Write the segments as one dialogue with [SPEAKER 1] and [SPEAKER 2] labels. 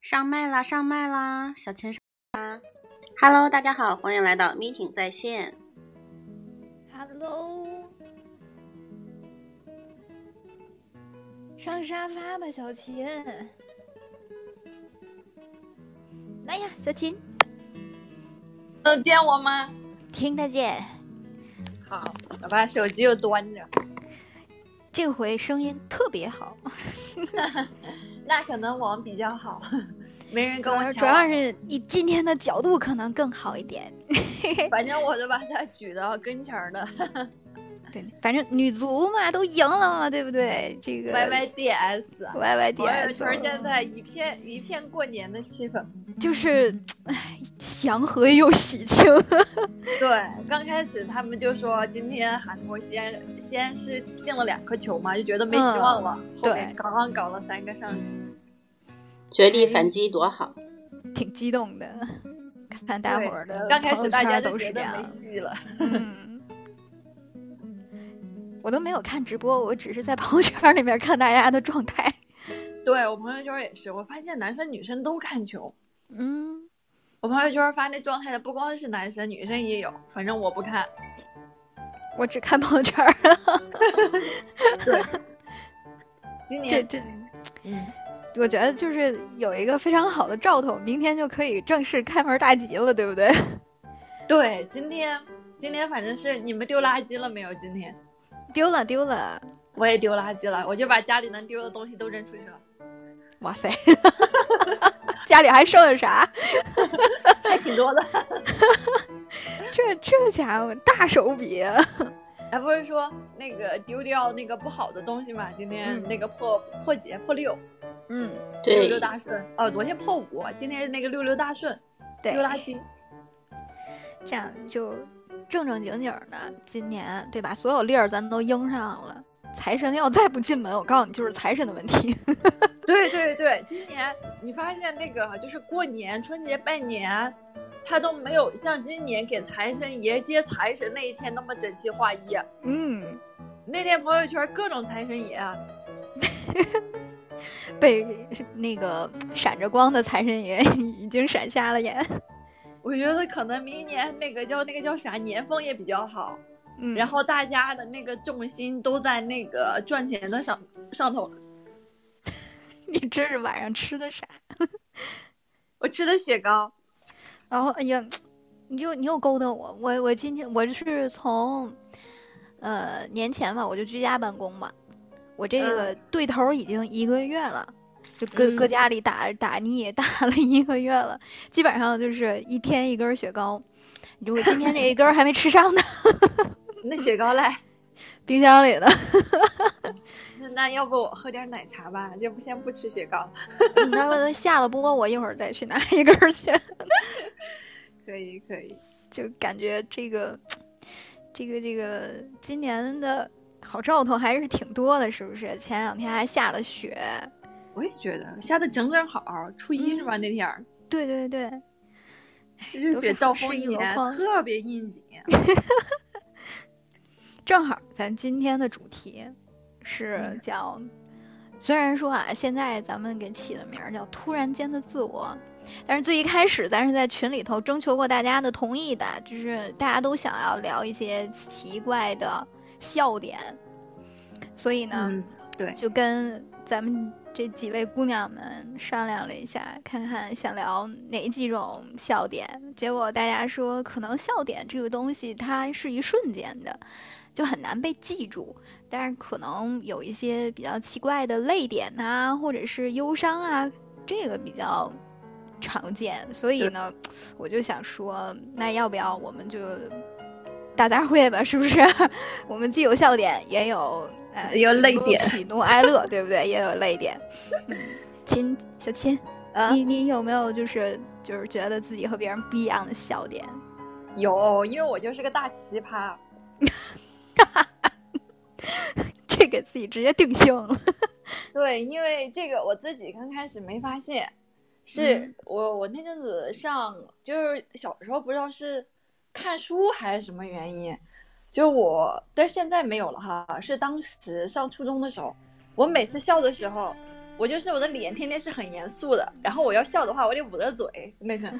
[SPEAKER 1] 上麦啦，上麦啦，小钱上啦！Hello，大家好，欢迎来到 Meeting 在线。
[SPEAKER 2] Hello，上沙发吧，小琴。来哎呀，小琴，
[SPEAKER 3] 能见我吗？
[SPEAKER 2] 听得见。
[SPEAKER 3] 好，我把手机又端着。
[SPEAKER 2] 这回声音特别好，
[SPEAKER 3] 那可能我比较好， 没人跟我抢。
[SPEAKER 2] 主要是你今天的角度可能更好一点。
[SPEAKER 3] 反正我就把它举到跟前儿的。
[SPEAKER 2] 对，反正女足嘛都赢了嘛，对不对？这个
[SPEAKER 3] Y Y D S。
[SPEAKER 2] Y Y D
[SPEAKER 3] 朋友
[SPEAKER 2] S。
[SPEAKER 3] 圈现在一片一片过年的气氛。
[SPEAKER 2] 就是，唉，祥和又喜庆。
[SPEAKER 3] 对，刚开始他们就说今天韩国先先是进了两颗球嘛，就觉得没希望了。
[SPEAKER 2] 嗯对
[SPEAKER 3] 后面刚刚搞了三个上去。
[SPEAKER 1] 绝地反击多好！
[SPEAKER 2] 挺激动的，看大伙儿的
[SPEAKER 3] 对刚开始大家
[SPEAKER 2] 呃朋
[SPEAKER 3] 就
[SPEAKER 2] 友圈都是这
[SPEAKER 3] 觉得
[SPEAKER 2] 样
[SPEAKER 3] 没。戏了。
[SPEAKER 2] 嗯，我都没有看直播，我只是在朋友圈里面看大家的状态。
[SPEAKER 3] 对我朋友圈也是，我发现男生女生都看球。
[SPEAKER 2] 嗯，
[SPEAKER 3] 我朋友圈发那状态的不光是男生，女生也有，反正我不看。
[SPEAKER 2] 我只看朋友圈儿。
[SPEAKER 3] 今
[SPEAKER 2] 这
[SPEAKER 3] 年
[SPEAKER 2] 这，
[SPEAKER 3] 嗯，
[SPEAKER 2] 我觉得就是有一个非常好的兆头，明天就可以正式开门大吉了，对不对？
[SPEAKER 3] 对，今天今天反正是你们丢垃圾了没有？今天
[SPEAKER 2] 丢了丢了，
[SPEAKER 3] 我也丢垃圾了，我就把家里能丢的东西都扔出去了，
[SPEAKER 2] 哇塞， 家里还剩下啥？
[SPEAKER 3] 还挺多的。
[SPEAKER 2] 这这家伙大手笔，啊
[SPEAKER 3] 还哎不是说那个丢掉那个不好的东西嘛？今天
[SPEAKER 2] 嗯
[SPEAKER 3] 那个破、破节破六
[SPEAKER 2] 嗯，
[SPEAKER 3] 六
[SPEAKER 1] 对，
[SPEAKER 3] 六大顺哦，昨天破五，今天那个六六大顺
[SPEAKER 2] 对
[SPEAKER 3] 丢，垃圾。
[SPEAKER 2] 这样就正正经经的，今年对吧？所有粒儿咱都应上了。财神要再不进门，我告诉你，就是财神的问题。
[SPEAKER 3] 对对对，今年你发现那个就是过年、春节、拜年，他都没有像今年给财神爷接财神那一天那么整齐划一。
[SPEAKER 2] 嗯，
[SPEAKER 3] 那天朋友圈各种财神爷，
[SPEAKER 2] 被那个闪着光的财神爷已经闪瞎了眼。
[SPEAKER 3] 我觉得可能明年那个叫那个叫啥年风也比较好，
[SPEAKER 2] 嗯，
[SPEAKER 3] 然后大家的那个重心都在那个赚钱的上上头。
[SPEAKER 2] 你这是晚上吃的啥？
[SPEAKER 3] 我吃的雪糕，
[SPEAKER 2] 然后哎呀，你又你又勾搭我，我我今天我是从，呃年前嘛，我就居家办公嘛，我这个对头儿已经一个月了，就搁搁
[SPEAKER 3] 嗯
[SPEAKER 2] 家里打打腻打了一个月了，基本上就是一天一根儿雪糕，如果今天这一根儿还没吃上呢，
[SPEAKER 3] 那雪糕赖。
[SPEAKER 2] 冰箱里的，
[SPEAKER 3] 那那要不我喝点奶茶吧？要不先不吃雪糕。
[SPEAKER 2] 嗯那我下了播，我一会儿再去拿一根儿去，
[SPEAKER 3] 可以可以，
[SPEAKER 2] 就感觉这个这个这个今年的好兆头还是挺多的，是不是？前两天还下了雪。
[SPEAKER 3] 我也觉得下的整整好，初一是吧？那天儿
[SPEAKER 2] 对对对，
[SPEAKER 3] 这就是雪照风一
[SPEAKER 2] 都是好事一箩
[SPEAKER 3] 年，
[SPEAKER 2] 筐
[SPEAKER 3] 特别应景。啊
[SPEAKER 2] 正好咱今天的主题是叫，虽然说啊，现在咱们给起的名儿叫“突然间的自我”，但是最一开始咱是在群里头征求过大家的同意的，就是大家都想要聊一些奇怪的笑点，所以呢，
[SPEAKER 3] 嗯，
[SPEAKER 2] 就跟咱们这几位姑娘们商量了一下，看看想聊哪几种笑点。结果大家说，可能笑点这个东西它是一瞬间的，就很难被记住。但是可能有一些比较奇怪的泪点呐、或者是忧伤啊，这个比较。常见，所以
[SPEAKER 3] 对
[SPEAKER 2] 呢，我就想说，那要不要我们就大杂烩吧？是不 是？我们既有笑点，也有呃
[SPEAKER 3] 也有
[SPEAKER 2] 喜
[SPEAKER 3] 泪
[SPEAKER 2] 怒
[SPEAKER 3] 点
[SPEAKER 2] 喜怒哀乐，对不对？也有泪点。嗯，亲，小亲，
[SPEAKER 3] 啊，
[SPEAKER 2] 你你有没有就是就是觉得自己和别人不一样的笑点？
[SPEAKER 3] 有，因为我就是个大奇葩。
[SPEAKER 2] 这给自己直接定性了。
[SPEAKER 3] 对，因为这个我自己刚开始没发现，是、
[SPEAKER 2] 嗯
[SPEAKER 3] 我我那阵子上就是小时候不知道是看书还是什么原因，就我但现在没有了哈，是当时上初中的时候，我每次笑的时候，我就是我的脸天天是很严肃的，然后我要笑的话，我得捂着嘴那阵。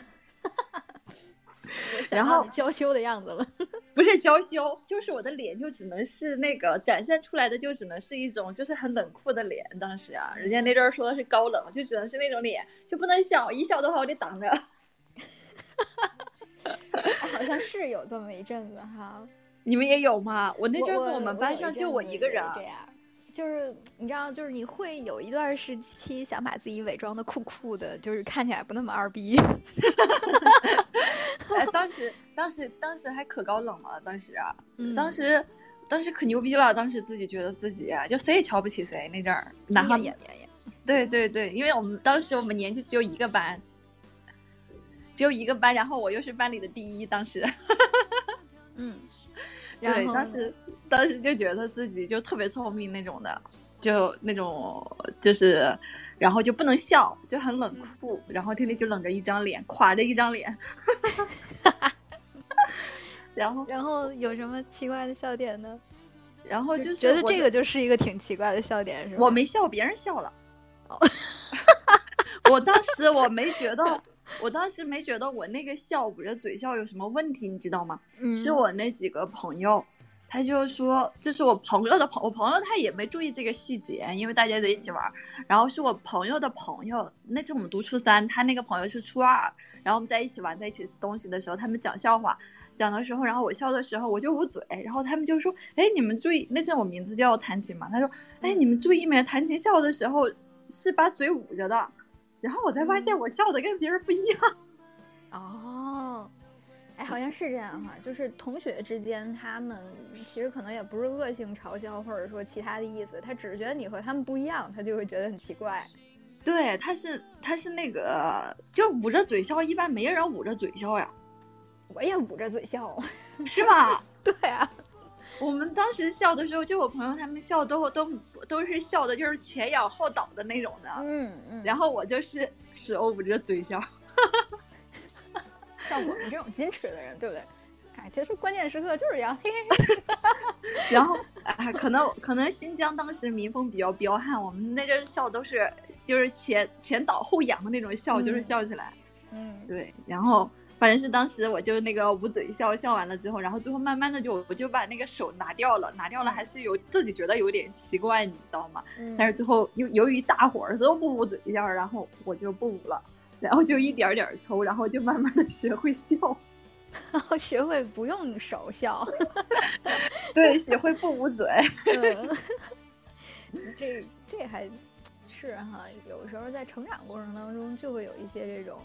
[SPEAKER 3] 然
[SPEAKER 2] 想
[SPEAKER 3] 后
[SPEAKER 2] 到你娇羞的样子了。
[SPEAKER 3] 不是娇羞，就是我的脸就只能是那个展现出来的，就只能是一种就是很冷酷的脸。当时啊，人家那阵儿说的是高冷，就只能是那种脸，就不能笑，一笑的话我得挡着。
[SPEAKER 2] 好像是有这么一阵子哈。
[SPEAKER 3] 你们也有吗？我那
[SPEAKER 2] 我
[SPEAKER 3] 阵子
[SPEAKER 2] 我
[SPEAKER 3] 我们班上就我一个人
[SPEAKER 2] 我有阵子也这样，就是你知道，就是你会有一段时期想把自己伪装的酷酷的，就是看起来不那么二 逼。
[SPEAKER 3] 哎，当时当时当时还可高冷了，当时啊，
[SPEAKER 2] 嗯
[SPEAKER 3] 当时当时可牛逼了，当时自己觉得自己啊就谁也瞧不起谁那阵儿，
[SPEAKER 2] 也
[SPEAKER 3] 然后
[SPEAKER 2] 也也也，
[SPEAKER 3] 对对对，因为我们当时我们年级只有一个班，只有一个班，然后我又是班里的第一，当时。
[SPEAKER 2] 嗯。然
[SPEAKER 3] 对，
[SPEAKER 2] 后
[SPEAKER 3] 当时当时就觉得自己就特别聪明那种的，就那种就是，然后就不能笑，就很冷
[SPEAKER 2] 嗯
[SPEAKER 3] 酷，然后天天就冷着一张脸，垮着一 张脸，然后
[SPEAKER 2] 然后有什么奇怪的笑点呢？
[SPEAKER 3] 然后哦就是
[SPEAKER 2] 觉得
[SPEAKER 3] 我
[SPEAKER 2] 这个就是一个挺奇怪的笑点，是吧？
[SPEAKER 3] 我没笑，别人笑了。
[SPEAKER 2] 哦
[SPEAKER 3] 我当时我没觉得， 我当时没觉得我那个笑捂着嘴笑有什么问题，你知道吗？
[SPEAKER 2] 嗯，
[SPEAKER 3] 是我那几个朋友，他就说，这是我朋友的朋，我朋友他也没注意这个细节，因为大家在一起玩儿。然后是我朋友的朋友，那次我们读初三，他那个朋友是初二，然后我们在一起玩，在一起吃东西的时候，他们讲笑话，讲的时候，然后我笑的时候，我就捂嘴，然后他们就说，哎，你们注意，那阵我名字叫弹琴嘛，他说，哎，你们注意没，弹琴笑的时候是把嘴捂着的。然后我才发现我笑的跟别人不一样，
[SPEAKER 2] 哦，哎，好像是这样哈，就是同学之间，他们其实可能也不是恶性嘲笑，或者说其他的意思，他只是觉得你和他们不一样，他就会觉得很奇怪。
[SPEAKER 3] 对，他是他是那个，就捂着嘴笑，一般没人捂着嘴笑呀，
[SPEAKER 2] 我也捂着嘴笑，啊
[SPEAKER 3] 是吧？
[SPEAKER 2] 对啊，
[SPEAKER 3] 我们当时笑的时候，就我朋友他们笑都都都是笑的，就是前仰后倒的那种的，
[SPEAKER 2] 嗯嗯，
[SPEAKER 3] 然后我就是手捂着嘴笑，
[SPEAKER 2] 像我们这种矜持的人，对不对？哎，就是关键时刻就是要 嘿嘿
[SPEAKER 3] 然后哎，可能可能新疆当时民风比较彪悍，我们那阵儿笑都是就是前前倒后仰的那种笑，就是
[SPEAKER 2] 嗯
[SPEAKER 3] 笑起来，
[SPEAKER 2] 嗯，
[SPEAKER 3] 对，然后。反正是当时我就那个捂嘴笑，笑完了之后，然后最后慢慢的就我就把那个手拿掉了，拿掉了还是有自己觉得有点奇怪，你知道吗？
[SPEAKER 2] 嗯
[SPEAKER 3] 但是最后由由于大伙儿都不捂嘴笑，然后我就不捂了，然后就一点儿点儿抽，然后就慢慢的学会笑，
[SPEAKER 2] 然后学会不用手笑，
[SPEAKER 3] 对，学会不捂嘴。
[SPEAKER 2] 嗯， 这这还是哈，有时候在成长过程当中就会有一些这种，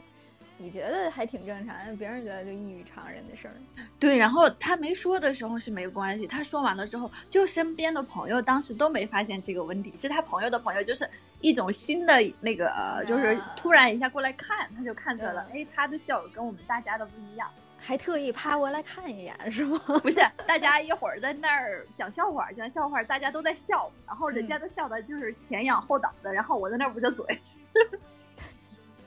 [SPEAKER 2] 你觉得还挺正常，但别人觉得就异于常人的事儿。
[SPEAKER 3] 对，然后他没说的时候是没关系，他说完了之后，就身边的朋友当时都没发现这个问题，是他朋友的朋友，就是一种新的那个，呃就是
[SPEAKER 2] 啊
[SPEAKER 3] 突然一下过来看，他就看出来了，
[SPEAKER 2] 嗯
[SPEAKER 3] 哎，他的笑跟我们大家的不一样，
[SPEAKER 2] 还特意趴过来看一眼，是吗？
[SPEAKER 3] 不是，大家一会儿在那儿讲笑话，讲笑话，大家都在笑，然后
[SPEAKER 2] 嗯
[SPEAKER 3] 人家都笑的就是前仰后倒的，然后我在那儿捂着嘴。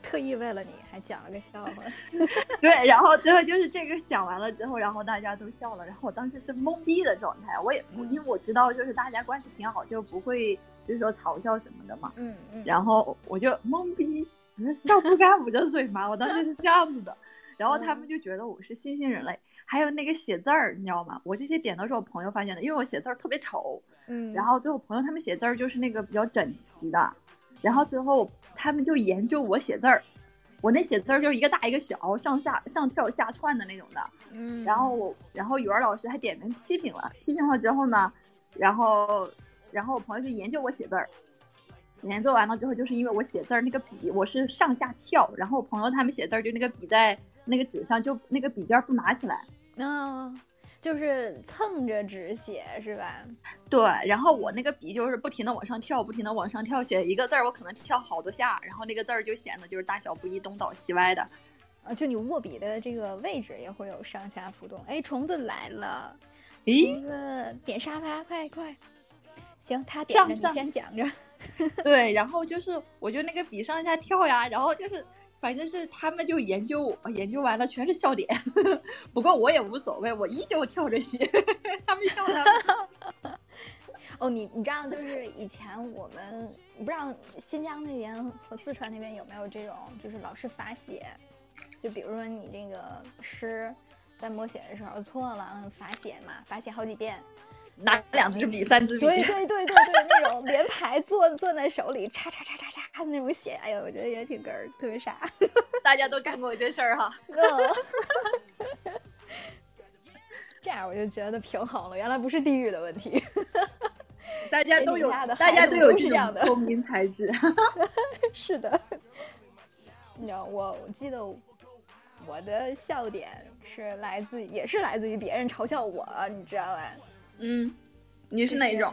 [SPEAKER 2] 特意为了你还讲了个笑话，
[SPEAKER 3] 对，然后最后就是这个讲完了之后，然后大家都笑了，然后我当时是懵逼的状态，我也不因为我知道就是大家关系挺好，就不会就是说嘲笑什么的嘛，
[SPEAKER 2] 嗯嗯
[SPEAKER 3] 然后我就懵逼，我说笑不该捂着嘴嘛，我当时是这样子的，然后他们就觉得我是新兴人类，还有那个写字儿，你知道吗？我这些点都是我朋友发现的，因为我写字儿特别丑，
[SPEAKER 2] 嗯，
[SPEAKER 3] 然后最后朋友他们写字儿就是那个比较整齐的，然后最后他们就研究我写字儿，我那写字儿就是一个大一个小，上下上跳下窜的那种的。
[SPEAKER 2] 嗯，
[SPEAKER 3] 然后我，然后语文老师还点名批评了，批评了之后呢，然后然后我朋友就研究我写字儿，研究完了之后，就是因为我写字儿那个笔我是上下跳，然后我朋友他们写字儿就那个笔在那个纸上就那个笔尖儿不拿起来，
[SPEAKER 2] 那、就是蹭着纸写是吧？
[SPEAKER 3] 对，然后我那个笔就是不停的往上跳，不停的往上跳，写一个字儿我可能跳好多下，然后那个字儿就显得就是大小不一、东倒西歪的。
[SPEAKER 2] 啊，就你握笔的这个位置也会有上下浮动。哎，虫子来了，
[SPEAKER 3] 咦，
[SPEAKER 2] 虫子点沙发，快快！行，他点
[SPEAKER 3] 上
[SPEAKER 2] 着，
[SPEAKER 3] 上
[SPEAKER 2] 你先讲着。
[SPEAKER 3] 对，然后就是我就那个笔上下跳呀，然后就是反正是他们就研究我，研究完了全是笑点， 不过我也无所谓，我依旧跳着写， 他们笑他 们。
[SPEAKER 2] 哦，你你知道，就是以前我们，我不知道新疆那边和四川那边有没有这种，就是老师罚写，就比如说你这个诗在默写的时候错了，嗯罚写嘛，罚写好几遍。
[SPEAKER 3] 拿两支笔、三支笔，
[SPEAKER 2] 对对对对对，那种连排攥攥在手里，叉叉叉叉叉那种写，哎呦，我觉得也挺哏儿，特别傻。
[SPEAKER 3] 大家都干过这事儿哈。
[SPEAKER 2] 嗯 这样我就觉得平衡了，原来不是地域的问题。
[SPEAKER 3] 大家都有，
[SPEAKER 2] 北理大的
[SPEAKER 3] 大家
[SPEAKER 2] 孩子们
[SPEAKER 3] 都有
[SPEAKER 2] 都是这样
[SPEAKER 3] 种
[SPEAKER 2] 的
[SPEAKER 3] 聪明才智。
[SPEAKER 2] 是的，你知道我我记得我的笑点是来自于也是来自于别人嘲笑我，啊你知道吧？
[SPEAKER 3] 嗯，你是哪种？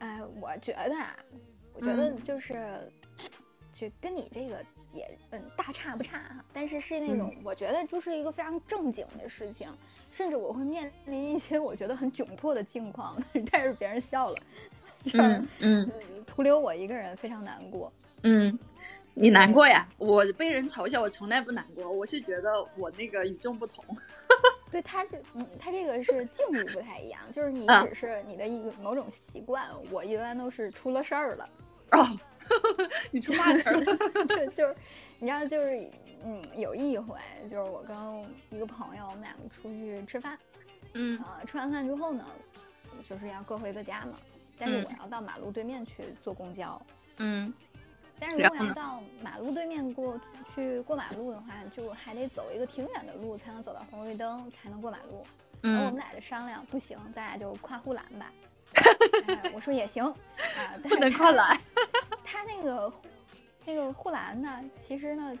[SPEAKER 2] 哎，我觉得啊，我
[SPEAKER 3] 嗯
[SPEAKER 2] 觉得就是、就跟你这个也嗯大差不差啊，但是是那
[SPEAKER 3] 嗯
[SPEAKER 2] 种、我觉得就是一个非常正经的事情，甚至我会面临一些我觉得很窘迫的境况，但是别人笑了， 就是、
[SPEAKER 3] 嗯嗯
[SPEAKER 2] 嗯徒留我一个人非常难过。
[SPEAKER 3] 嗯，你难过呀？我被人嘲笑，我从来不难过。我是觉得我那个与众不同。
[SPEAKER 2] 对，他这，嗯，他这个是境遇不太一样，就是你
[SPEAKER 3] 啊
[SPEAKER 2] 只是你的一个某种习惯，我一般都是出了事儿了，
[SPEAKER 3] 哦，你出骂人 了。
[SPEAKER 2] 对，就是，你知道，就是，嗯，有一回，就是我跟一个朋友，我们两个出去吃饭，
[SPEAKER 3] 嗯
[SPEAKER 2] 呃，吃完饭之后呢，就是要各回各家嘛，但是
[SPEAKER 3] 嗯
[SPEAKER 2] 我要到马路对面去坐公交，
[SPEAKER 3] 嗯
[SPEAKER 2] 但是如
[SPEAKER 3] 然
[SPEAKER 2] 果
[SPEAKER 3] 后
[SPEAKER 2] 要
[SPEAKER 3] 呢
[SPEAKER 2] 到马路对面过去过马路的话，就还得走一个挺远的路才能走到红绿灯，才能过马路。然后我们
[SPEAKER 3] 嗯，
[SPEAKER 2] 俩就商量，不行，咱俩就跨护栏 吧。哎我说也行啊，但
[SPEAKER 3] 不
[SPEAKER 2] 是
[SPEAKER 3] 能
[SPEAKER 2] 他
[SPEAKER 3] 跨栏。
[SPEAKER 2] 他那个那个护栏呢，其实呢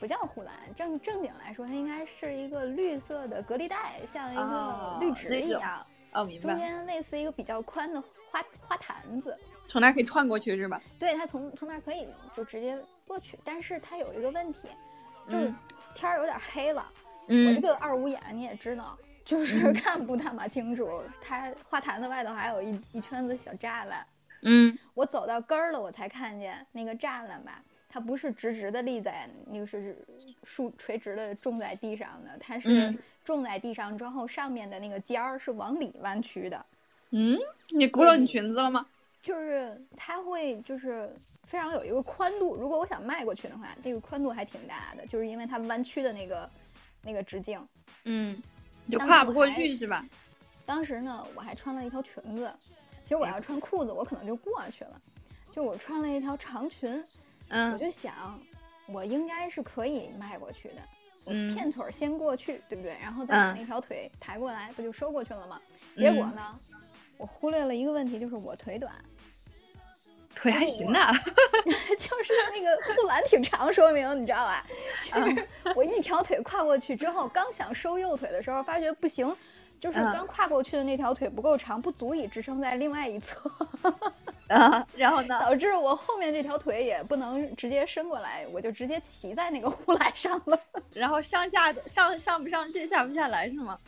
[SPEAKER 2] 不叫护栏，正正经来说，它应该是一个绿色的隔离带，像一个
[SPEAKER 3] 哦
[SPEAKER 2] 绿植
[SPEAKER 3] 那
[SPEAKER 2] 一
[SPEAKER 3] 种
[SPEAKER 2] 样，
[SPEAKER 3] 哦，明
[SPEAKER 2] 中
[SPEAKER 3] 白。
[SPEAKER 2] 间类似一个比较宽的花花坛子。
[SPEAKER 3] 从那儿可以窜过去是吧？
[SPEAKER 2] 对，它从从那儿可以就直接过去，但是它有一个问题，就是
[SPEAKER 3] 嗯
[SPEAKER 2] 天儿有点黑了，我这
[SPEAKER 3] 嗯
[SPEAKER 2] 个二五眼你也知道，就是 看不那么清楚。它花坛子外头还有一一圈子小栅栏，
[SPEAKER 3] 嗯
[SPEAKER 2] 我走到根儿了，我才看见那个栅栏吧，它不是直直的立在那个是竖垂直的种在地上的，它是
[SPEAKER 3] 嗯
[SPEAKER 2] 种在地上之后，上面的那个尖儿是往里弯曲的，
[SPEAKER 3] 嗯，你鼓捣你裙子了吗？
[SPEAKER 2] 就是它会就是非常有一个宽度。如果我想迈过去的话，这个宽度还挺大的，就是因为它弯曲的那个那个直径。
[SPEAKER 3] 嗯，你就
[SPEAKER 2] 当
[SPEAKER 3] 跨
[SPEAKER 2] 时
[SPEAKER 3] 不
[SPEAKER 2] 我
[SPEAKER 3] 过
[SPEAKER 2] 还
[SPEAKER 3] 去是吧？
[SPEAKER 2] 当时呢，我还穿了一条裙子，其实我要穿裤子，我可能就过去了。就我穿了一条长裙，我
[SPEAKER 3] 嗯
[SPEAKER 2] 就想，我应该是可以迈过去的。我
[SPEAKER 3] 嗯
[SPEAKER 2] 片腿儿先过去，对不对？然后再把
[SPEAKER 3] 嗯
[SPEAKER 2] 那条腿抬过来，不就收过去了吗？结果呢，我忽略了一个问题，就是我腿短，
[SPEAKER 3] 腿还行呢。
[SPEAKER 2] 就是那个护栏挺长，说明你知道吧？
[SPEAKER 3] 嗯
[SPEAKER 2] 就是我一条腿跨过去之后，刚想收右腿的时候，发觉不行，就是
[SPEAKER 3] 嗯
[SPEAKER 2] 刚跨过去的那条腿不够长，不足以支撑在另外一侧，
[SPEAKER 3] 啊，然后呢？
[SPEAKER 2] 导致我后面这条腿也不能直接伸过来，我就直接骑在那个护栏上了。
[SPEAKER 3] 然后上下上上不上去，下不下来是吗？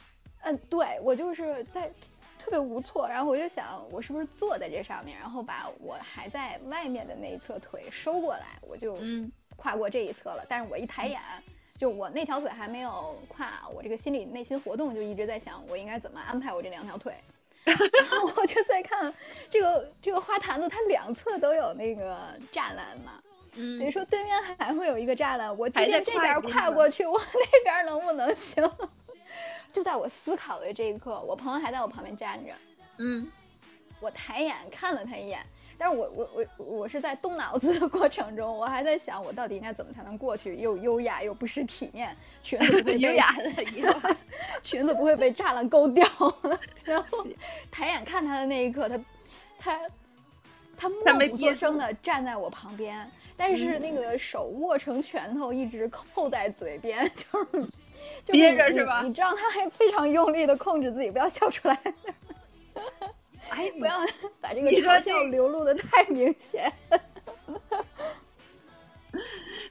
[SPEAKER 2] 嗯，对我就是在特别无措，然后我就想我是不是坐在这上面，然后把我还在外面的那一侧腿收过来，我就
[SPEAKER 3] 嗯
[SPEAKER 2] 跨过这一侧了。但是我一抬眼，就我那条腿还没有跨，我这个心里内心活动就一直在想，我应该怎么安排我这两条腿。然后我就在看这个这个花坛子，它两侧都有那个栅栏嘛，
[SPEAKER 3] 嗯
[SPEAKER 2] 等于说对面还会有一个栅栏，我即
[SPEAKER 3] 还
[SPEAKER 2] 便
[SPEAKER 3] 在
[SPEAKER 2] 这
[SPEAKER 3] 跨
[SPEAKER 2] 边
[SPEAKER 3] 一
[SPEAKER 2] 儿
[SPEAKER 3] 边
[SPEAKER 2] 跨
[SPEAKER 3] 吗
[SPEAKER 2] 过去，我 那边儿能不能行？ 就在我思考的这一刻，我朋友还在我旁边站着，
[SPEAKER 3] 嗯
[SPEAKER 2] 我抬眼看了他一眼，但是我我我我是在动脑子的过程中，我还在想我到底应该怎么才能过去，又优雅又不失体面，裙子不会
[SPEAKER 3] 优
[SPEAKER 2] 被
[SPEAKER 3] 雅的一 个，
[SPEAKER 2] 裙子不会被栅栏勾掉，然后抬眼看他的那一刻，他他他
[SPEAKER 3] 他
[SPEAKER 2] 默
[SPEAKER 3] 没
[SPEAKER 2] 不
[SPEAKER 3] 憋嗯
[SPEAKER 2] 作声的站在我旁边，但是那个手握成拳头，一直扣在嘴边，就是就是
[SPEAKER 3] 憋
[SPEAKER 2] 你
[SPEAKER 3] 着是
[SPEAKER 2] 你
[SPEAKER 3] 吧
[SPEAKER 2] 你知道他还非常用力的控制自己，不要笑出来，
[SPEAKER 3] 哎，
[SPEAKER 2] 不要把这个
[SPEAKER 3] 你说
[SPEAKER 2] 嘲
[SPEAKER 3] 这
[SPEAKER 2] 笑流露的太明显。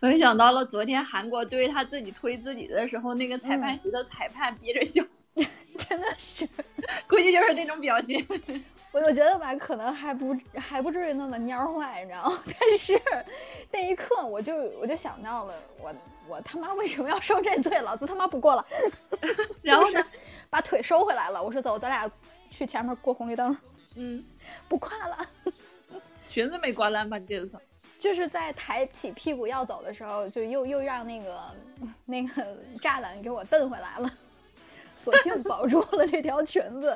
[SPEAKER 3] 我就想到了昨天韩国队他自己推自己的时候，那个裁
[SPEAKER 2] 嗯
[SPEAKER 3] 判席的裁判憋着笑，
[SPEAKER 2] 真的是，
[SPEAKER 3] 估计就是那种表情。
[SPEAKER 2] 我我觉得吧，可能还不还不至于那么蔫坏，你知道吗？ 但是那一刻，我就我就想到了，我我他妈为什么要受这罪？老子他妈不过了，
[SPEAKER 3] 然后
[SPEAKER 2] 就
[SPEAKER 3] 呢
[SPEAKER 2] 是，把腿收回来了。我说走，咱俩去前面过红绿灯，
[SPEAKER 3] 嗯，
[SPEAKER 2] 不跨了。
[SPEAKER 3] 裙子没挂烂吧？这次
[SPEAKER 2] 就是在抬起屁股要走的时候，就又又让那个那个栅栏给我蹬回来了，索性保住了这条裙子。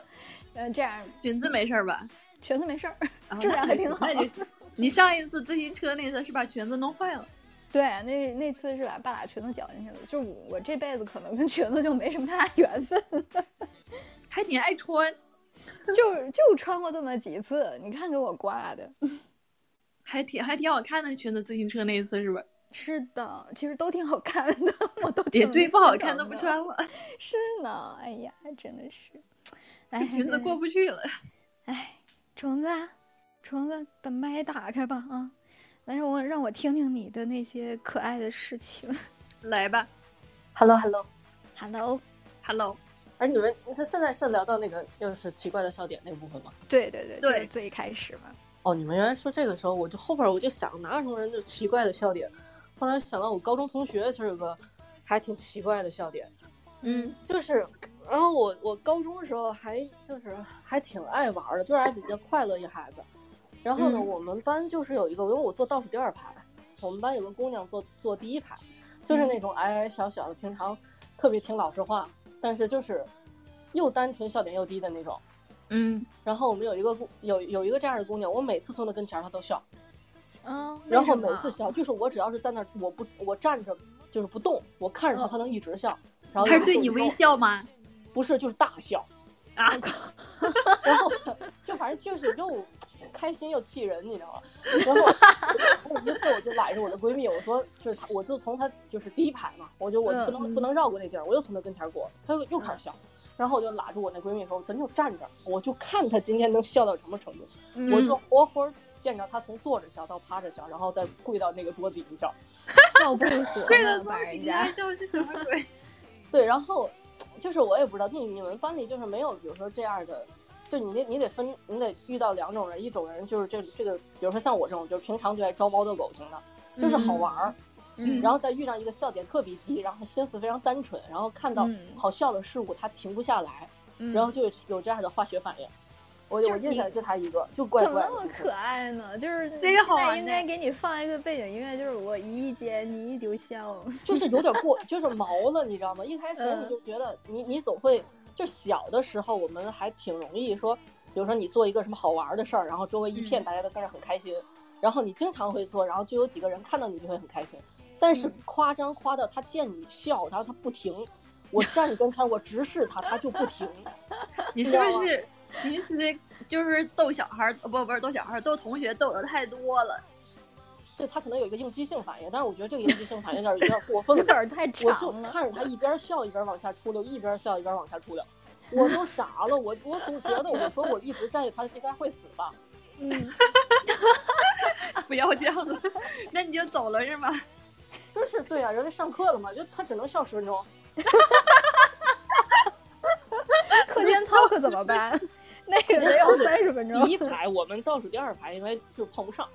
[SPEAKER 2] 嗯，这样
[SPEAKER 3] 裙子没事儿吧？
[SPEAKER 2] 裙子没事儿，
[SPEAKER 3] 啊
[SPEAKER 2] 质量还挺好。
[SPEAKER 3] 那就行那就行你上一次自行车那次是把裙子弄坏了，
[SPEAKER 2] 对，那那次是把半拉裙子绞进去的，就是我我这辈子可能跟裙子就没什么太大缘分，
[SPEAKER 3] 还挺爱穿，
[SPEAKER 2] 就就穿过这么几次，你看给我刮的。
[SPEAKER 3] 还挺还挺好看的裙子。自行车那一次是吧？
[SPEAKER 2] 是的，其实都挺好看的，我都
[SPEAKER 3] 连
[SPEAKER 2] 挺
[SPEAKER 3] 对不好
[SPEAKER 2] 欣
[SPEAKER 3] 看都
[SPEAKER 2] 赏
[SPEAKER 3] 不
[SPEAKER 2] 的。
[SPEAKER 3] 穿了，
[SPEAKER 2] 是呢，哎呀，真的是，哎，
[SPEAKER 3] 裙子过不去了。
[SPEAKER 2] 哎，虫子啊，虫子，把麦打开吧啊！来让我让我听听你的那些可爱的事情。
[SPEAKER 3] 来吧
[SPEAKER 4] Hello Hello，
[SPEAKER 2] Hello，
[SPEAKER 3] ，Hello，
[SPEAKER 4] 哎，你们是现在是聊到那个又是奇怪的笑点那部分吗？
[SPEAKER 2] 对对对，就是
[SPEAKER 3] 对
[SPEAKER 2] 最开始嘛，
[SPEAKER 4] 哦，你们原来说这个时候，我就后边我就想哪有什么人就奇怪的笑点，后来想到我高中同学其实有个还挺奇怪的笑点，
[SPEAKER 3] 嗯，
[SPEAKER 4] 就是，然后我我高中的时候还就是还挺爱玩的，就是还比较快乐一孩子。然后呢，
[SPEAKER 3] 嗯
[SPEAKER 4] 我们班就是有一个，因为我坐倒数第二排，我们班有个姑娘坐坐第一排，就是
[SPEAKER 3] 嗯
[SPEAKER 4] 那种矮矮小小的，平常特别听老师话，但是就是又单纯笑点又低的那种。
[SPEAKER 3] 嗯，
[SPEAKER 4] 然后我们有一个姑有有一个这样的姑娘，我每次送她跟前儿，她都笑。
[SPEAKER 2] 嗯，
[SPEAKER 4] 然后
[SPEAKER 2] 为
[SPEAKER 4] 每
[SPEAKER 2] 什么
[SPEAKER 3] 啊
[SPEAKER 4] 次笑，就是我只要是在那儿，我不我站着就是不动，我看着她，
[SPEAKER 2] 嗯
[SPEAKER 4] 她能一直笑。然后
[SPEAKER 3] 他
[SPEAKER 4] 有
[SPEAKER 3] 哦是对
[SPEAKER 4] 的
[SPEAKER 3] 你
[SPEAKER 4] 时候
[SPEAKER 3] 微笑吗？
[SPEAKER 4] 不是就是大笑
[SPEAKER 3] 啊，
[SPEAKER 4] 然后就反正就是又开心又气人，你知道吗？然后我一次我就揽着我的闺蜜，我说就是她，我就从她就是第一排嘛，我就我
[SPEAKER 2] 嗯
[SPEAKER 4] 不能、不能绕过那地儿，我又从她跟前过，她又又开始笑。然后我就拉住我那闺蜜说：“咱就站这儿，我就看她今天能笑到什么程度。
[SPEAKER 2] 嗯
[SPEAKER 4] 我就活活见着她从坐着笑到趴着笑，然后再跪到那个桌子底下笑。
[SPEAKER 2] 笑不 活
[SPEAKER 3] 跪
[SPEAKER 2] 呢，
[SPEAKER 3] 到
[SPEAKER 2] 把
[SPEAKER 3] 桌子
[SPEAKER 2] 人
[SPEAKER 3] 底
[SPEAKER 2] 家
[SPEAKER 3] 下笑是什么鬼？
[SPEAKER 4] 对，然后就是我也不知道，你你们班里就是没有，比如说这样的，就你得你得分，你得遇到两种人，一种人就是这这个，比如说像我这种，就是平常就爱招猫逗狗型的，就是好玩儿，
[SPEAKER 2] 嗯
[SPEAKER 4] 然后再遇上一个笑点特别低，然后心思非常单纯，然后看到
[SPEAKER 2] 嗯
[SPEAKER 4] 好笑的事物他停不下来，
[SPEAKER 2] 嗯
[SPEAKER 4] 然后就有这样的化学反应。我
[SPEAKER 2] 就是
[SPEAKER 4] 我印象
[SPEAKER 2] 你
[SPEAKER 4] 就他一个，就怪
[SPEAKER 2] 怎么
[SPEAKER 4] 怪的
[SPEAKER 2] 那么
[SPEAKER 4] 就是
[SPEAKER 2] 可爱呢？ 就是
[SPEAKER 3] 这个
[SPEAKER 2] 现
[SPEAKER 3] 好
[SPEAKER 2] 在
[SPEAKER 3] 玩
[SPEAKER 2] 应
[SPEAKER 3] 呢
[SPEAKER 2] 该给你放一个背景音乐，就是我一见你就笑。
[SPEAKER 4] 就是有点 过，就是毛了，你知道吗？一开始
[SPEAKER 2] 嗯
[SPEAKER 4] 你就觉得你你总会，就小的时候我们还挺容易说，比如说你做一个什么好玩的事儿，然后周围一
[SPEAKER 3] 嗯
[SPEAKER 4] 片大家都跟着很开心，然后你经常会做，然后就有几个人看到你就会很开心。但
[SPEAKER 3] 嗯
[SPEAKER 4] 是夸张夸到他见你笑，然后他不停，我站跟前我直视他，他就不停。
[SPEAKER 3] 你是不啊是平时就是逗小孩儿，呃不不是逗小孩儿，逗同学逗的太多了？
[SPEAKER 4] 对他可能有一个应激性反应，但是我觉得这个应激性反应有点有点过分
[SPEAKER 2] 有
[SPEAKER 4] 了。
[SPEAKER 2] 点儿太
[SPEAKER 4] 我就
[SPEAKER 2] 长了，
[SPEAKER 4] 看着他一边笑一边往下出溜，一边笑一边往下 出溜，我都傻了，我我总觉得我说我一直站着他应该会死吧，
[SPEAKER 2] 嗯，
[SPEAKER 3] 不要这样子，那你就走了是吗？
[SPEAKER 4] 就是对啊，人家上课了嘛，就他只能笑十分 钟，
[SPEAKER 2] 课间操可怎么办？ 那个得有三十分钟。
[SPEAKER 4] 第一排我们倒数第二排应该就碰不上，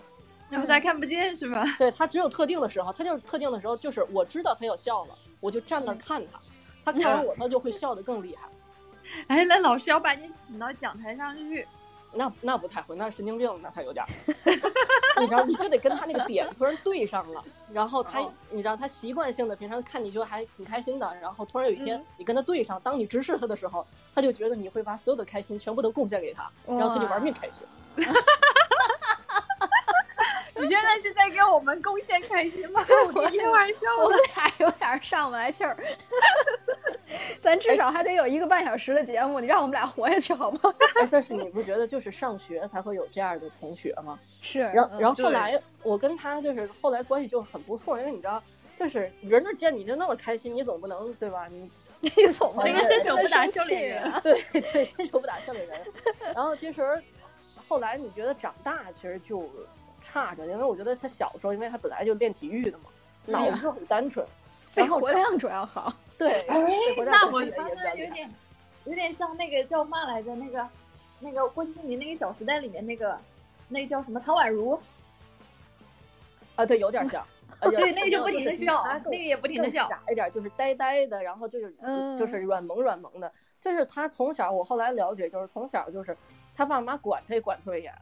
[SPEAKER 3] 然后他看不见是吧？
[SPEAKER 4] 对他只有特定的时候，他就是特定的时候，就是我知道他要笑了，我就站
[SPEAKER 2] 嗯
[SPEAKER 4] 那儿看 他，他看完我他就会笑得更厉害，
[SPEAKER 3] 哎，那老师要把你请到讲台上去，
[SPEAKER 4] 那那不太会，那神经病，那他有点儿。你知道，你就得跟他那个点突然对上了，然后他，
[SPEAKER 2] 嗯
[SPEAKER 3] 哦
[SPEAKER 4] 你知道他习惯性的平常看你就还挺开心的，然后突然有一
[SPEAKER 2] 嗯
[SPEAKER 4] 天你跟他对上，当你直视他的时候，他就觉得你会把所有的开心全部都贡献给他，然后他就玩命开心。
[SPEAKER 3] 你现在是在给我们 贡献开心吗？我开玩笑
[SPEAKER 2] 我
[SPEAKER 3] 了
[SPEAKER 2] 们，俩有点上不来气儿， 咱至少还得有一个半小时的节目，你让我们俩活下去好吗？
[SPEAKER 4] 哎但是你不觉得就是上学才会有这样的同学吗？
[SPEAKER 2] 是，
[SPEAKER 4] 然后
[SPEAKER 2] 嗯
[SPEAKER 4] 然后后
[SPEAKER 2] 对
[SPEAKER 4] 来我跟他就是后来关系就很不错，因为你知道，就是人都见你就那么开心，你总不能对吧？你
[SPEAKER 2] 你总不
[SPEAKER 4] 那
[SPEAKER 2] 能
[SPEAKER 4] 个
[SPEAKER 2] 真
[SPEAKER 3] 伸手
[SPEAKER 2] 的
[SPEAKER 3] 不打
[SPEAKER 2] 生
[SPEAKER 3] 笑脸
[SPEAKER 2] 气
[SPEAKER 3] 人
[SPEAKER 2] 啊
[SPEAKER 4] 对对，伸手不打笑脸人。然后其实后来你觉得长大其实就差着，因为我觉得他小时候，因为他本来就练体育的嘛，
[SPEAKER 3] 嗯
[SPEAKER 4] 脑子就很单纯。
[SPEAKER 2] 肺活量主要好。
[SPEAKER 4] 对，
[SPEAKER 3] 哎那我
[SPEAKER 4] 也
[SPEAKER 3] 发现有点有点像那个叫嘛来着，那个那个郭敬明那个《小时代》里面那个那叫什么唐宛如，
[SPEAKER 4] 啊，对，有 点像。呃有
[SPEAKER 3] 对，那个就不停的
[SPEAKER 4] 是
[SPEAKER 3] 笑，
[SPEAKER 4] 他
[SPEAKER 3] 那
[SPEAKER 4] 更
[SPEAKER 3] 个也不停的
[SPEAKER 4] 更
[SPEAKER 3] 笑。
[SPEAKER 4] 傻一点，就是呆呆的，然后就是、
[SPEAKER 2] 嗯
[SPEAKER 4] 就是软萌软萌的。就是他从小，我后来了解，就是从小就是他爸妈管他也管特别严，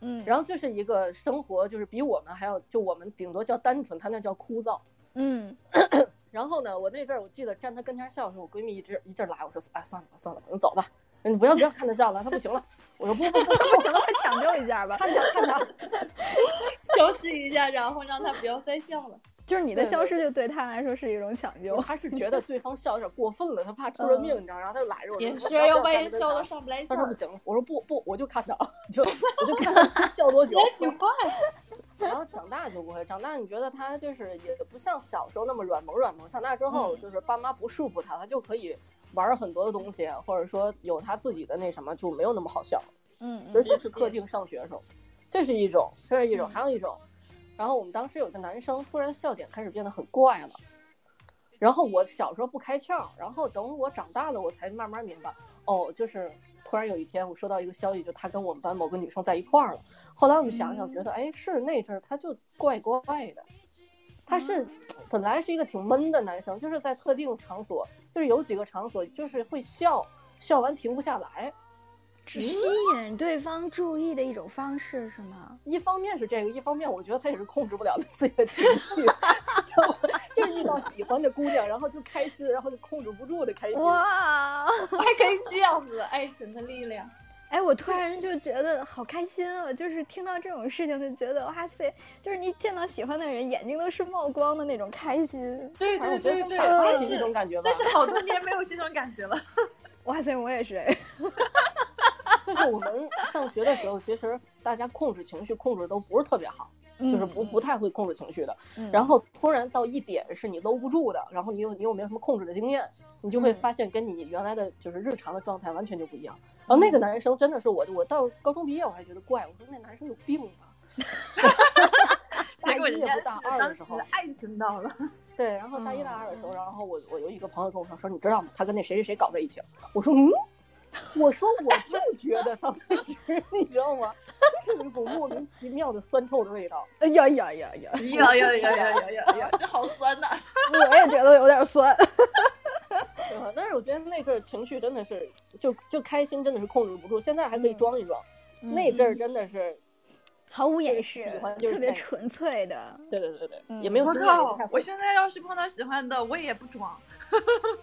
[SPEAKER 2] 嗯
[SPEAKER 4] 然后就是一个生活就是比我们还要，就我们顶多叫单纯，他那叫枯燥。
[SPEAKER 2] 嗯，
[SPEAKER 4] 然后呢，我那阵儿我记得站他跟前儿笑的时候，我闺蜜一直一阵儿拉我说，哎，算了吧，算了吧，你走吧，你不要不要看他笑了，他不行了。我说不不不，
[SPEAKER 2] 不行了，抢救一下吧。
[SPEAKER 4] 看他看他，
[SPEAKER 3] 消失一下，然后让他不要再笑了。
[SPEAKER 2] 就是你的
[SPEAKER 4] 对
[SPEAKER 2] 消
[SPEAKER 4] 对
[SPEAKER 2] 失，就对他来说是一种抢救。
[SPEAKER 4] 他是觉得对方笑有点过分了，他怕出人命，你知道，然后他就拉着我说，
[SPEAKER 3] 也
[SPEAKER 4] 你
[SPEAKER 3] 是，
[SPEAKER 4] 不要
[SPEAKER 3] 要
[SPEAKER 4] 不
[SPEAKER 3] 万一
[SPEAKER 4] 看他
[SPEAKER 3] 笑
[SPEAKER 4] 了
[SPEAKER 3] 到上不来气
[SPEAKER 4] 他说
[SPEAKER 3] 儿
[SPEAKER 4] 不，行了，我说不不，我就看他，就我就看他笑多久。
[SPEAKER 3] 也挺坏。
[SPEAKER 4] 然后长大就不会，长大你觉得他就是也不像小时候那么软萌软萌，长大之后
[SPEAKER 3] 嗯
[SPEAKER 4] 就是爸妈不束缚他，他就可以玩很多的东西，或者说有他自己的那什么，就没有那么好笑了。
[SPEAKER 2] 嗯
[SPEAKER 4] 所以
[SPEAKER 2] 嗯
[SPEAKER 4] 这是特定上学的时候，这是一种，这是一种，还有一种，然后我们当时有个男生突然笑点开始变得很怪了，然后我小时候不开窍，然后等我长大了我才慢慢明白，哦，就是突然有一天我收到一个消息，就他跟我们班某个女生在一块儿了，后来我们想想觉得，
[SPEAKER 2] 嗯
[SPEAKER 4] 哎，是那阵儿他就怪怪的。他
[SPEAKER 2] 嗯
[SPEAKER 4] 是本来是一个挺闷的男生，就是在特定场所，就是有几个场所就是会笑，笑完停不下来。
[SPEAKER 5] 只
[SPEAKER 2] 吸引对方注意的一种方式是吗？
[SPEAKER 4] 一方面是这个，一方面我觉得他也是控制不了他自己的情绪， 知道吗？就遇到喜欢的姑娘，然后就开心，然后就控制不住的开心。
[SPEAKER 2] 哇！
[SPEAKER 3] 还可以 这样子，爱情的力量。
[SPEAKER 2] 哎，我突然就觉得好开心啊！就是听到这种事情，就觉得哇塞，就是你见到喜欢的人，眼睛都是冒光的那种开心。
[SPEAKER 3] 对
[SPEAKER 4] 反正
[SPEAKER 3] 对
[SPEAKER 4] 我觉
[SPEAKER 3] 对
[SPEAKER 4] 得
[SPEAKER 3] 对，
[SPEAKER 4] 他他是
[SPEAKER 3] 是
[SPEAKER 4] 这种感觉吧
[SPEAKER 3] 但，是好多年没有这种感觉了。
[SPEAKER 2] 哇塞，我也是，哎
[SPEAKER 4] 就是我们上学的时候，其实大家控制情绪控制都不是特别好，就是不不太会控制情绪的。
[SPEAKER 2] 嗯。
[SPEAKER 4] 然后突然到一点是你搂不住的，然后你又你又没有什么控制的经验，你就会
[SPEAKER 2] 嗯
[SPEAKER 4] 发现跟你原来的就是日常的状态完全就不一样。然后那
[SPEAKER 3] 嗯
[SPEAKER 4] 个男生真的是我，我到高中毕业我还觉得怪，我说那男生有病吧。
[SPEAKER 3] 结果
[SPEAKER 4] 大
[SPEAKER 3] 人
[SPEAKER 4] 一也
[SPEAKER 3] 家
[SPEAKER 4] 不
[SPEAKER 3] 是
[SPEAKER 4] 大二的
[SPEAKER 3] 当
[SPEAKER 4] 时
[SPEAKER 3] 时
[SPEAKER 4] 候
[SPEAKER 3] 的，爱情到了，
[SPEAKER 4] 对，然后大一
[SPEAKER 2] 嗯
[SPEAKER 4] 大二的时候，然后我我有一个朋友跟我说，说你知道吗？他跟那谁谁谁搞在一起了。我说嗯，我说我就觉得当时 你知道吗，就是一股莫名其妙的酸臭的味道。
[SPEAKER 2] 哎呀呀呀呀！
[SPEAKER 3] 有有有 有有有有，这好酸 呐！
[SPEAKER 2] 我也觉得有点酸。
[SPEAKER 4] 对吧但是我觉得那阵儿情绪真的是，就就开心真的是控制不住，现在还可以装一装。
[SPEAKER 2] 嗯
[SPEAKER 4] 那阵儿真的是，
[SPEAKER 2] 毫无掩
[SPEAKER 4] 喜
[SPEAKER 2] 饰，
[SPEAKER 4] 欢就是
[SPEAKER 2] 特别
[SPEAKER 4] 那样
[SPEAKER 2] 纯粹的。
[SPEAKER 4] 对对对对，
[SPEAKER 2] 嗯
[SPEAKER 4] 也没有
[SPEAKER 3] 我
[SPEAKER 4] 经验也不
[SPEAKER 3] 靠
[SPEAKER 4] 太！
[SPEAKER 3] 我
[SPEAKER 4] 会
[SPEAKER 3] 现在要是碰到喜欢的，我也不装。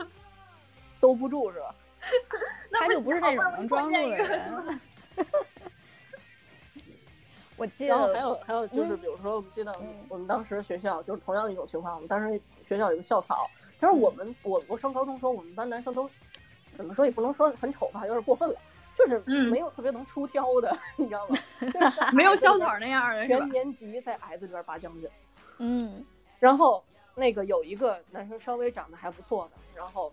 [SPEAKER 4] 兜不住是吧？
[SPEAKER 3] 那
[SPEAKER 2] 他就不是那种
[SPEAKER 3] 好不容易
[SPEAKER 2] 能装
[SPEAKER 3] 碰
[SPEAKER 2] 住
[SPEAKER 3] 见
[SPEAKER 2] 的
[SPEAKER 3] 一个
[SPEAKER 2] 人啊
[SPEAKER 3] 是吧
[SPEAKER 2] 我记
[SPEAKER 4] 然后还
[SPEAKER 2] 得，
[SPEAKER 4] 有还有就是，
[SPEAKER 2] 嗯
[SPEAKER 4] 比如说，我们记得我们
[SPEAKER 2] 嗯
[SPEAKER 4] 我们当时学校就是同样的一种情况，我们当时学校有一个校草，就是
[SPEAKER 3] 嗯
[SPEAKER 4] 我们我我上高中时候，我们班男生都怎么说也不能说很丑吧，有点过分了，就是
[SPEAKER 3] 嗯
[SPEAKER 4] 没有特别能出挑的， 你知道吗？
[SPEAKER 3] 没有校草那样的是吧
[SPEAKER 4] 全？年级在矮子里边拔将军，
[SPEAKER 2] 嗯，
[SPEAKER 4] 然后那个有一个男生稍微长得还不错的，然后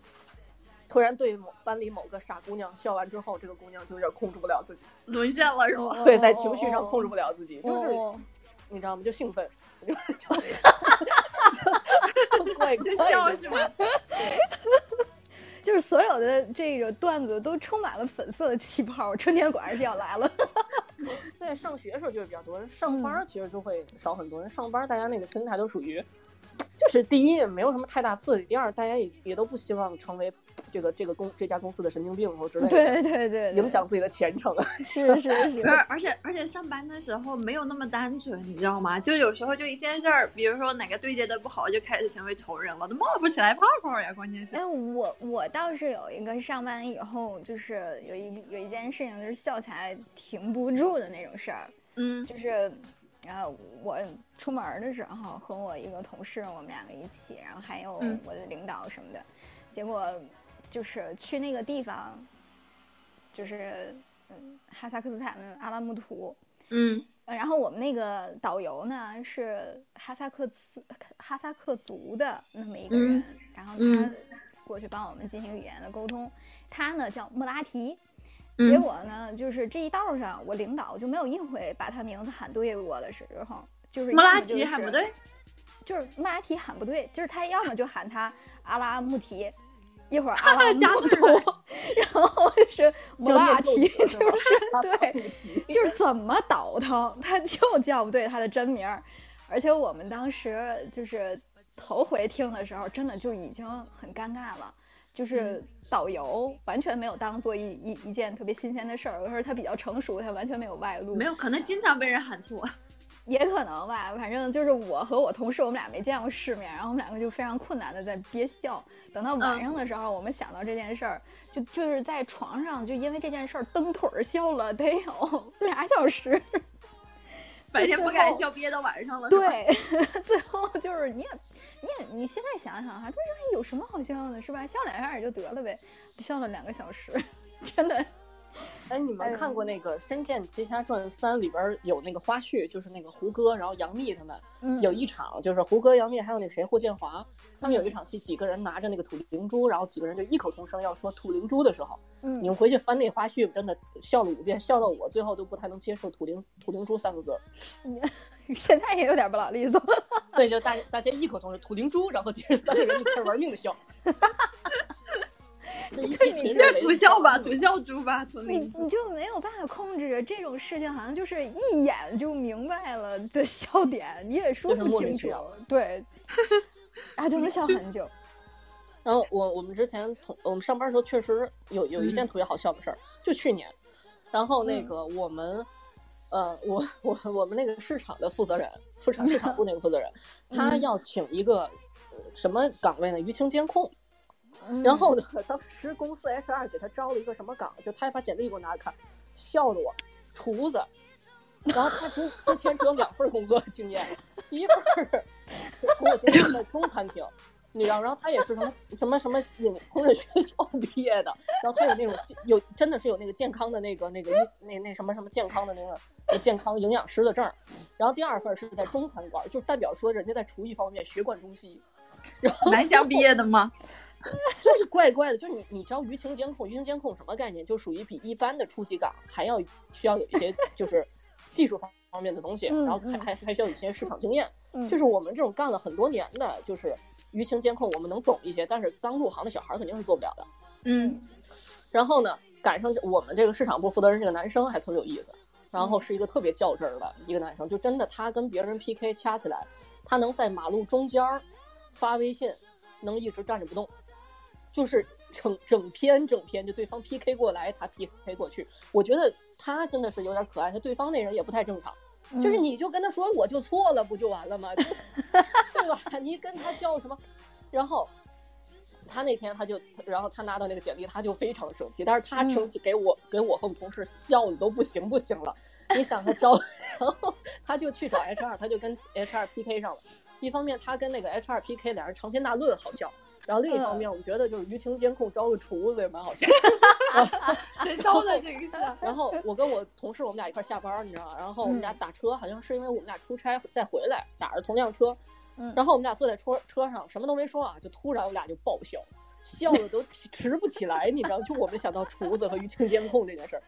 [SPEAKER 4] 突然对某班里某个傻姑娘笑完之后，这个姑娘就有点控制不了自己，
[SPEAKER 3] 沦陷了 是吧？
[SPEAKER 4] 对，在情绪上控制不了自己，
[SPEAKER 2] 哦，
[SPEAKER 4] 就是
[SPEAKER 2] 哦
[SPEAKER 4] 你知道吗？就兴奋， 就就怪
[SPEAKER 3] 就
[SPEAKER 4] 怪
[SPEAKER 3] 笑
[SPEAKER 4] 的
[SPEAKER 3] 是吧？
[SPEAKER 2] 就是所有的这个段子都充满了粉色的气泡，春天果然是要来 了。
[SPEAKER 4] 在上学的时候就是比较多，人上
[SPEAKER 2] 嗯
[SPEAKER 4] 班儿其实就会少很多。人上班儿大家那个心态都属于，就是第一没有什么太大刺激，第二大家也也都不希望成为这个这个公这家公司的神经病或者之类的，
[SPEAKER 2] 对对对，对
[SPEAKER 4] 影响自己的前 程。啊
[SPEAKER 2] 是是是
[SPEAKER 3] 不是，，而且而且上班的时候没有那么单纯，你知道吗？就有时候就一件事儿，比如说哪个对接的不好，就开始成为仇人了，都冒不起来泡泡呀。关键是
[SPEAKER 2] 哎，我我倒是有一个上班以后，就是有一有一件事情，就是笑起来停不住的那种事儿，
[SPEAKER 3] 嗯
[SPEAKER 2] 就是。然后我出门儿的时候和我一个同事，我们两个一起，然后还有
[SPEAKER 3] 嗯
[SPEAKER 2] 我的领导什么的，结果就是去那个地方，就是嗯哈萨克斯坦的阿拉木图，
[SPEAKER 3] 嗯，
[SPEAKER 2] 呃然后我们那个导游呢是哈萨克斯哈萨克族的那么一个人，然后他
[SPEAKER 3] 嗯
[SPEAKER 2] 过去帮我们进行语言的沟通。他呢叫莫拉提，
[SPEAKER 3] 嗯
[SPEAKER 2] 结果呢就是这一道上我领导就没有一回把他名字喊对过的时候，就是
[SPEAKER 3] 莫拉
[SPEAKER 2] 一直就
[SPEAKER 3] 提喊不
[SPEAKER 2] 是，
[SPEAKER 3] 对，
[SPEAKER 2] 就是莫拉提喊不对，就是他要么就喊 他阿拉木提。一会儿阿拉木
[SPEAKER 3] 加字儿
[SPEAKER 2] 图，然后是莫拉提，
[SPEAKER 4] 就
[SPEAKER 2] 就是对，
[SPEAKER 4] 对，
[SPEAKER 2] 就是怎么倒腾，他就叫不对他的真名儿。而且我们当时就是头回听的时候，真的就已经很尴尬了，就是
[SPEAKER 3] 嗯
[SPEAKER 2] 导游完全没有当做一一一件特别新鲜的事儿，而是他比较成熟，他完全没有外露，
[SPEAKER 3] 没有，可能经常被人喊错。
[SPEAKER 2] 也可能吧，反正就是我和我同事，我们俩没见过世面，然后我们两个就非常困难的在憋笑。等到
[SPEAKER 3] 嗯
[SPEAKER 2] 晚上的时候，我们想到这件事儿，就就是在床上就因为这件事儿蹬腿儿笑了得有俩小时。
[SPEAKER 3] 白天不敢
[SPEAKER 2] 最
[SPEAKER 3] 笑，憋到晚上了。是吧，
[SPEAKER 2] 对， 最后就是你也你也你现在想想哈，这玩意有什么好笑的，是吧？笑两下也就得了呗，笑了两个小时， 真的。
[SPEAKER 4] 哎，你们看过那个《仙剑奇侠传三》里边儿有那个花絮，就是那个胡歌，然后杨幂他们
[SPEAKER 2] 嗯，
[SPEAKER 4] 有一场，就是胡歌、杨幂还有那个谁霍建华，他们有一场戏，几个人拿着那个土灵珠，然后几个人就异口同声要说土灵珠的时候，你
[SPEAKER 2] 嗯
[SPEAKER 4] 们回去翻那花絮，真的笑了五遍，笑到我最后都不太能接受“土灵土灵珠”三个字儿。
[SPEAKER 2] 现在也有点不老利索。
[SPEAKER 4] 对，就大家大家异口同声“土灵珠”，然后接着三个人就开始玩命的笑。对
[SPEAKER 2] 你
[SPEAKER 3] 这是土笑吧，土笑猪吧，土
[SPEAKER 2] 你
[SPEAKER 3] 灵。
[SPEAKER 2] 你就没有办法控制这种事情，好像就是一眼就明白了的笑点，你也说
[SPEAKER 4] 就是
[SPEAKER 2] 不
[SPEAKER 4] 莫名
[SPEAKER 2] 清
[SPEAKER 4] 其
[SPEAKER 2] 楚
[SPEAKER 4] 妙， 嗯
[SPEAKER 2] 对，啊就能笑很久。
[SPEAKER 4] 然后我我们之前同我们上班的时候，确实有有一件特别好笑的事儿，就去年，然后那个我们，呃，我我我们那个市场的负责人，市场市场部那个负责人，他要请一个呃什么岗位呢？舆情监控。
[SPEAKER 2] 嗯
[SPEAKER 4] 然后呢，当时公司 HR 给他招了一个什么岗，就他还把简历给我拿着看，笑的我，厨子。然后他之之前只有两份工作经验，第一份儿是给我介绍的中餐厅，你知道，然后他也是什么什么什么饮烹饪学校毕业的，然后他有那种健有真的是有那个健康的那个那个那那那什么什么健康的那个呃健康营养师的证儿，然后第二份儿是在中餐馆，就代表说人家在厨艺方面学贯中西，然后
[SPEAKER 3] 南翔毕业的吗？
[SPEAKER 4] 就是怪怪的，就是你你知道舆情监控，舆情监控什么概念？就属于比一般的出席岗还要需要有一些就是技术方方面的东西，
[SPEAKER 2] 嗯
[SPEAKER 4] 然后还还还需要有一些市场经验。
[SPEAKER 2] 嗯
[SPEAKER 4] 就是我们这种干了很多年的，就是舆情监控，我们能懂一些，但是刚入行的小孩儿肯定是做不了的。
[SPEAKER 3] 嗯，
[SPEAKER 4] 然后呢，赶上我们这个市场部负责人这个男生还特别有意思，然
[SPEAKER 2] 嗯
[SPEAKER 4] 后是一个特别较真儿的一个男生，就真的他跟别人 PK 掐起来，他能在马路中间儿发微信，能一直站着不动，就是整整篇整篇就对方 PK 过来，他 PK 过去，我觉得他真的是有点可爱，他对方那人也不太正常。
[SPEAKER 2] 嗯
[SPEAKER 4] 就是你就跟他说我就错了，不就完了吗？就对吧？你跟他叫什么？然后他那天他就，然后他拿到那个简历，他就非常生气，但是他生气给我、给我和我们同事笑的都不行不行了。你想他招， 然后他就去找 HR，他就跟 HR PK 上了。一方面他跟那个 HR PK 两人长篇大论好笑，然后另一方面我们觉得就是舆情监控招个厨子也蛮好笑。
[SPEAKER 3] 谁招的这个啊 是？
[SPEAKER 4] 然后我跟我同事，我们俩一块儿下班儿，你知道吗？然后我们俩打车，好像是因为我们俩出差再回来，打着同辆车。
[SPEAKER 2] 嗯
[SPEAKER 4] 然后我们俩坐在车车上，什么都没说啊，就突然我俩就爆笑，笑的都提直不起来，你知道？就我们想到厨子和舆情监控这件事儿，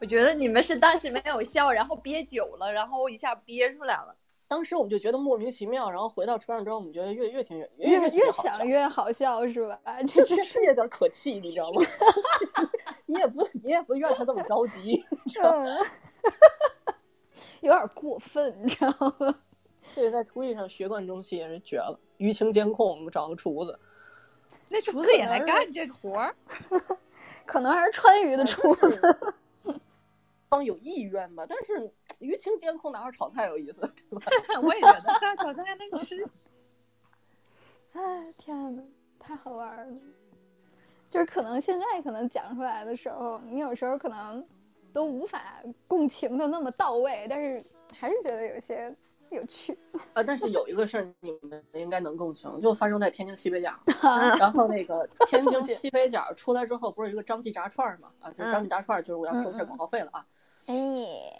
[SPEAKER 3] 我觉得你们是当时没有笑，然后憋久了，然后一下憋出来了。
[SPEAKER 4] 当时我们就觉得莫名其妙。然后回到车上之后，我们觉得越越听越
[SPEAKER 2] 嗯越
[SPEAKER 4] 越
[SPEAKER 2] 越
[SPEAKER 4] 好笑
[SPEAKER 2] 想越好笑是吧？这
[SPEAKER 4] 这确实有点可气，你知道吗？ 你也不你也不怨他这么着急，你知道吗？
[SPEAKER 2] 嗯 有点过分，你知道吗？
[SPEAKER 4] 对，在厨艺上学贯中西也是绝了。舆情监控，我们找个厨子。
[SPEAKER 3] 那厨子也来干这个活儿，
[SPEAKER 2] 可能还是川渝的厨子。
[SPEAKER 4] 子。方有意愿吧，但是舆情监控拿着炒菜有意思，对吧？
[SPEAKER 3] 我也觉得，但炒菜还能吃。
[SPEAKER 2] 哎，天哪，太好玩儿了！就是可能现在可能讲出来的时候，你有时候可能都无法共情的那么到位，但是还是觉得有些有趣。
[SPEAKER 4] 啊，但是有一个事儿你们应该能共情，就发生在天津西北角。然后那个天津西北角出来之后，不是有一个张记炸串儿嘛？啊，就是张记炸串儿，就是我要收一下广告费了啊。
[SPEAKER 5] 哎，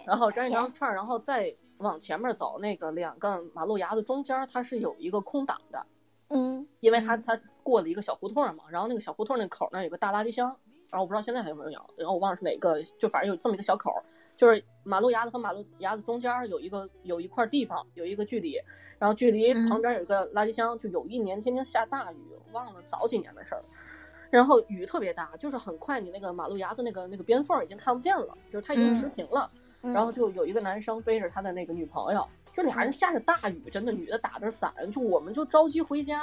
[SPEAKER 4] 然后张记炸串儿，然后再往前面走，那个两个马路牙子中间儿它是有一个空档的，
[SPEAKER 2] 嗯，
[SPEAKER 4] 因为它它过了一个小胡同儿嘛，然后那个小胡同儿那口儿那儿有个大垃圾箱，然后我不知道现在还有没有养，然后我忘了是哪个，就反正有这么一个小口儿，就是马路牙子和马路牙子中间儿有一个有一块地方有一个距离，然后距离
[SPEAKER 5] 嗯
[SPEAKER 4] 旁边有一个垃圾箱，就有一年天津下大雨，忘了早几年的事儿。然后雨特别大，就是很快你那个马路牙子那个那个边缝儿已经看不见了，就是它已经
[SPEAKER 2] 嗯
[SPEAKER 4] 持平了。
[SPEAKER 2] 嗯
[SPEAKER 4] 然后就有一个男生背着他的那个女朋友，就俩人下着大雨，真的女的打着伞，就我们就着急回家，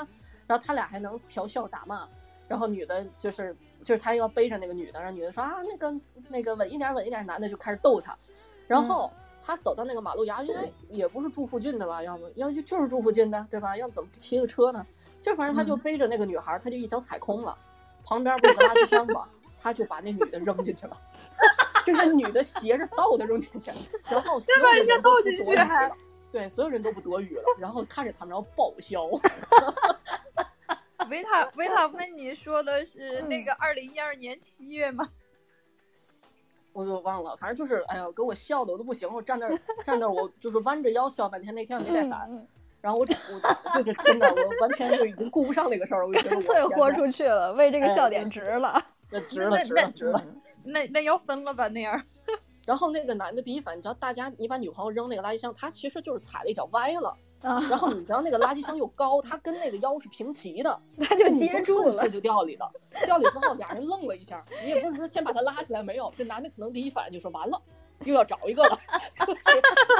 [SPEAKER 4] 然后他俩还能调笑打骂，然后女的就是就是他要背着那个女的，然后女的说啊那个那个稳一点稳一点，男的就开始逗他，然后。他走到那个马路牙，应该也不是住附近的吧？要么要就就是住附近的，对吧？要怎么骑个车呢？就反正他就背着那个女孩，他就一脚踩空了，旁边不是有个垃圾箱吗？他就把那女的扔进去了。 就是女的斜着倒的扔进去，然后所有人都不躲雨了，对，所有人都不躲雨了，然后看着他们然后爆笑，
[SPEAKER 3] 维塔维塔温妮说的是那个二零一二年七月吗？
[SPEAKER 4] 我就忘了，反正就是哎呀，给我笑的我都不行，我站那儿站那儿，我就是弯着腰笑半天，那天我
[SPEAKER 2] 嗯
[SPEAKER 4] 没带伞，然后我我就是真的我完全就已经顾不上那个事儿，我就觉得
[SPEAKER 2] 干
[SPEAKER 4] 我
[SPEAKER 2] 脆
[SPEAKER 4] 天
[SPEAKER 2] 豁
[SPEAKER 4] 哪
[SPEAKER 2] 出去了，为这个
[SPEAKER 4] 哎
[SPEAKER 2] 笑
[SPEAKER 4] 真
[SPEAKER 2] 点值
[SPEAKER 4] 是
[SPEAKER 2] 了。
[SPEAKER 4] 那值了值了值了。
[SPEAKER 3] 那那要分了吧那样。
[SPEAKER 4] 然后那个男的第一反应，你知道大家你把女朋友扔那个垃圾箱，他其实就是踩了一脚歪了，
[SPEAKER 2] 啊
[SPEAKER 4] 然后你知道那个垃圾箱又高，他跟那个腰是平齐的，
[SPEAKER 2] 他就
[SPEAKER 4] 那女
[SPEAKER 2] 接
[SPEAKER 4] 生
[SPEAKER 2] 住
[SPEAKER 4] 顺
[SPEAKER 2] 了
[SPEAKER 4] 势，就掉里头，掉里之后俩人愣了一下，你也不是说先把他拉起来，没有，这男的可能第一反应就说完了，又要找一个了， 就是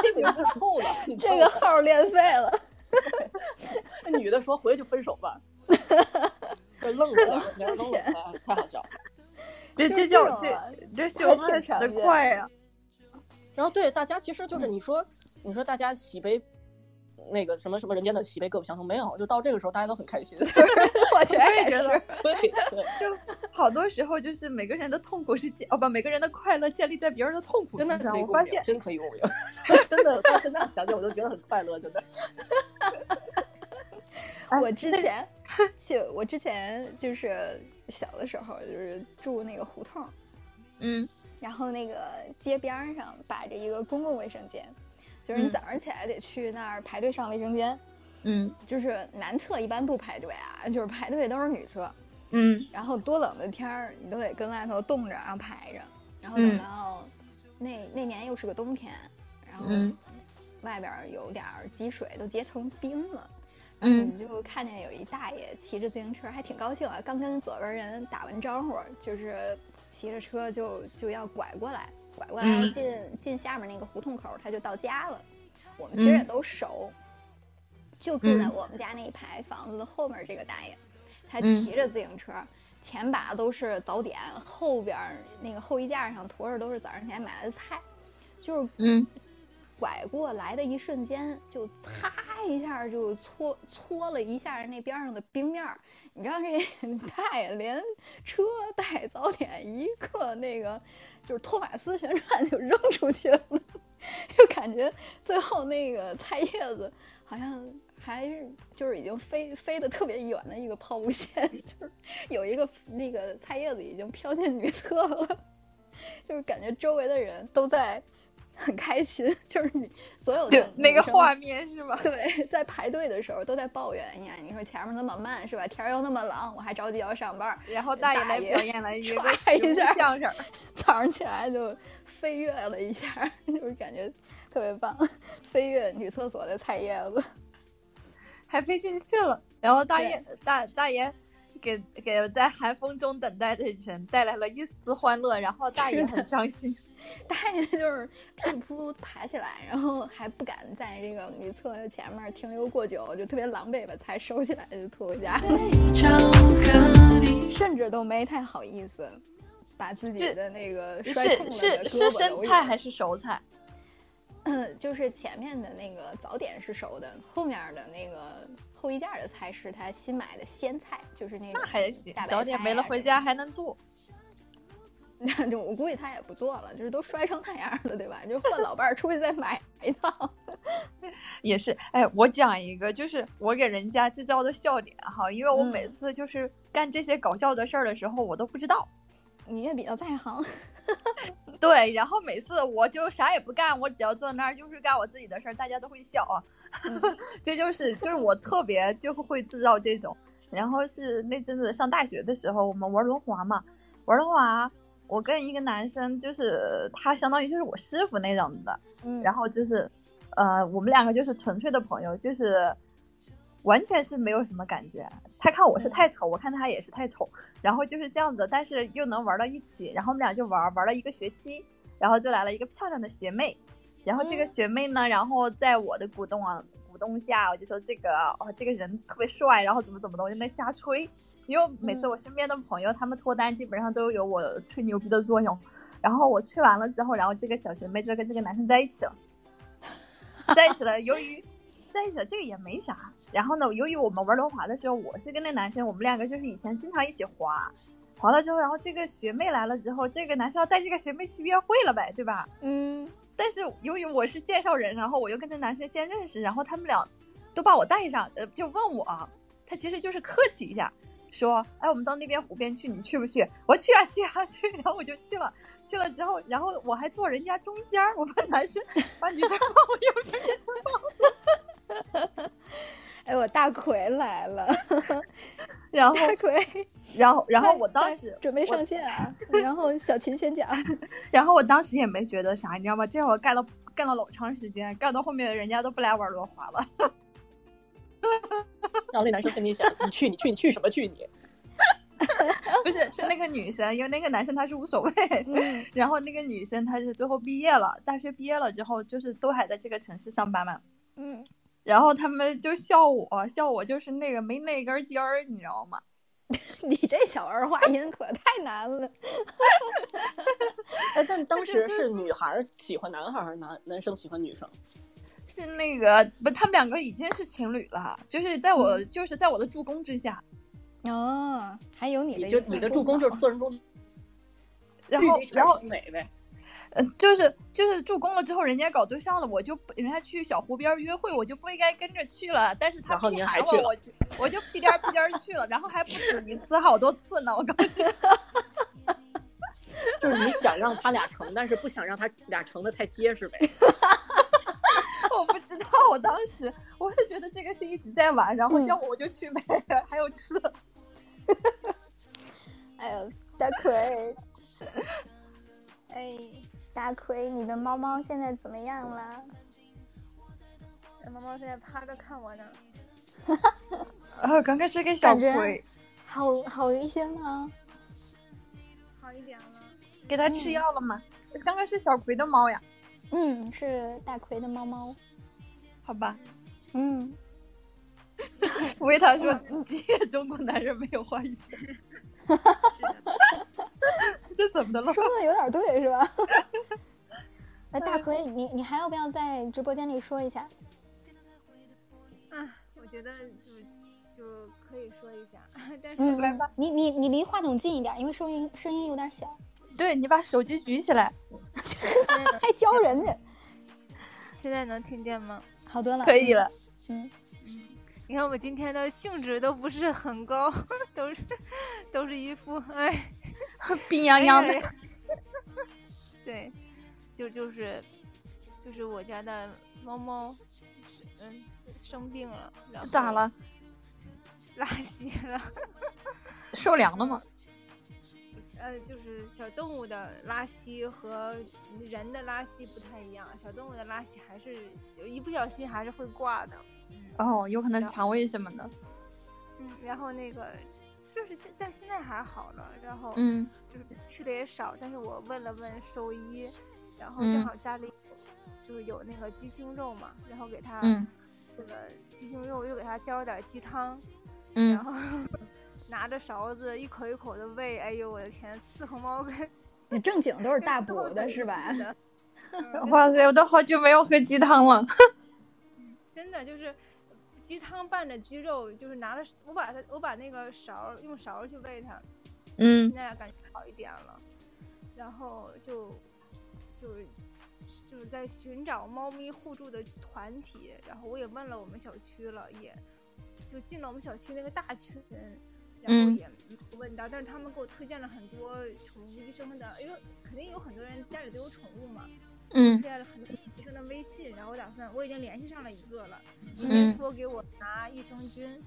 [SPEAKER 4] 这个就是透了。你知道
[SPEAKER 2] 这
[SPEAKER 4] 吗
[SPEAKER 2] 个号儿练废 了。
[SPEAKER 4] 那女的说回去就分手 吧，这愣了一下，俩人愣了一下，太好笑了。
[SPEAKER 3] 这
[SPEAKER 2] 就
[SPEAKER 3] 这
[SPEAKER 2] 是这
[SPEAKER 3] 叫这
[SPEAKER 2] 种啊
[SPEAKER 3] 这秀
[SPEAKER 2] 还挺
[SPEAKER 3] 恩死的
[SPEAKER 2] 常见
[SPEAKER 3] 快啊呀、
[SPEAKER 4] 然后对大家其实就是你说，你说大家喜悲。那个什么什么人间的喜悲各不相同，没有，就到这个时候大家都很开 心。
[SPEAKER 2] 我觉
[SPEAKER 3] 我
[SPEAKER 2] 得
[SPEAKER 3] 也
[SPEAKER 2] 也
[SPEAKER 3] 觉
[SPEAKER 2] 是
[SPEAKER 3] 得，
[SPEAKER 4] 对 对，
[SPEAKER 3] 好多时候就是每个人的痛苦是建哦不，每个人的快乐建立在别人的痛苦
[SPEAKER 4] 真的
[SPEAKER 3] 之
[SPEAKER 4] 是可
[SPEAKER 3] 上。
[SPEAKER 4] 以
[SPEAKER 3] 我
[SPEAKER 4] 共
[SPEAKER 3] 发
[SPEAKER 4] 鸣
[SPEAKER 3] 现
[SPEAKER 4] 真可以共鸣， 真的到现在想起来我都觉得很快乐，真的。哎
[SPEAKER 2] 我之前，就我之前就是小的时候，就是住那个胡同儿，
[SPEAKER 3] 嗯，
[SPEAKER 2] 然后那个街边儿上摆着一个公共卫生间，就是你
[SPEAKER 3] 嗯
[SPEAKER 2] 早上起来得去那儿排队上卫生间。
[SPEAKER 3] 嗯
[SPEAKER 2] 就是男厕一般不排队啊，就是排队都是女厕。
[SPEAKER 3] 嗯
[SPEAKER 2] 然后多冷的天儿，你都得跟外头冻着，然后排着。然后
[SPEAKER 3] 嗯
[SPEAKER 2] 等到那、那年又是个冬天，然后
[SPEAKER 3] 嗯
[SPEAKER 2] 外边儿有点儿积水，都结成冰了。
[SPEAKER 3] 嗯
[SPEAKER 2] 你就看见有一大爷骑着自行车，还挺高兴啊，刚跟左边人打完招呼，就是骑着车就就要拐过来，拐过来
[SPEAKER 3] 嗯
[SPEAKER 2] 要进、进下面那个胡同口，他就到家了。我们其实也
[SPEAKER 3] 嗯
[SPEAKER 2] 都熟，就住在
[SPEAKER 3] 嗯
[SPEAKER 2] 我们家那一排房子的后面。这个大爷，他
[SPEAKER 3] 嗯
[SPEAKER 2] 骑着自行车，前把都是早点，后边儿那个后衣架上驮着都是早上起来买的菜，就是
[SPEAKER 3] 嗯
[SPEAKER 2] 拐过来的一瞬间，就擦一下就搓搓了一下那边上的冰面儿。你知道这 大爷连车带早点一个那个就是托马斯旋转就扔出去了，就感觉最后那个菜叶子好像还是就是已经飞飞得特别远的一个抛物线， 就是有一个那个菜叶子已经飘进女厕了，就是感觉周围的人都在很开心，就是你所有的
[SPEAKER 3] 那个
[SPEAKER 2] 嗯女生
[SPEAKER 3] 画面是吧？
[SPEAKER 2] 对，在排队的时候都在抱怨，哎呀，你说前面那么慢是吧？天儿又那么冷，我还着急要上班儿，
[SPEAKER 3] 然后大爷
[SPEAKER 2] 大
[SPEAKER 3] 来
[SPEAKER 2] 爷
[SPEAKER 3] 表 演了一个
[SPEAKER 2] 唰一
[SPEAKER 3] 食物
[SPEAKER 2] 下
[SPEAKER 3] 相声，
[SPEAKER 2] 早上起来就飞跃了一下， 就是感觉特别棒，飞跃女厕所的菜叶子。
[SPEAKER 3] 还飞进去了。然后大爷大大爷给给在寒风中等待的人带来了一丝欢乐，然后大爷
[SPEAKER 2] 是的
[SPEAKER 3] 很伤心。
[SPEAKER 2] 大爷就是屁扑爬起来，然后还不敢在这个女厕前面停留过久，就特别狼狈，把菜收起来就拖回家， 甚至都没太好意思把自己
[SPEAKER 3] 是
[SPEAKER 2] 的那个
[SPEAKER 3] 是
[SPEAKER 2] 摔痛了
[SPEAKER 3] 是
[SPEAKER 2] 的
[SPEAKER 3] 是
[SPEAKER 2] 胳膊
[SPEAKER 3] 生
[SPEAKER 2] 揉一
[SPEAKER 3] 菜
[SPEAKER 2] 揉
[SPEAKER 3] 还是熟菜？
[SPEAKER 2] 嗯，就是前面的那个早点是熟的，后面的那个后一架的菜是他新买的鲜菜，就是那种
[SPEAKER 3] 那还行
[SPEAKER 2] 大，白
[SPEAKER 3] 早点
[SPEAKER 2] 菜
[SPEAKER 3] 没了
[SPEAKER 2] 呀
[SPEAKER 3] 回
[SPEAKER 2] 什么
[SPEAKER 3] 家还能做。
[SPEAKER 2] 那 就我估计他也不做了，就是都摔成那样了，对吧？就换老伴儿出去再买一套。
[SPEAKER 3] 也是，哎，我讲一个，就是我给人家制造的笑点哈，因为我每次就是干这些搞笑的事儿的时候，我都不知道。
[SPEAKER 2] 你也比较在行，
[SPEAKER 3] 对，然后每次我就啥也不干，我只要坐那儿就是干我自己的事儿，大家都会笑啊。 这就是就是我特别就会制造这种。然后是那阵子上大学的时候，我们玩轮滑嘛，玩轮滑，我跟一个男生就是他相当于就是我师傅那种的，
[SPEAKER 2] 嗯
[SPEAKER 3] 然后就是，呃，我们两个就是纯粹的朋友，就是完全是没有什么感觉。他看我是太丑，我看他也是太丑，然后就是这样子，但是又能玩到一起，然后我们俩就玩玩了一个学期，然后就来了一个漂亮的学妹，然后这个学妹呢，然后在我的鼓动啊鼓动下，我就说这个哦，这个人特别帅，然后怎么怎么的，我就在那瞎吹。因为每次我身边的朋友，他们脱单基本上都有我吹牛逼的作用。然后我吹完了之后，然后这个小学妹就跟这个男生在一起了，在一起了。由于在一起了，这个也没啥。然后呢，由于我们玩轮滑的时候，我是跟那男生，我们两个就是以前经常一起滑，滑了之后，然后这个学妹来了之后，这个男生要带这个学妹去约会了呗，对吧？
[SPEAKER 2] 嗯，
[SPEAKER 3] 但是由于我是介绍人，然后我又跟那男生先认识，然后他们俩都把我带上，呃，就问我，他其实就是客气一下，说，哎，我们到那边湖边去，你去不去？我说去啊，去啊，去。然后我就去了，去了之后，然后我还坐人家中间儿，我把男生把女生放我右边，
[SPEAKER 2] 哎，我大奎来了，
[SPEAKER 3] 然后，
[SPEAKER 2] 大奎，
[SPEAKER 3] 然后，然后
[SPEAKER 2] 快
[SPEAKER 3] 我当
[SPEAKER 2] 快
[SPEAKER 3] 时，
[SPEAKER 2] 准备
[SPEAKER 3] 我
[SPEAKER 2] 上线啊，然后小秦先讲，
[SPEAKER 3] 然后我当时也没觉得啥，你知道吗？这会儿干了干了老长时间，干到后面人家都不来玩轮滑了。
[SPEAKER 4] 然后那男生心里想：你去，你去，你去什么去你？
[SPEAKER 3] 不是，是那个女生，因为那个男生他是无所谓。
[SPEAKER 2] 嗯
[SPEAKER 3] 然后那个女生她是最后毕业了，大学毕业了之后，就是都还在这个城市上班嘛。
[SPEAKER 2] 嗯
[SPEAKER 3] 然后他们就笑我，笑我就是那个没那根筋儿，你知道吗？
[SPEAKER 2] 你这小儿化音可太难了，
[SPEAKER 4] 哎，但当时
[SPEAKER 3] 就是
[SPEAKER 4] 女孩儿喜欢男孩儿，还是男男生喜欢女生？
[SPEAKER 3] 是那个不，他们两个已经是情侣了，就是在我、
[SPEAKER 4] 嗯
[SPEAKER 3] 就是在我的助攻之下，
[SPEAKER 2] 哦，还有你的
[SPEAKER 4] 你就
[SPEAKER 2] 一份
[SPEAKER 4] 你的助攻就是
[SPEAKER 2] 功
[SPEAKER 4] 做人中，
[SPEAKER 3] 然后然后
[SPEAKER 4] 美呗。
[SPEAKER 3] 呃就是就是助攻了之后，人家搞对象了，我就不人家去小湖边约会，我就不应该跟着去了。但是他
[SPEAKER 4] 然后
[SPEAKER 3] 非
[SPEAKER 4] 您
[SPEAKER 3] 得
[SPEAKER 4] 还
[SPEAKER 3] 喊
[SPEAKER 4] 去
[SPEAKER 3] 我，
[SPEAKER 4] 了
[SPEAKER 3] 我就我就屁颠儿屁颠儿去了，然后还不止一次，好多次呢。我告诉你，
[SPEAKER 4] 就是你想让他俩成，但是不想让他俩成的太结实呗。
[SPEAKER 3] 我不知道，我当时我就觉得这个是一直在玩，然后
[SPEAKER 2] 嗯
[SPEAKER 3] 叫我我就去呗，还有吃的。
[SPEAKER 2] 哎呦，大奎，哎，大奎，你的猫猫现在怎么样了？
[SPEAKER 6] 猫猫现在趴着看我呢，
[SPEAKER 3] 啊，刚开始给小
[SPEAKER 2] 感觉
[SPEAKER 3] 葵
[SPEAKER 2] 好好一些吗？
[SPEAKER 6] 好一点了。
[SPEAKER 3] 给它吃药了吗？刚刚是小葵的猫呀，
[SPEAKER 2] 嗯，是大奎的猫猫。
[SPEAKER 3] 好吧，
[SPEAKER 2] 嗯，
[SPEAKER 3] 为他说，中国男人没有话 语权，
[SPEAKER 6] 是的，
[SPEAKER 3] 这怎么的了？
[SPEAKER 2] 说的有点对，是吧？那大奎，你你还要不要在直播间里说一下？
[SPEAKER 6] 啊，我觉得就就可以说一下， 但是
[SPEAKER 2] 嗯，
[SPEAKER 3] 来
[SPEAKER 2] 嗯
[SPEAKER 3] 吧
[SPEAKER 2] 你你你离话筒近一点，因为声音声音有点小，
[SPEAKER 3] 嗯对你把手机举起来，
[SPEAKER 6] 现在能
[SPEAKER 2] 还教人家。
[SPEAKER 6] 现在能听见吗？
[SPEAKER 2] 好多了，
[SPEAKER 3] 可以了。
[SPEAKER 6] 你看我们今天的兴致都不是很高， 都是都是一副哎
[SPEAKER 3] 病殃殃的，
[SPEAKER 6] 对，就就是就是我家的猫猫，是嗯，生病了，然后
[SPEAKER 3] 咋？了？
[SPEAKER 6] 拉稀了，
[SPEAKER 3] 受凉了吗？
[SPEAKER 6] 呃，就是小动物的拉稀和人的拉稀不太一样，小动物的拉稀还是一不小心还是会挂的。
[SPEAKER 3] 哦，有可能肠胃什么的。
[SPEAKER 6] 嗯，然后那个就是现，但现在还好了，然后
[SPEAKER 3] 嗯，
[SPEAKER 6] 就是吃的也少，但是我问了问兽医，然后
[SPEAKER 3] 嗯
[SPEAKER 6] 正好家里有就是有那个鸡胸肉嘛，然后给它
[SPEAKER 3] 嗯
[SPEAKER 6] 这个鸡胸肉，又给它浇了点鸡汤，
[SPEAKER 3] 嗯
[SPEAKER 6] 然后 拿着勺子一口一口的喂，哎呦我的天，伺候猫跟
[SPEAKER 2] 你正经都是
[SPEAKER 6] 跟
[SPEAKER 2] 大
[SPEAKER 6] 伺
[SPEAKER 2] 补
[SPEAKER 6] 候
[SPEAKER 2] 的
[SPEAKER 6] 狗
[SPEAKER 2] 是吧？
[SPEAKER 6] 似的嗯
[SPEAKER 3] 哇塞，我都好久没有喝鸡汤了。
[SPEAKER 6] 真的就是鸡汤拌着鸡肉，就是拿了我把它我把那个勺儿用勺儿去喂它，
[SPEAKER 3] 嗯
[SPEAKER 6] 现在感觉好一点了，然后就就是就是在寻找猫咪互助的团体，然后我也问了我们小区了，也就进了我们小区那个大群，然后
[SPEAKER 3] 嗯
[SPEAKER 6] 也问到，但是他们给我推荐了很多宠物医生的，因为肯定有很多人家里都有宠物嘛，推
[SPEAKER 3] 嗯
[SPEAKER 6] 荐了很多医生的微信，然后我打算我已经联系上了一个了，
[SPEAKER 3] 嗯
[SPEAKER 6] 说给我拿益生菌，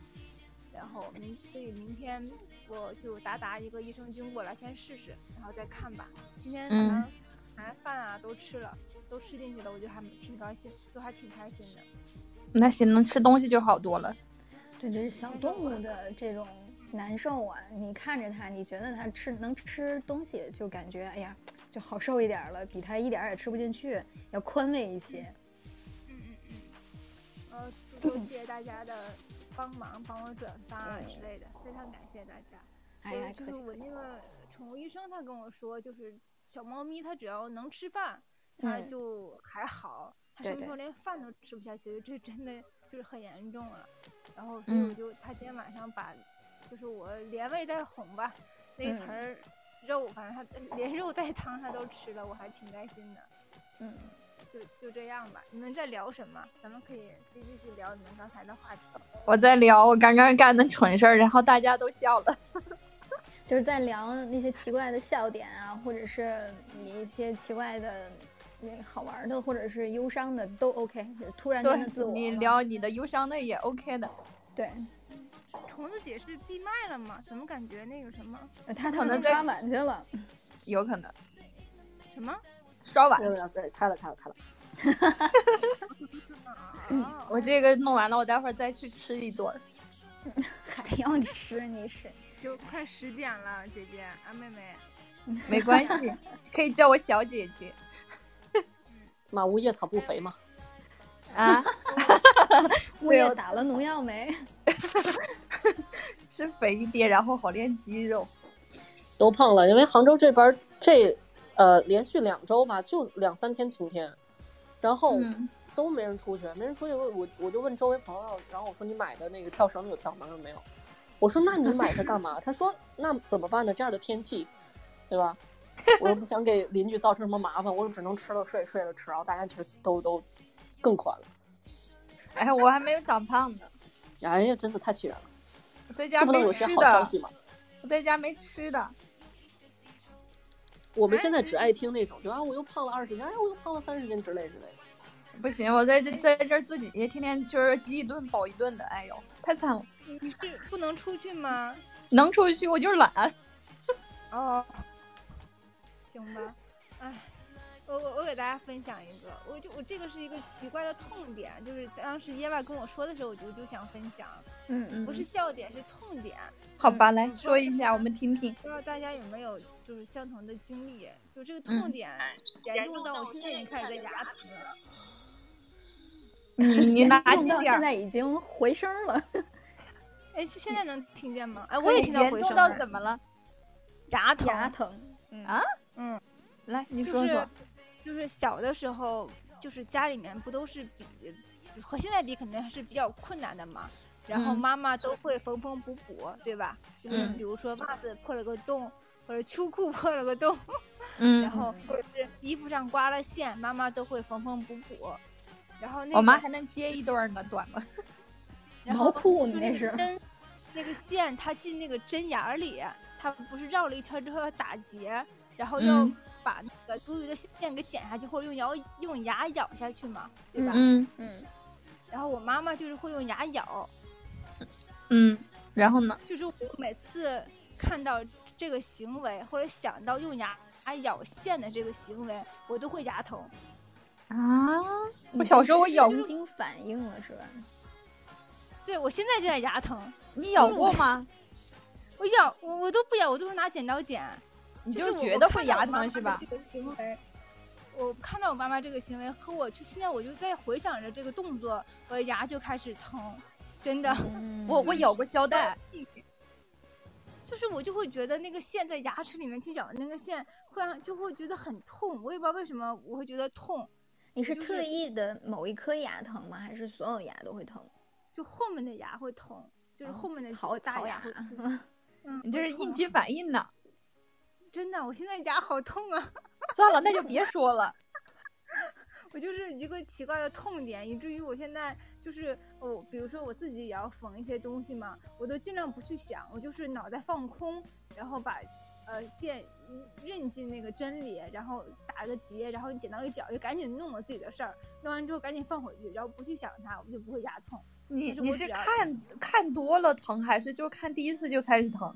[SPEAKER 6] 然后明所以明天我就达达一个益生菌过来先试试，然后再看吧。今天
[SPEAKER 3] 嗯
[SPEAKER 6] 早上晚饭啊都吃了，都吃进去了，我就还挺高兴，就还挺开心的。
[SPEAKER 3] 那行，能吃东西就好多了。
[SPEAKER 2] 对，就是小动物的这种难受啊，你看着它，你觉得它吃能吃东西，就感觉哎呀，就好受一点儿了，比它一点儿也吃不进去，要宽慰一些。
[SPEAKER 6] 嗯嗯嗯， 呃，多谢谢大家的帮忙，帮我转发啊之类的，非常感谢大家。
[SPEAKER 2] 哎呀
[SPEAKER 6] 我，就
[SPEAKER 2] 客
[SPEAKER 6] 是
[SPEAKER 2] 气
[SPEAKER 6] 我
[SPEAKER 2] 客气
[SPEAKER 6] 那个宠物医生，他跟我说，就是小猫咪它只要能吃饭，它
[SPEAKER 2] 嗯
[SPEAKER 6] 就还好。它
[SPEAKER 2] 对
[SPEAKER 6] 什么时
[SPEAKER 2] 对
[SPEAKER 6] 候连饭都吃不下去，这真的就是很严重了。然后，所以我
[SPEAKER 3] 嗯
[SPEAKER 6] 就他今天晚上把，就是我连喂带哄吧，那一
[SPEAKER 2] 嗯
[SPEAKER 6] 盆儿肉，反正他连肉带汤他都吃了，我还挺开心的。
[SPEAKER 2] 嗯，
[SPEAKER 6] 就就这样吧。你们在聊什么？咱们可以继继续聊你们刚才的话题。
[SPEAKER 3] 我在聊我刚刚干的蠢事儿，然后大家都笑了。
[SPEAKER 2] 就是在聊那些奇怪的笑点啊，或者是你一些奇怪的、那个好玩儿的，或者是忧伤的都 OK。就是突然间的自
[SPEAKER 3] 对
[SPEAKER 2] 我嘛，
[SPEAKER 3] 你聊你的忧伤的也 OK 的，
[SPEAKER 2] 对，
[SPEAKER 6] 虫子姐是闭麦了吗？怎么感觉那个什么
[SPEAKER 2] 呃他他
[SPEAKER 3] 可
[SPEAKER 2] 们
[SPEAKER 3] 能
[SPEAKER 2] 都
[SPEAKER 3] 在
[SPEAKER 2] 刷碗去了。
[SPEAKER 3] 有可能
[SPEAKER 6] 什么？
[SPEAKER 3] 刷碗
[SPEAKER 4] 没。有没有，对，开了开了开了。
[SPEAKER 2] 嗯
[SPEAKER 6] 啊，
[SPEAKER 3] 我这个弄完了，我待会儿再去吃一顿。
[SPEAKER 2] 还要吃哎你是？
[SPEAKER 6] 就快十点了，姐姐啊，妹妹，
[SPEAKER 3] 没关系，可以叫我小姐姐
[SPEAKER 4] 马无夜草不肥嘛？
[SPEAKER 3] 啊。
[SPEAKER 2] 物业打了农药没？
[SPEAKER 3] 吃肥一点，然后好练肌肉。
[SPEAKER 4] 都胖了，因为杭州这边儿这呃连续两周吧，就两三天晴天，然后
[SPEAKER 3] 嗯
[SPEAKER 4] 都没人出去，没人出去，我我我就问周围朋友，然后我说你买的那个跳绳有跳吗？他说没有。我说那你买它干嘛？他说那怎么办呢？这样的天气，对吧？我又不想给邻居造成什么麻烦，我只能吃了睡，睡了吃，然后大家其实都都更款了。
[SPEAKER 3] 哎，我还没有长胖呢，
[SPEAKER 4] 哎呀，真的太气人了！
[SPEAKER 3] 我在家
[SPEAKER 4] 这不能
[SPEAKER 3] 没
[SPEAKER 4] 有些
[SPEAKER 3] 吃
[SPEAKER 4] 好消
[SPEAKER 3] 的，
[SPEAKER 4] 息吗？
[SPEAKER 3] 我在家没吃的。
[SPEAKER 4] 我
[SPEAKER 3] 哎
[SPEAKER 4] 们现在只爱听那种，就啊，我又胖了二十斤，哎，我又胖了三十斤之类之类的。
[SPEAKER 3] 不行，我在这在这儿自己天天就是饥一顿饱一顿的，哎呦，太惨了。
[SPEAKER 6] 你是不能出去吗？
[SPEAKER 3] 能出去我就是懒。
[SPEAKER 6] 哦，行吧，哎。我我我给大家分享一个，我就我这个是一个奇怪的痛点，就是当时耶娃跟我说的时候，我就就想分享，
[SPEAKER 2] 嗯，
[SPEAKER 6] 不是笑点是痛点，
[SPEAKER 3] 好吧，来说一下，我们听听。
[SPEAKER 6] 不知道大家有没有就是相同的经历，就这个痛点严重嗯到我现在已经开始在牙疼了。
[SPEAKER 3] 你你拿
[SPEAKER 2] 用
[SPEAKER 3] 近
[SPEAKER 2] 到
[SPEAKER 3] 点
[SPEAKER 2] 现
[SPEAKER 3] 儿，
[SPEAKER 2] 在已经回声儿了。
[SPEAKER 6] 哎，就现在能听见吗？哎，我也听到
[SPEAKER 3] 严
[SPEAKER 6] 回
[SPEAKER 3] 重
[SPEAKER 6] 声
[SPEAKER 3] 到
[SPEAKER 6] 了
[SPEAKER 3] 怎么了？
[SPEAKER 6] 牙疼，
[SPEAKER 2] 牙疼。嗯
[SPEAKER 3] 啊
[SPEAKER 6] 嗯，
[SPEAKER 3] 来，你
[SPEAKER 6] 就
[SPEAKER 3] 说
[SPEAKER 6] 是
[SPEAKER 3] 说。
[SPEAKER 6] 就是小的时候，就是家里面不都是比就和现在比，肯定还是比较困难的嘛。然后
[SPEAKER 3] 嗯
[SPEAKER 6] 妈妈都会缝缝补补，对吧？就是
[SPEAKER 3] 嗯
[SPEAKER 6] 比如说袜子破了个洞，或者秋裤破了个洞，然
[SPEAKER 3] 嗯，
[SPEAKER 6] 后或者是衣服上刮了线，妈妈都会缝缝补补。然后那个
[SPEAKER 3] 我妈还能接一段呢，短吗？
[SPEAKER 6] 然
[SPEAKER 2] 毛
[SPEAKER 6] 后
[SPEAKER 2] 裤
[SPEAKER 6] 就
[SPEAKER 2] 你那
[SPEAKER 6] 个
[SPEAKER 2] 是
[SPEAKER 6] 针，那个线它进那个针眼儿里，它不是绕了一圈之后要打结，然后要
[SPEAKER 3] 嗯
[SPEAKER 6] 把那个多余的线给剪下去，或者用咬用牙咬下去嘛，对吧？
[SPEAKER 3] 嗯
[SPEAKER 2] 嗯，
[SPEAKER 6] 然后我妈妈就是会用牙咬，
[SPEAKER 3] 嗯，然后呢？
[SPEAKER 6] 就是我每次看到这个行为或者想到用牙咬线的这个行为，我都会牙疼。
[SPEAKER 3] 啊，我小时候我咬
[SPEAKER 2] 已经
[SPEAKER 3] 过
[SPEAKER 2] 是神，经反应了是吧？
[SPEAKER 6] 对我现在就在牙疼，
[SPEAKER 3] 你咬过吗？
[SPEAKER 6] 我咬我我都不咬，我都是拿剪刀剪。
[SPEAKER 3] 你
[SPEAKER 6] 就是我
[SPEAKER 3] 觉
[SPEAKER 6] 我
[SPEAKER 3] 得
[SPEAKER 6] 看
[SPEAKER 3] 会
[SPEAKER 6] 到
[SPEAKER 3] 牙
[SPEAKER 6] 我妈
[SPEAKER 3] 疼
[SPEAKER 6] 妈
[SPEAKER 3] 是
[SPEAKER 6] 的
[SPEAKER 3] 吧
[SPEAKER 6] 这？个行为，我看到我妈妈这个行为和我就现在我就在回想着这个动作，我的牙就开始疼，真的。
[SPEAKER 2] 嗯
[SPEAKER 3] 我我咬过胶带，
[SPEAKER 6] 就是我就会觉得那个线在牙齿里面去咬那个线，会让就会觉得很痛，我也不知道为什么我会觉得痛，
[SPEAKER 2] 你是
[SPEAKER 6] 就是
[SPEAKER 2] 特意的某一颗牙疼吗？还是所有牙都会疼？
[SPEAKER 6] 就后面的牙会疼，就是
[SPEAKER 2] 哦
[SPEAKER 6] 后面的
[SPEAKER 2] 槽
[SPEAKER 6] 大
[SPEAKER 2] 槽
[SPEAKER 6] 牙
[SPEAKER 2] 牙
[SPEAKER 6] 会 疼。嗯，
[SPEAKER 3] 你这是
[SPEAKER 6] 会痛
[SPEAKER 3] 应激反应 呢。
[SPEAKER 6] 真的，我现在牙好痛啊！
[SPEAKER 3] 算了，那就别说了。
[SPEAKER 6] 我就是一个奇怪的痛点，以至于我现在就是我，比如说我自己也要缝一些东西嘛，我都尽量不去想，我就是脑袋放空，然后把呃线认进那个针里，然后打个结，然后剪刀一绞，就赶紧弄我自己的事儿，弄完之后赶紧放回去，然后不去想它， 我就不会牙痛。
[SPEAKER 3] 你
[SPEAKER 6] 但是
[SPEAKER 3] 你
[SPEAKER 6] 我
[SPEAKER 3] 是
[SPEAKER 6] 只要
[SPEAKER 3] 看看多了疼，还是就看第一次就开始疼？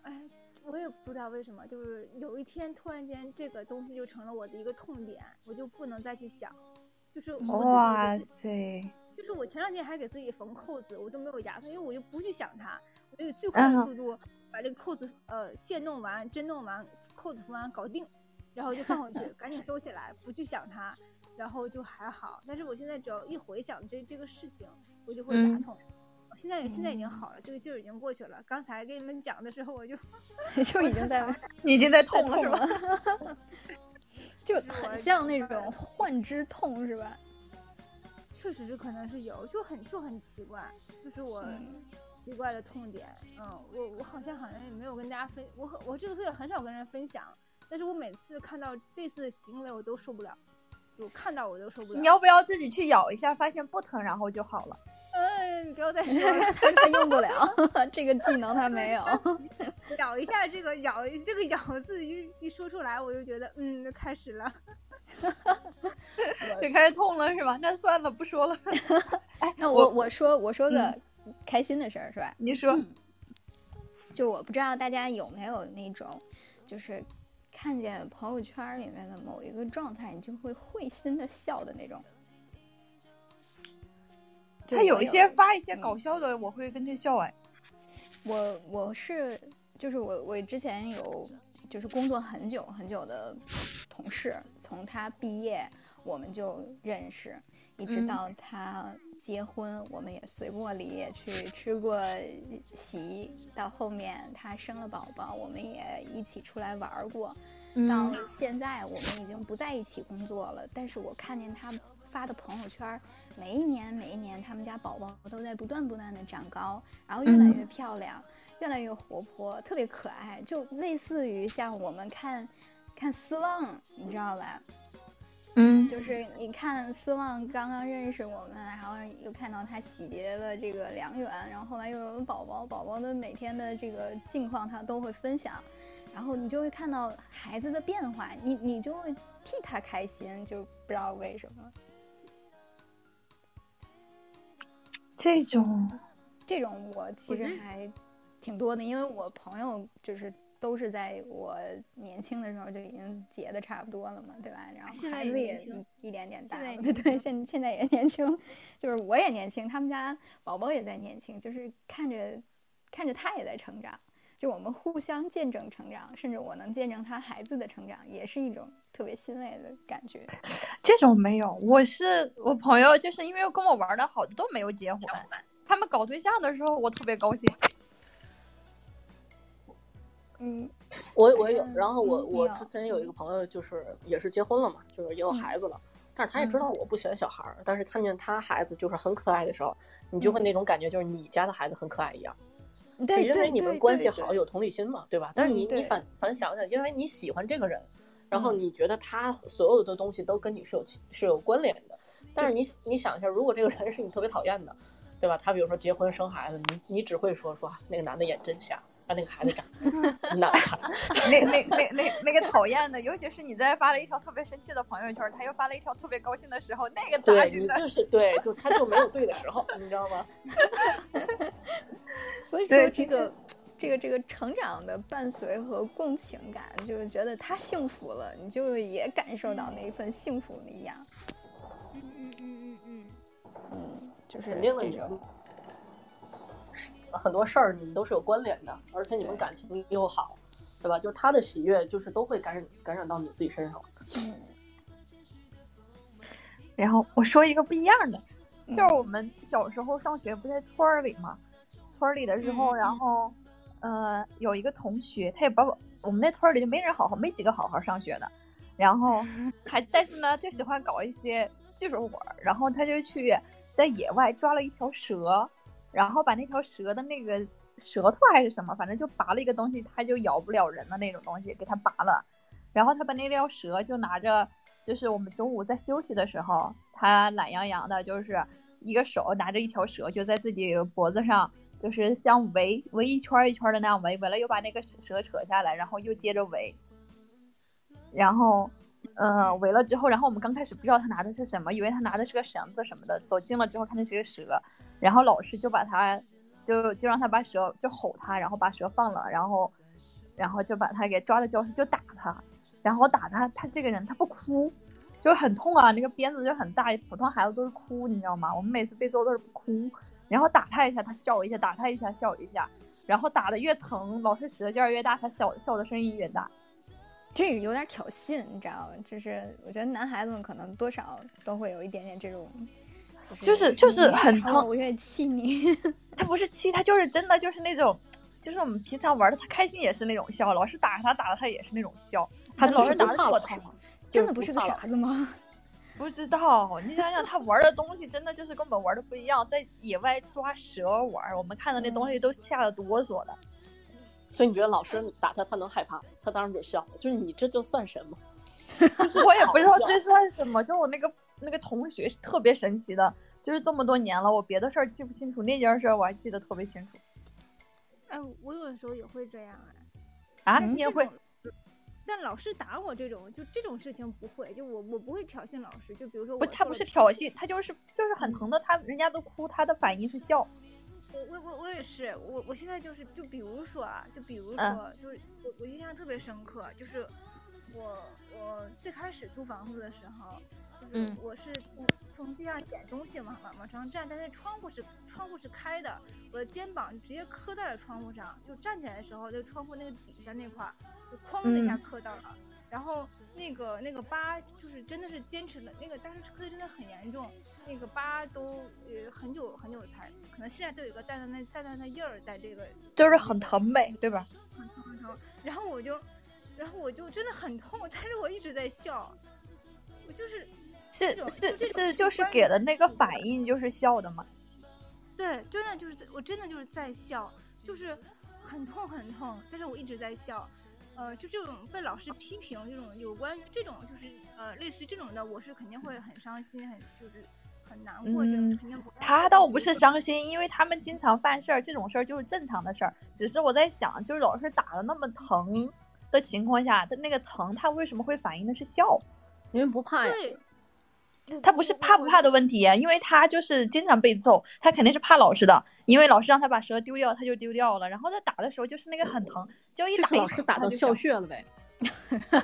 [SPEAKER 6] 哎，我也不知道为什么，就是有一天突然间这个东西就成了我的一个痛点，我就不能再去想。就是我自己
[SPEAKER 3] 哇
[SPEAKER 6] 给自己
[SPEAKER 3] 塞！
[SPEAKER 6] 就是我前两天还给自己缝扣子，我都没有牙痛，因为我就不去想它，我就以最快的
[SPEAKER 3] 嗯
[SPEAKER 6] 速度把这个扣子呃线弄完、针弄完、扣子缝完搞定，然后就放回去，赶紧收起来，不去想它，然后就还好。但是我现在只要一回想这这个事情，我就会牙
[SPEAKER 3] 嗯
[SPEAKER 6] 痛。现在现在已经好了，这个劲儿已经过去了。刚才跟你们讲的时候，我就
[SPEAKER 2] 就已经在
[SPEAKER 3] 你已经在痛
[SPEAKER 2] 在
[SPEAKER 3] 了是吧？
[SPEAKER 2] 了，就
[SPEAKER 6] 就是我
[SPEAKER 2] 很像那
[SPEAKER 6] 奇怪的
[SPEAKER 2] 种幻肢痛是 吧？
[SPEAKER 6] 确实是可能是有，就很就很奇怪，就是我
[SPEAKER 2] 嗯
[SPEAKER 6] 奇怪的痛点。嗯，我我好像好像也没有跟大家分，我很我这个特点很少跟人分享，但是我每次看到类似的行为我都受不了，就看到我都受不了。
[SPEAKER 3] 你要不要自己去咬一下，发现不疼，然后就好了？
[SPEAKER 6] 嗯，不要再说了，
[SPEAKER 2] 他他用不了 这个技能，他没 有。
[SPEAKER 6] 咬一下这个咬这个咬字一一说出来，我就觉得嗯，开始了。
[SPEAKER 3] 就开始痛了是吧？那算了，不说了。
[SPEAKER 2] 那
[SPEAKER 3] 我
[SPEAKER 2] 我嗯我说我说个开心的事儿是吧？
[SPEAKER 3] 你 说，
[SPEAKER 2] 就我不知道大家有没有那种，就是看见朋友圈儿里面的某一个状态，你就会会心的笑的那种。就
[SPEAKER 3] 他有
[SPEAKER 2] 我
[SPEAKER 3] 一些发一些
[SPEAKER 2] 嗯
[SPEAKER 3] 搞笑的，我会跟着笑哎。
[SPEAKER 2] 我我是就是我我之前有就是工作很久很久的同事，从他毕业我们就认识，一直
[SPEAKER 3] 嗯
[SPEAKER 2] 到他结婚，我们也随过礼，去吃过席，到后面他生了宝宝，我们也一起出来玩儿过。到
[SPEAKER 3] 嗯，
[SPEAKER 2] 现在我们已经不在一起工作了，但是我看见他发的朋友圈儿，每一年每一年他们家宝宝都在不断不断的长高，然后越来越漂亮，越来越活泼，特别可爱，就类似于像我们看看斯旺，你知道吧？
[SPEAKER 3] 嗯，
[SPEAKER 2] 就是你看斯旺刚刚认识我们，然后又看到他喜结了这个良缘，然后后来又有了宝宝，宝宝的每天的这个近况他都会分享，然后你就会看到孩子的变化，你你就会替他开心，就不知道为什么
[SPEAKER 3] 这种
[SPEAKER 2] 这种我其实还挺多的，因为我朋友就是。都是在我年轻的时候就已经结的差不多了嘛，对吧？然后
[SPEAKER 6] 现在
[SPEAKER 2] 孩
[SPEAKER 6] 也
[SPEAKER 2] 子
[SPEAKER 6] 年
[SPEAKER 2] 也
[SPEAKER 6] 轻
[SPEAKER 2] 一一点点大
[SPEAKER 6] 现在也
[SPEAKER 2] 了，
[SPEAKER 6] 年
[SPEAKER 2] 对，
[SPEAKER 6] 轻
[SPEAKER 2] 现现在也年轻， 就是我也年轻，他们家宝宝也在年轻，就是看着看着他也在成长，就我们互相见证成长，甚至我能见证他孩子的成长，也是一种特别欣慰的感 觉。
[SPEAKER 3] 这种没有，我是我朋友，就是因为跟我玩的好的都没有结婚，他们搞对象的时候我特别高兴。
[SPEAKER 2] 嗯，
[SPEAKER 4] 我我也有
[SPEAKER 2] 嗯，
[SPEAKER 4] 然后我
[SPEAKER 2] 嗯嗯
[SPEAKER 4] 我
[SPEAKER 2] 你有
[SPEAKER 4] 之前有一个朋友，就是也是结婚了嘛，就是也有孩子了，但是他也知道我不喜欢小孩儿，但是看见他孩子就是很可爱的时候，你就会那种感觉，就是你家的孩子很可爱一样，
[SPEAKER 2] 嗯
[SPEAKER 6] 嗯
[SPEAKER 2] 对
[SPEAKER 4] 就因
[SPEAKER 2] 对
[SPEAKER 4] 为你们
[SPEAKER 2] 对
[SPEAKER 4] 关系
[SPEAKER 2] 对
[SPEAKER 4] 好，有同理心嘛，对吧？但是你
[SPEAKER 2] 嗯对嗯
[SPEAKER 4] 你反反想想，因为你喜欢这个人，然后你觉得他所有的东西都跟你是有是有关联的，但是你你想一下，如果这个人是你特别讨厌的，对吧？他比如说结婚生孩子，你你只会说说啊那个男的眼真瞎，啊那个孩 子长难看。
[SPEAKER 3] 那那那那那个讨厌的，尤其是你在发了一条特别生气的朋友圈，他又发了一条特别高兴的时候，那个扎
[SPEAKER 4] 对
[SPEAKER 3] 心
[SPEAKER 4] 你
[SPEAKER 3] 的。
[SPEAKER 4] 就是对，就他就没有对的时候，你知道 吗？
[SPEAKER 2] 所以说
[SPEAKER 3] 对
[SPEAKER 2] 这个这个这个成长的伴随和共情感，就是觉得他幸福了，你就也感受到那一份幸福的一样。
[SPEAKER 6] 嗯嗯嗯嗯
[SPEAKER 2] 嗯，就是
[SPEAKER 4] 肯定的，
[SPEAKER 2] 这
[SPEAKER 4] 你
[SPEAKER 2] 种
[SPEAKER 4] 们很多事儿你们都是有关联的，而且你们感情又好，对吧？就是他的喜悦，就是都会感染感染到你自己身上。
[SPEAKER 3] 然后我说一个不一样的，
[SPEAKER 2] 嗯
[SPEAKER 3] 就是我们小时候上学不在村儿里嘛，村儿里的时候，
[SPEAKER 6] 嗯嗯
[SPEAKER 3] 然后，呃，有一个同学，他也把我我们那村儿里就没人好好，没几个好好上学的，然 后还但是呢，就喜欢搞一些技术活儿，然后他就去在野外抓了一条蛇，然后把那条蛇的那个舌头还是什么，反正就拔了一个东西，它就咬不了人的那种东西，给它拔了，然后他把那条蛇就拿着就是我们中午在休息的时候，他懒洋洋的，就是一个手拿着一条蛇，就在自己脖子上，就是像围围一圈儿一圈儿的那样围，围了又把那个蛇扯下来，然后又接着围，然后。嗯，围了之后，然后我们刚开始不知道他拿的是什么，以为他拿的是个绳子什么的。走近了之后，看见是个蛇，然后老师就把他，就就让他把蛇，就吼他，然后把蛇放了，然后，然后就把他给抓到教室就打他，然后打他，他这个人他不哭，就很痛啊，那个鞭子就很大，普通孩子都是哭，你知道吗？我们每次被揍都是哭，然后打他一下，他笑一下，打他一下笑一下，然后打的越疼，老师使的劲儿越大，他笑笑的声音越大。
[SPEAKER 5] 这个有点挑衅，你知道吗？就是我觉得男孩子们可能多少都会有一点点这种，
[SPEAKER 3] 就是就是
[SPEAKER 5] 你
[SPEAKER 3] 很
[SPEAKER 5] 打
[SPEAKER 3] 疼
[SPEAKER 5] 我我越气 你。
[SPEAKER 3] 他不是气，他就是真的就是那种，就是我们平常玩的，他开心也是那种笑，老师打他打了他也是那种笑，
[SPEAKER 4] 他
[SPEAKER 3] 老
[SPEAKER 4] 其
[SPEAKER 3] 师
[SPEAKER 4] 实
[SPEAKER 3] 打
[SPEAKER 4] 不
[SPEAKER 3] 的
[SPEAKER 4] 怕
[SPEAKER 3] 我
[SPEAKER 4] 我
[SPEAKER 3] 疼，
[SPEAKER 5] 真的不是个
[SPEAKER 4] 怕
[SPEAKER 5] 傻子
[SPEAKER 4] 老
[SPEAKER 5] 吗？
[SPEAKER 3] 不知道。你想想，他玩的东西真的就是跟我们玩的不一样，在野外抓蛇玩，我们看的那东西都吓得哆嗦的。
[SPEAKER 4] 所以你觉得老师打他，他能害怕？他当然就笑了。就是你这就算什 么？
[SPEAKER 3] 我也不知道这算什么，就我那个那个同学是特别神奇的，就是这么多年了，我别的事儿记不清楚，那件事儿我还记得特别清楚。
[SPEAKER 6] 哎，我有的时候也会这样哎。
[SPEAKER 3] 啊，
[SPEAKER 6] 但是
[SPEAKER 3] 你也
[SPEAKER 6] 这
[SPEAKER 3] 会
[SPEAKER 6] 种，但老师打我这种，就这种事情不会，就我我不会挑衅老师。就比如说
[SPEAKER 3] 不
[SPEAKER 6] 我，
[SPEAKER 3] 他不是挑，衅，他就是就是很疼的，他人家都哭，他的反应是笑。
[SPEAKER 6] 我我我我也是，我我现在就是，就比如说啊，就比如说，
[SPEAKER 3] 嗯
[SPEAKER 6] 就是我我印象特别深刻，就是我我最开始租房子的时候，就是
[SPEAKER 3] 嗯
[SPEAKER 6] 我是从从地上捡东西嘛，往往上站，但是窗户是窗户是开的，我的肩膀直接磕在了窗户上，就站起来的时候，就窗户那个底下那块儿，就哐的一
[SPEAKER 3] 嗯
[SPEAKER 6] 下磕到了。然后那个那个疤就是真的是坚持了，那个当时磕的真的很严重，那个疤都呃很久很久才，可能现在都有一个淡淡的淡淡的印儿在这个
[SPEAKER 3] 就是很疼呗，对吧？
[SPEAKER 6] 很痛很痛。然后我就，然后我就真的很痛，但是我一直在笑，我就是
[SPEAKER 3] 是
[SPEAKER 6] 这种
[SPEAKER 3] 是
[SPEAKER 6] 就这种
[SPEAKER 3] 是，就是给的那个反应就是笑的嘛。
[SPEAKER 6] 对，真的就是在我真的就是在笑，就是很痛很痛，但是我一直在笑。呃，就这种被老师批评，这种有关于这种就是呃，类似于这种的，我是肯定会很伤心，很就是很难过，这种
[SPEAKER 3] 嗯
[SPEAKER 6] 肯定不会
[SPEAKER 3] 他倒不是伤心，因为他们经常犯事儿，这种事儿就是正常的事儿。只是我在想，就是老师打的那么疼的情况下，他那个疼，他为什么会反应的是笑？
[SPEAKER 4] 因为不怕呀。
[SPEAKER 6] 对，我
[SPEAKER 3] 他不是怕不怕的，问题，啊因为他就是经常被揍，他肯定是怕老师的，因为老师让他把蛇丢掉，他就丢掉了。然后在打的时候，就是那个很疼，就一
[SPEAKER 4] 就
[SPEAKER 3] 打
[SPEAKER 4] 是
[SPEAKER 3] 一
[SPEAKER 4] 老师
[SPEAKER 3] 疼
[SPEAKER 4] 打到
[SPEAKER 3] 他就
[SPEAKER 4] 笑
[SPEAKER 3] 笑。
[SPEAKER 4] 穴了呗。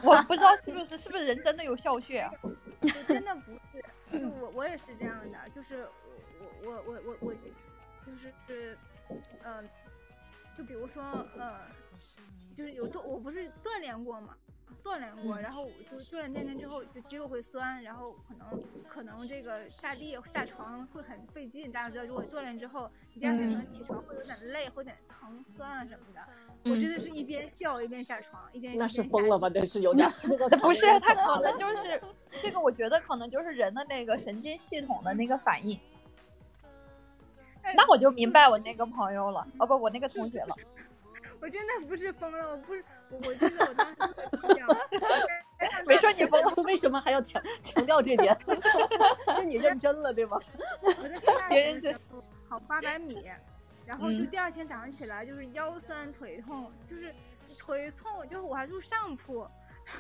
[SPEAKER 3] 我不知道是不是是不是人真的有笑穴 啊？
[SPEAKER 6] 我我真的不是，就我我也是这样的，就是我我我我我我就就是嗯、就比如说呃，就是有锻，我不是锻炼过嘛，锻炼
[SPEAKER 4] 嗯
[SPEAKER 6] 过，然后我就锻炼锻炼之后，就肌肉会酸，然后可能可能这个下地下床会很费劲。大家知道，如果锻炼之后，你第二
[SPEAKER 4] 嗯
[SPEAKER 6] 天可能起床会有点累，会有点疼酸啊什么的。我真的是一边笑一边下床，一边
[SPEAKER 4] 嗯那是
[SPEAKER 6] 一边
[SPEAKER 4] 疯
[SPEAKER 6] 下
[SPEAKER 4] 了
[SPEAKER 6] 地
[SPEAKER 4] 吧？那是有 点儿。那
[SPEAKER 3] 不是，他可能就是这个，我觉得可能就是人的那个神经系统的那个反应。
[SPEAKER 6] 哎
[SPEAKER 3] 那我就明白我那个朋友了，哦不，我那个同学了。
[SPEAKER 6] 我真的不是疯了，我不是我，我记得我当时就这样，
[SPEAKER 3] 没说你疯，
[SPEAKER 4] 为什么还要强强调这点？这你认真了对吗？
[SPEAKER 6] 我在上大
[SPEAKER 3] 别
[SPEAKER 6] 学
[SPEAKER 3] 人
[SPEAKER 6] 的时候跑八百米，然后就第二天早上起来就是腰酸腿痛，就是腿痛，就是我还住上铺，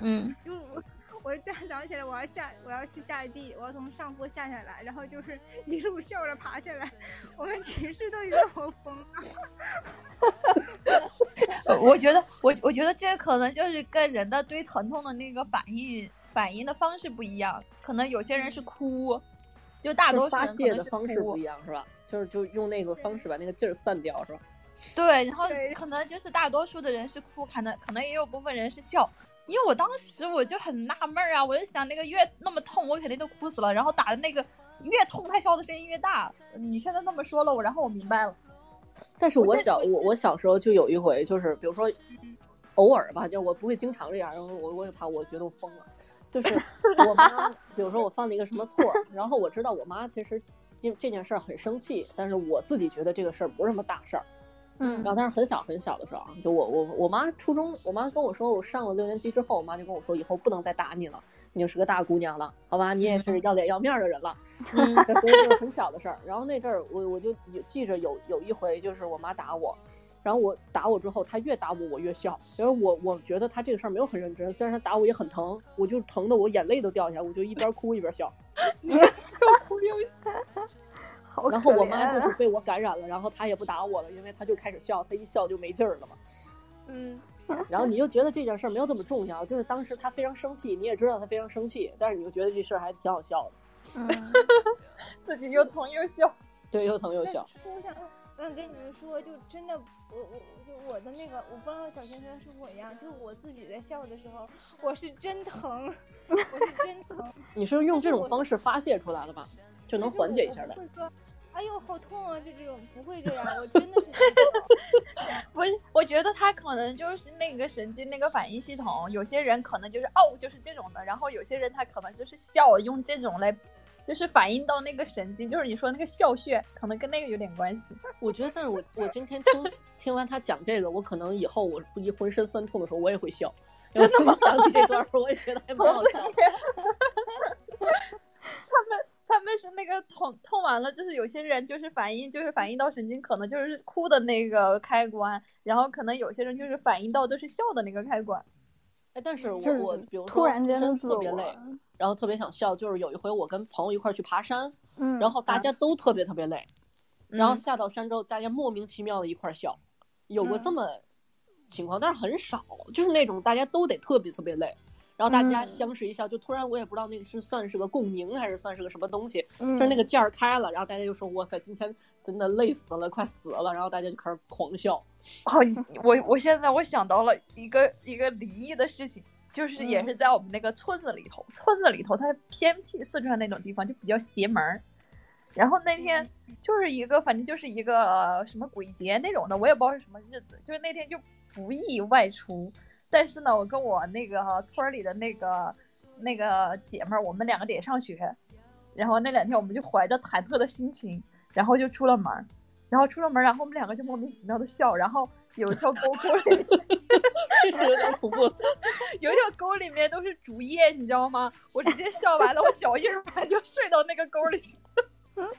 [SPEAKER 3] 嗯，
[SPEAKER 6] 就是我我第二天早上起来我要下我要去下地，我要从上坡下下来，然后就是一路笑着爬下来，我们寝室都以为我疯了。
[SPEAKER 3] 呃我觉得我我觉得这可能就是跟人的对疼痛的那个反应反应的方式不一样，可能有些人是哭，就大
[SPEAKER 4] 就
[SPEAKER 3] 多数
[SPEAKER 4] 是发
[SPEAKER 3] 人可
[SPEAKER 4] 泄
[SPEAKER 3] 能
[SPEAKER 4] 的
[SPEAKER 3] 是
[SPEAKER 4] 方式
[SPEAKER 3] 哭
[SPEAKER 4] 不一。样是吧？就是就用那个方式把那个劲儿散掉是吧？
[SPEAKER 3] 对，然后
[SPEAKER 6] 对
[SPEAKER 3] 可能就是大多数的人是哭，可能可能也有部分人是笑。因为我当时我就很纳闷儿啊，我就想那个越那么痛，我肯定都哭死了。然后打的那个越痛，他笑的声音越大。你现在那么说了，我然后我明白了，
[SPEAKER 4] 但是我小我我小时候就有一回，就是比如说偶尔吧，就我不会经常这样，然后我我也怕，我觉得我疯了。 就是我妈，比如说我犯了一个什么错儿，然后我知道我妈其实因为这件事儿很生气，但是我自己觉得这个事儿不是什么大事儿，
[SPEAKER 5] 嗯
[SPEAKER 4] 然后但是很小很小的时候啊，就我我我妈初中，我妈跟我说，我上了六年级之后，我妈就跟我说，以后不能再打你了，你就是个大姑娘了，好吧，你
[SPEAKER 3] 嗯
[SPEAKER 4] 也是要脸要面儿的人了。嗯，所以就是很小的事儿。然后那阵儿我我就记着有有一回就是我妈打我，然后我打我之后，她越打我我越笑，因为我我觉得她这个事儿没有很认真，虽然她打我也很疼，我就疼的我眼泪都掉下来，我就一边哭一边笑。
[SPEAKER 5] 好可怜。
[SPEAKER 4] 然后我妈
[SPEAKER 3] 啊
[SPEAKER 4] 就是被我感染了，然后她也不打我了，因为她就开始笑，她一笑就没劲儿了嘛。
[SPEAKER 6] 嗯，
[SPEAKER 4] 然后你就觉得这件事儿没有这么重要，就是当时她非常生气，你也知道她非常生气，但是你就觉得这事儿还挺好笑的，
[SPEAKER 5] 嗯
[SPEAKER 3] 自己又疼又笑。
[SPEAKER 4] 对，又疼又
[SPEAKER 6] 但是
[SPEAKER 4] 笑。
[SPEAKER 6] 我想，我想跟你们说，就真的，我我就我的那个，我不知道小先生是不是我一样，就我自己在笑的时候，我是真疼，我是真疼。
[SPEAKER 4] 你是用这种方式发泄出来了吧？就能缓解一下
[SPEAKER 6] 我
[SPEAKER 4] 呗
[SPEAKER 6] 不。会说，哎呦好痛啊，就这种不会这样，我 真的是这样
[SPEAKER 3] 不是，我觉得他可能就是那个神经那个反应系统，有些人可能就是哦，就是这种的，然后有些人他可能就是笑，用这种来，就是反映到那个神经，就是你说那个笑穴，可能跟那个有点关系。
[SPEAKER 4] 我觉得，但是我我今天听听完他讲这个，我可能以后我一浑身酸痛的时候，我也会 笑。真的吗？想起这段儿，我也觉得还蛮好笑的。
[SPEAKER 3] 他们是那个痛痛完了，就是有些人就是反应就是反应到神经，可能就是哭的那个开关，然后可能有些人就是反应到就是笑的那个开关。
[SPEAKER 4] 哎，但是我
[SPEAKER 2] 就是
[SPEAKER 4] 我比如说
[SPEAKER 5] 突然间的
[SPEAKER 4] 真
[SPEAKER 5] 自
[SPEAKER 4] 特
[SPEAKER 5] 我，
[SPEAKER 4] 别累，然后特别想笑，就是有一回我跟朋友一块儿去爬山，
[SPEAKER 5] 嗯，
[SPEAKER 4] 然后大家都特别特别累，
[SPEAKER 3] 嗯
[SPEAKER 4] 然后下到山之后，大家莫名其妙的一块儿笑，有过
[SPEAKER 5] 嗯
[SPEAKER 4] 这么情况，但是很少，就是那种大家都得特别特别累，然后大家
[SPEAKER 5] 嗯
[SPEAKER 4] 相视一笑，就突然我也不知道那个是算是个共鸣还是算是个什么东西，
[SPEAKER 3] 嗯
[SPEAKER 4] 就
[SPEAKER 5] 嗯
[SPEAKER 4] 是那个劲儿开了，然后大家就说哇塞，今天真的累死了，快死了，然后大家就开始狂笑。
[SPEAKER 3] 哦，你我我现在我想到了一个一个灵异的事情，就是也是在我们那个村子里头，村子里头它偏僻四川那种地方就比较邪门儿。然后那天就是一个，反正就是一个、呃什么鬼节那种的，我也不知道是什么日子，就是那天就不宜外出。但是呢，我跟我那个哈村儿里的那个那个姐们儿，我们两个得上学，然后那两天我们就怀着忐忑的心情，然后就出了门儿。然后出了门，然后我们两个就莫名其妙的笑，然后有一条沟沟里，
[SPEAKER 4] 这个有点恐 怖，
[SPEAKER 3] 有一条沟里面都是竹叶，你知道吗？我直接笑完了，我脚一软就睡到那个沟里去了。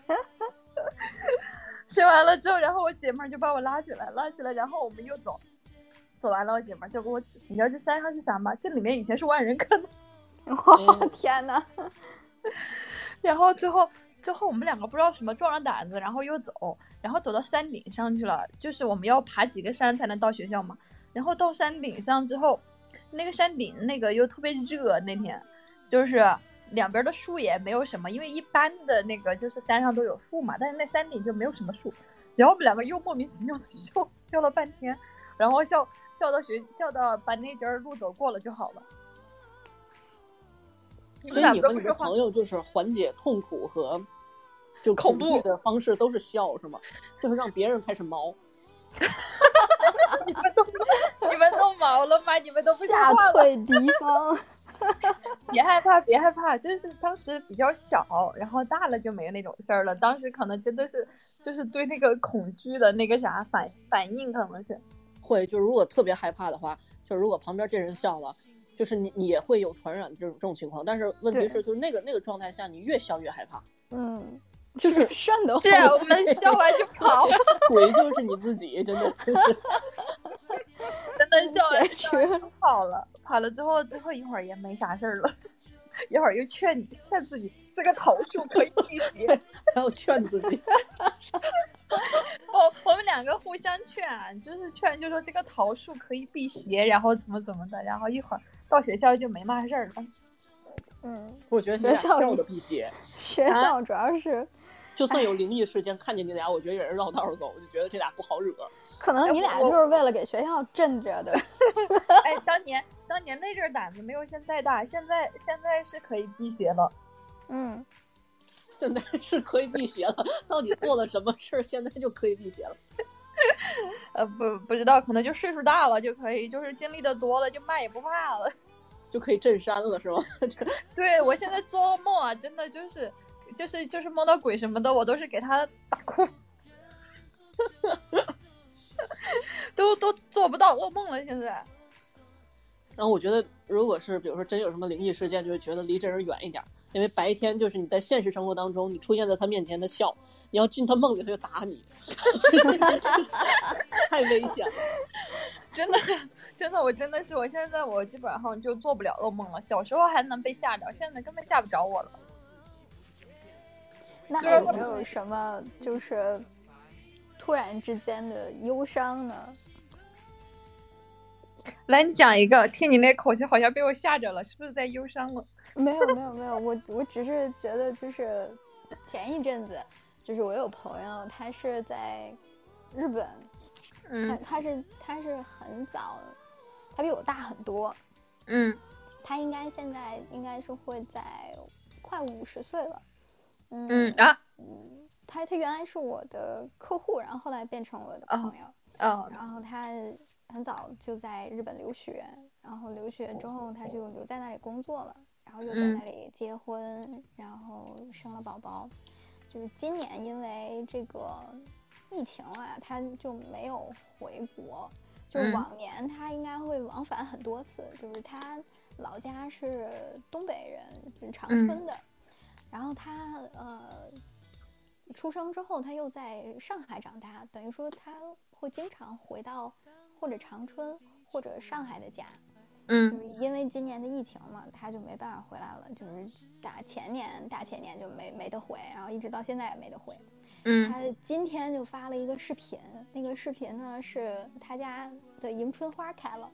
[SPEAKER 3] 睡完了之后，然后我姐们儿就把我拉起来，拉起来，然后我们又走，走完了，我姐们儿就给我指，你要去山上去啥吗？这里面以前是万人坑，
[SPEAKER 5] 我天哪，
[SPEAKER 3] 然后最后最后我们两个不知道什么壮着胆子，然后又走，然后走到山顶上去了，就是我们要爬几个山才能到学校嘛。然后到山顶上之后，那个山顶那个又特别热，那天就是两边的树也没有什么，因为一般的那个就是山上都有树嘛，但是那山顶就没有什么树。然后我们两个又莫名其妙的 笑笑了半天，然后笑笑到学笑到把那截儿路走过了就好了。你
[SPEAKER 4] 所
[SPEAKER 3] 们
[SPEAKER 4] 以
[SPEAKER 3] 俩
[SPEAKER 4] 你
[SPEAKER 3] 都
[SPEAKER 4] 和
[SPEAKER 3] 不
[SPEAKER 4] 你
[SPEAKER 3] 说
[SPEAKER 4] 的
[SPEAKER 3] 话
[SPEAKER 4] 朋友就是缓解痛苦和就
[SPEAKER 3] 恐
[SPEAKER 4] 恐惧
[SPEAKER 3] 怖
[SPEAKER 4] 的方式都是笑是吗？就是让别人开始毛。
[SPEAKER 3] 你们都 你们都毛了吗？你们都不说
[SPEAKER 5] 吓
[SPEAKER 3] 话了？
[SPEAKER 5] 退敌方，
[SPEAKER 3] 别害怕，别害怕，就是当时比较小，然后大了就没那种事儿了。当时可能真的是就是对那个恐惧的那个啥反反应，可能是
[SPEAKER 4] 会，就是如果特别害怕的话，就是如果旁边这人笑了，就是你你也会有传染这种这种情况。但是问题
[SPEAKER 5] 对
[SPEAKER 4] 是，就是那个那个状态下，你越笑越害怕，
[SPEAKER 5] 嗯，
[SPEAKER 4] 就是啊
[SPEAKER 5] 瘆得慌。
[SPEAKER 3] 是我们笑完就跑，
[SPEAKER 4] 鬼就是你自己，真的就是。
[SPEAKER 3] 真的笑完
[SPEAKER 5] 简
[SPEAKER 3] 笑完就跑了，跑了之后最后一会儿也没啥事儿了， 一会儿又劝你劝自己这个桃树可以辟邪，
[SPEAKER 4] 还要劝自己，
[SPEAKER 3] 哦我我们两个互相劝，啊就是劝，就说这个桃树可以辟邪，然后怎么怎么的，然后一会儿到学校就没嘛事儿了。
[SPEAKER 5] 嗯，
[SPEAKER 4] 我觉得你俩
[SPEAKER 5] 学校
[SPEAKER 4] 笑的辟邪。
[SPEAKER 5] 学
[SPEAKER 3] 啊
[SPEAKER 5] 校主要是
[SPEAKER 4] 就算有灵异事件，看见你俩，我觉得也是绕道儿走，我就觉得这俩不好惹。
[SPEAKER 5] 可能你俩
[SPEAKER 2] 哎
[SPEAKER 5] 就是为了给学校镇着 的，
[SPEAKER 3] 哎，当年当年那阵儿胆子没有现在大，现在现在是可以辟邪了。
[SPEAKER 5] 嗯，
[SPEAKER 4] 现在是可以辟邪了，到底做了什么事儿，现在就可以辟邪了。
[SPEAKER 3] 呃，不不知道，可能就岁数大了就可以，就是经历的多了就嘛也不怕了。
[SPEAKER 4] 就可以震山了，是吗？
[SPEAKER 3] 对我现在做梦啊，真的就是就是就是梦到鬼什么的，我都是给他打哭。 都都做不到噩梦了。现在，
[SPEAKER 4] 然后我觉得，如果是比如说真有什么灵异事件，就是觉得离这人远一点儿，因为白天就是你在现实生活当中，你出现在他面前，他笑；你要进他梦里，他就打你， 太危险了。
[SPEAKER 3] 真的，真的，我真的是，我现在我基本上就做不了噩梦了。小时候还能被吓着，现在根本吓不着我了。
[SPEAKER 2] 那还有没有什么就是突然之间的忧伤呢？
[SPEAKER 3] 来，你讲一个，听你那口气好像被我吓着了，是不是在忧伤了？
[SPEAKER 2] 没有没有没有，我我只是觉得就是前一阵子，就是我有朋友，他是在日本，他
[SPEAKER 3] 嗯
[SPEAKER 2] 他是他是很早，他比我大很多，
[SPEAKER 3] 嗯
[SPEAKER 2] 他应该现在应该是会在快五十岁了，嗯
[SPEAKER 3] 嗯啊
[SPEAKER 2] 他他原来是我的客户，然后后来变成我的
[SPEAKER 3] 哦
[SPEAKER 2] 朋友。
[SPEAKER 3] 哦
[SPEAKER 2] 然后他很早就在日本留学，然后留学之后他就留在那里工作了，然后又在
[SPEAKER 3] 哦嗯
[SPEAKER 2] 那里结婚，然后生了宝宝。就是今年因为这个疫情啊，他就没有回国。就
[SPEAKER 3] 嗯
[SPEAKER 2] 往年他应该会往返很多次，就是他老家是东北人，就是长
[SPEAKER 3] 嗯
[SPEAKER 2] 春的。然后他呃出生之后，他又在上海长大，等于说他会经常回到或者长春或者上海的家。就
[SPEAKER 3] 嗯
[SPEAKER 2] 是因为今年的疫情嘛，他就没办法回来了，就是打前年大前年就没没得回，然后一直到现在也没得回。
[SPEAKER 3] 嗯
[SPEAKER 2] 他今天就发了一个视频，那个视频呢是他家的迎春花开了。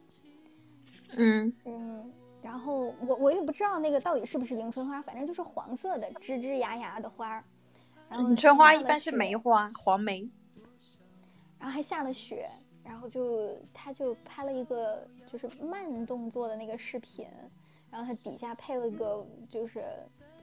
[SPEAKER 3] 嗯
[SPEAKER 2] 嗯，然后我我也不知道那个到底是不是迎春花，反正就是黄色的枝枝芽芽的花儿。然后
[SPEAKER 3] 嗯，春花
[SPEAKER 2] 下
[SPEAKER 3] 一
[SPEAKER 2] 了
[SPEAKER 3] 般是
[SPEAKER 2] 雪
[SPEAKER 3] 梅花，黄梅。
[SPEAKER 2] 然后还下了雪，然后就他就拍了一个就是慢动作的那个视频，然后他底下配了个就是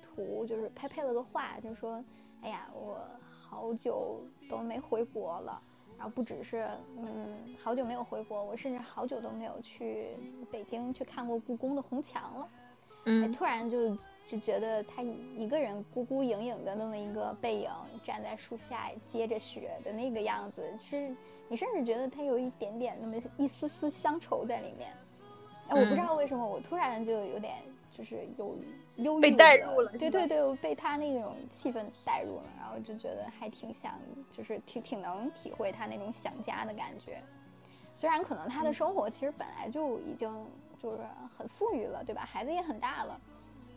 [SPEAKER 2] 图，就是拍配了个话，就说哎呀，我好久都没回国了。然后不只是嗯，好久没有回国，我甚至好久都没有去北京去看过故宫的红墙了。哎，
[SPEAKER 3] 嗯
[SPEAKER 2] 突然就就觉得他一个人孤孤影影的那么一个背影，站在树下接着雪的那个样子，是你甚至觉得他有一点点那么一丝丝乡愁在里面。哎，我不知
[SPEAKER 3] 嗯
[SPEAKER 2] 道为什么，我突然就有点就是有忧郁
[SPEAKER 3] 被
[SPEAKER 2] 的
[SPEAKER 3] 带入了
[SPEAKER 2] 对
[SPEAKER 3] 是吧
[SPEAKER 2] 对对，我被他那种气氛带入了，然后就觉得还挺想，就是挺挺能体会他那种想家的感觉。虽然可能他
[SPEAKER 3] 嗯
[SPEAKER 2] 的生活其实本来就已经就是很富裕了，对吧？孩子也很大了，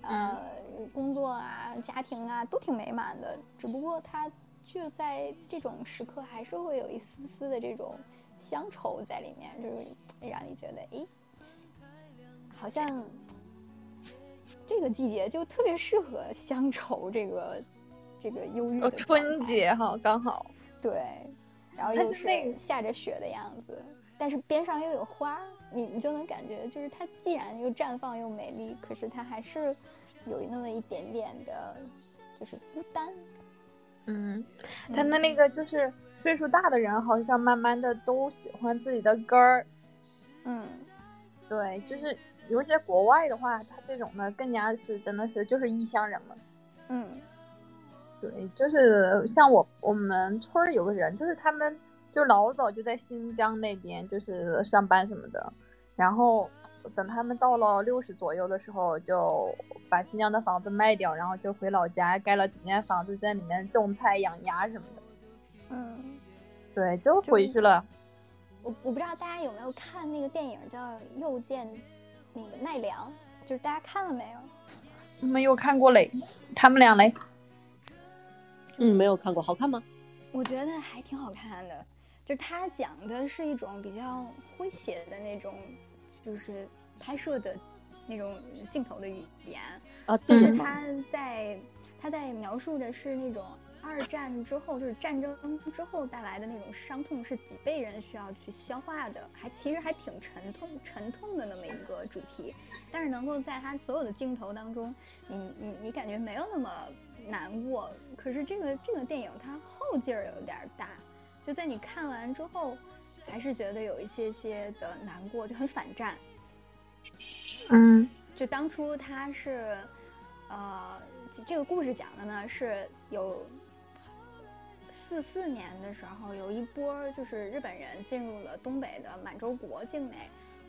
[SPEAKER 2] 呃，工作啊、家庭啊都挺美满的，只不过他就在这种时刻还是会有一丝丝的这种乡愁在里面，就是让你觉得，诶，好像这个季节就特别适合乡愁这个这个忧郁的
[SPEAKER 3] 哦，
[SPEAKER 2] 状
[SPEAKER 3] 春
[SPEAKER 2] 态
[SPEAKER 3] 节哈，刚好。
[SPEAKER 2] 对，然后
[SPEAKER 3] 但
[SPEAKER 2] 又
[SPEAKER 3] 是那
[SPEAKER 2] 是下着雪的样子，但是边上又有花儿，你你就能感觉，就是它既然又绽放又美丽，可是它还是有那么一点点的，就是孤单。
[SPEAKER 3] 嗯，他的那个就是岁数大的人，好像慢慢的都喜欢自己的根儿。
[SPEAKER 2] 嗯，
[SPEAKER 3] 对，就是尤其在国外的话，他这种的更加是真的是就是异乡人们。
[SPEAKER 2] 嗯
[SPEAKER 3] 对，就是像我我们村儿有个人，就是他们就老早就在新疆那边就是上班什么的，然后等他们到了六十左右的时候，就把新疆的房子卖掉，然后就回老家盖了几间房子，在里面种菜养鸭什么的。
[SPEAKER 2] 嗯，
[SPEAKER 3] 对，就回去了。
[SPEAKER 2] 我我不知道大家有没有看那个电影叫《又见那个奈良》，就是大家看了没有？
[SPEAKER 3] 没有看过嘞，他们俩嘞，
[SPEAKER 4] 嗯，没有看过，好看吗？
[SPEAKER 2] 我觉得还挺好看的，就是它讲的是一种比较诙谐的那种，就是拍摄的那种镜头的语言，
[SPEAKER 4] 啊，
[SPEAKER 2] 就
[SPEAKER 4] 对
[SPEAKER 2] 是
[SPEAKER 4] 对
[SPEAKER 2] 他在他在描述的是那种二战之后，就是战争之后带来的那种伤痛是几辈人需要去消化的，还其实还挺沉痛沉痛的那么一个主题，但是能够在他所有的镜头当中，你你你感觉没有那么难过，可是这个这个电影它后劲儿有点儿大，就在你看完之后，还是觉得有一些些的难过，就很反战。
[SPEAKER 3] 嗯
[SPEAKER 2] 就当初他是，呃，这这个故事讲的呢是有四四年的时候，有一波儿就是日本人进入了东北的满洲国境内，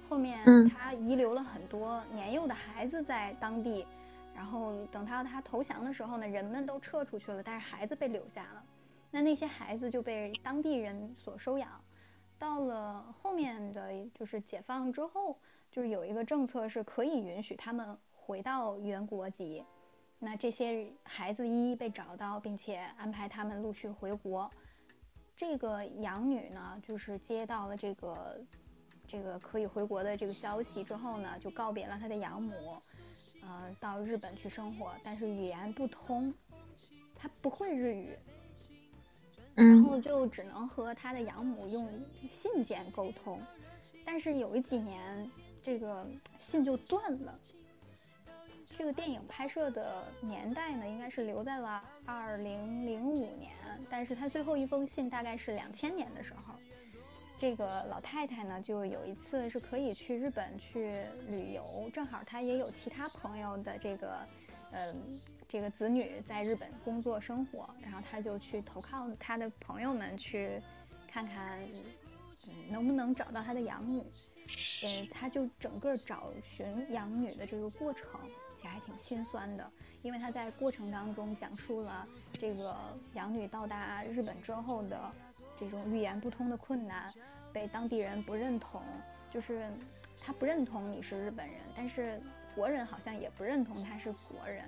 [SPEAKER 2] 后面
[SPEAKER 5] 嗯
[SPEAKER 2] 他遗留了很多年幼的孩子在当地，然后等到他投降的时候呢，人们都撤出去了，但是孩子被留下了，那那些孩子就被当地人所收养。到了后面的就是解放之后，就是有一个政策是可以允许他们回到原国籍，那这些孩子一一被找到，并且安排他们陆续回国。这个养女呢，就是接到了这个这个可以回国的这个消息之后呢，就告别了她的养母，呃，到日本去生活，但是语言不通，她不会日语，然
[SPEAKER 5] 嗯
[SPEAKER 2] 后就只能和她的养母用信件沟通。但是有一几年，这个信就断了。这个电影拍摄的年代呢，应该是留在了二零零五年，但是他最后一封信大概是两千年的时候。这个老太太呢，就有一次是可以去日本去旅游，正好她也有其他朋友的这个，嗯、这个子女在日本工作生活，然后她就去投靠她的朋友们去看看，嗯，能不能找到她的养母。嗯，他就整个找寻养女的这个过程，其实还挺心酸的，因为他在过程当中讲述了这个养女到达日本之后的这种语言不通的困难，被当地人不认同，就是他不认同你是日本人，但是国人好像也不认同他是国人，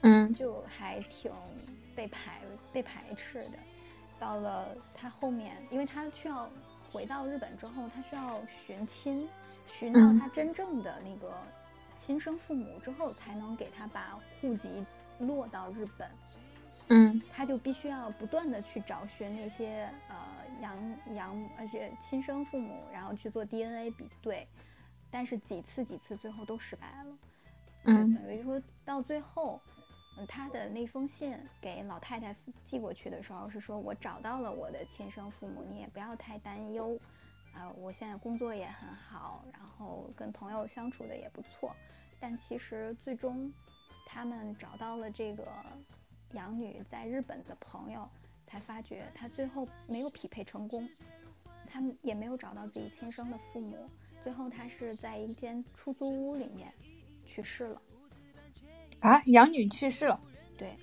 [SPEAKER 5] 嗯
[SPEAKER 2] 就还挺被排被排斥的。到了他后面，因为他需要回到日本之后，他需要寻亲，寻到
[SPEAKER 5] 嗯
[SPEAKER 2] 他真正的那个亲生父母之后，才能给他把户籍落到日本。
[SPEAKER 5] 嗯
[SPEAKER 2] 他就必须要不断的去找寻那些呃养养呃这亲生父母，然后去做 DNA 比对，但是几次几次最后都失败了。
[SPEAKER 5] 嗯
[SPEAKER 2] 等于说到最后，嗯，他的那封信给老太太寄过去的时候是说，我找到了我的亲生父母，你也不要太担忧，啊、我现在工作也很好，然后跟朋友相处的也不错，但其实最终他们找到了这个养女在日本的朋友，才发觉她最后没有匹配成功，他们也没有找到自己亲生的父母，最后她是在一间出租屋里面去世了。
[SPEAKER 7] 啊，养女去世了，
[SPEAKER 2] 对，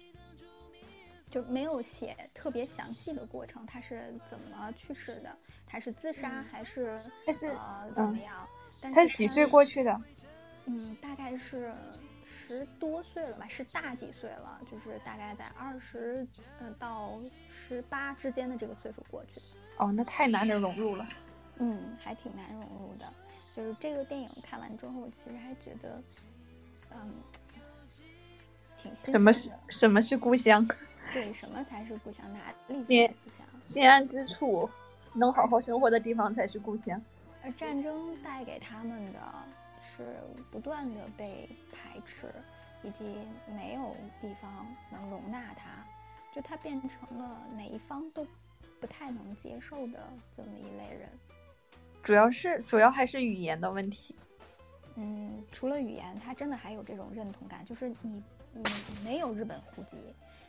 [SPEAKER 2] 就没有写特别详细的过程，他是怎么去世的？他是自杀还是
[SPEAKER 7] 但嗯是
[SPEAKER 2] 呃怎么
[SPEAKER 7] 嗯
[SPEAKER 2] 样？但
[SPEAKER 7] 她
[SPEAKER 2] 是
[SPEAKER 7] 是几
[SPEAKER 2] 他
[SPEAKER 7] 岁过去的？
[SPEAKER 2] 嗯，大概是十多岁了吧，是大几岁了，就是大概在二十呃到十八之间的这个岁数过去的。
[SPEAKER 7] 哦，那太难得融入了。
[SPEAKER 2] 嗯，还挺难融入的。就是这个电影看完之后，其实还觉得，嗯，挺新
[SPEAKER 7] 什么
[SPEAKER 2] 鲜
[SPEAKER 7] 是
[SPEAKER 2] 的
[SPEAKER 7] 什么是故乡？
[SPEAKER 2] 对，什么才是故乡？哪里才
[SPEAKER 7] 你
[SPEAKER 2] 是故乡？
[SPEAKER 7] 心安之处，能好好生活的地方才是故乡。
[SPEAKER 2] 而呃战争带给他们的是不断的被排斥，以及没有地方能容纳他，就他变成了哪一方都不太能接受的这么一类人。
[SPEAKER 7] 主要是主要还是语言的问题。
[SPEAKER 2] 嗯，除了语言，他真的还有这种认同感，就是你你没有日本户籍，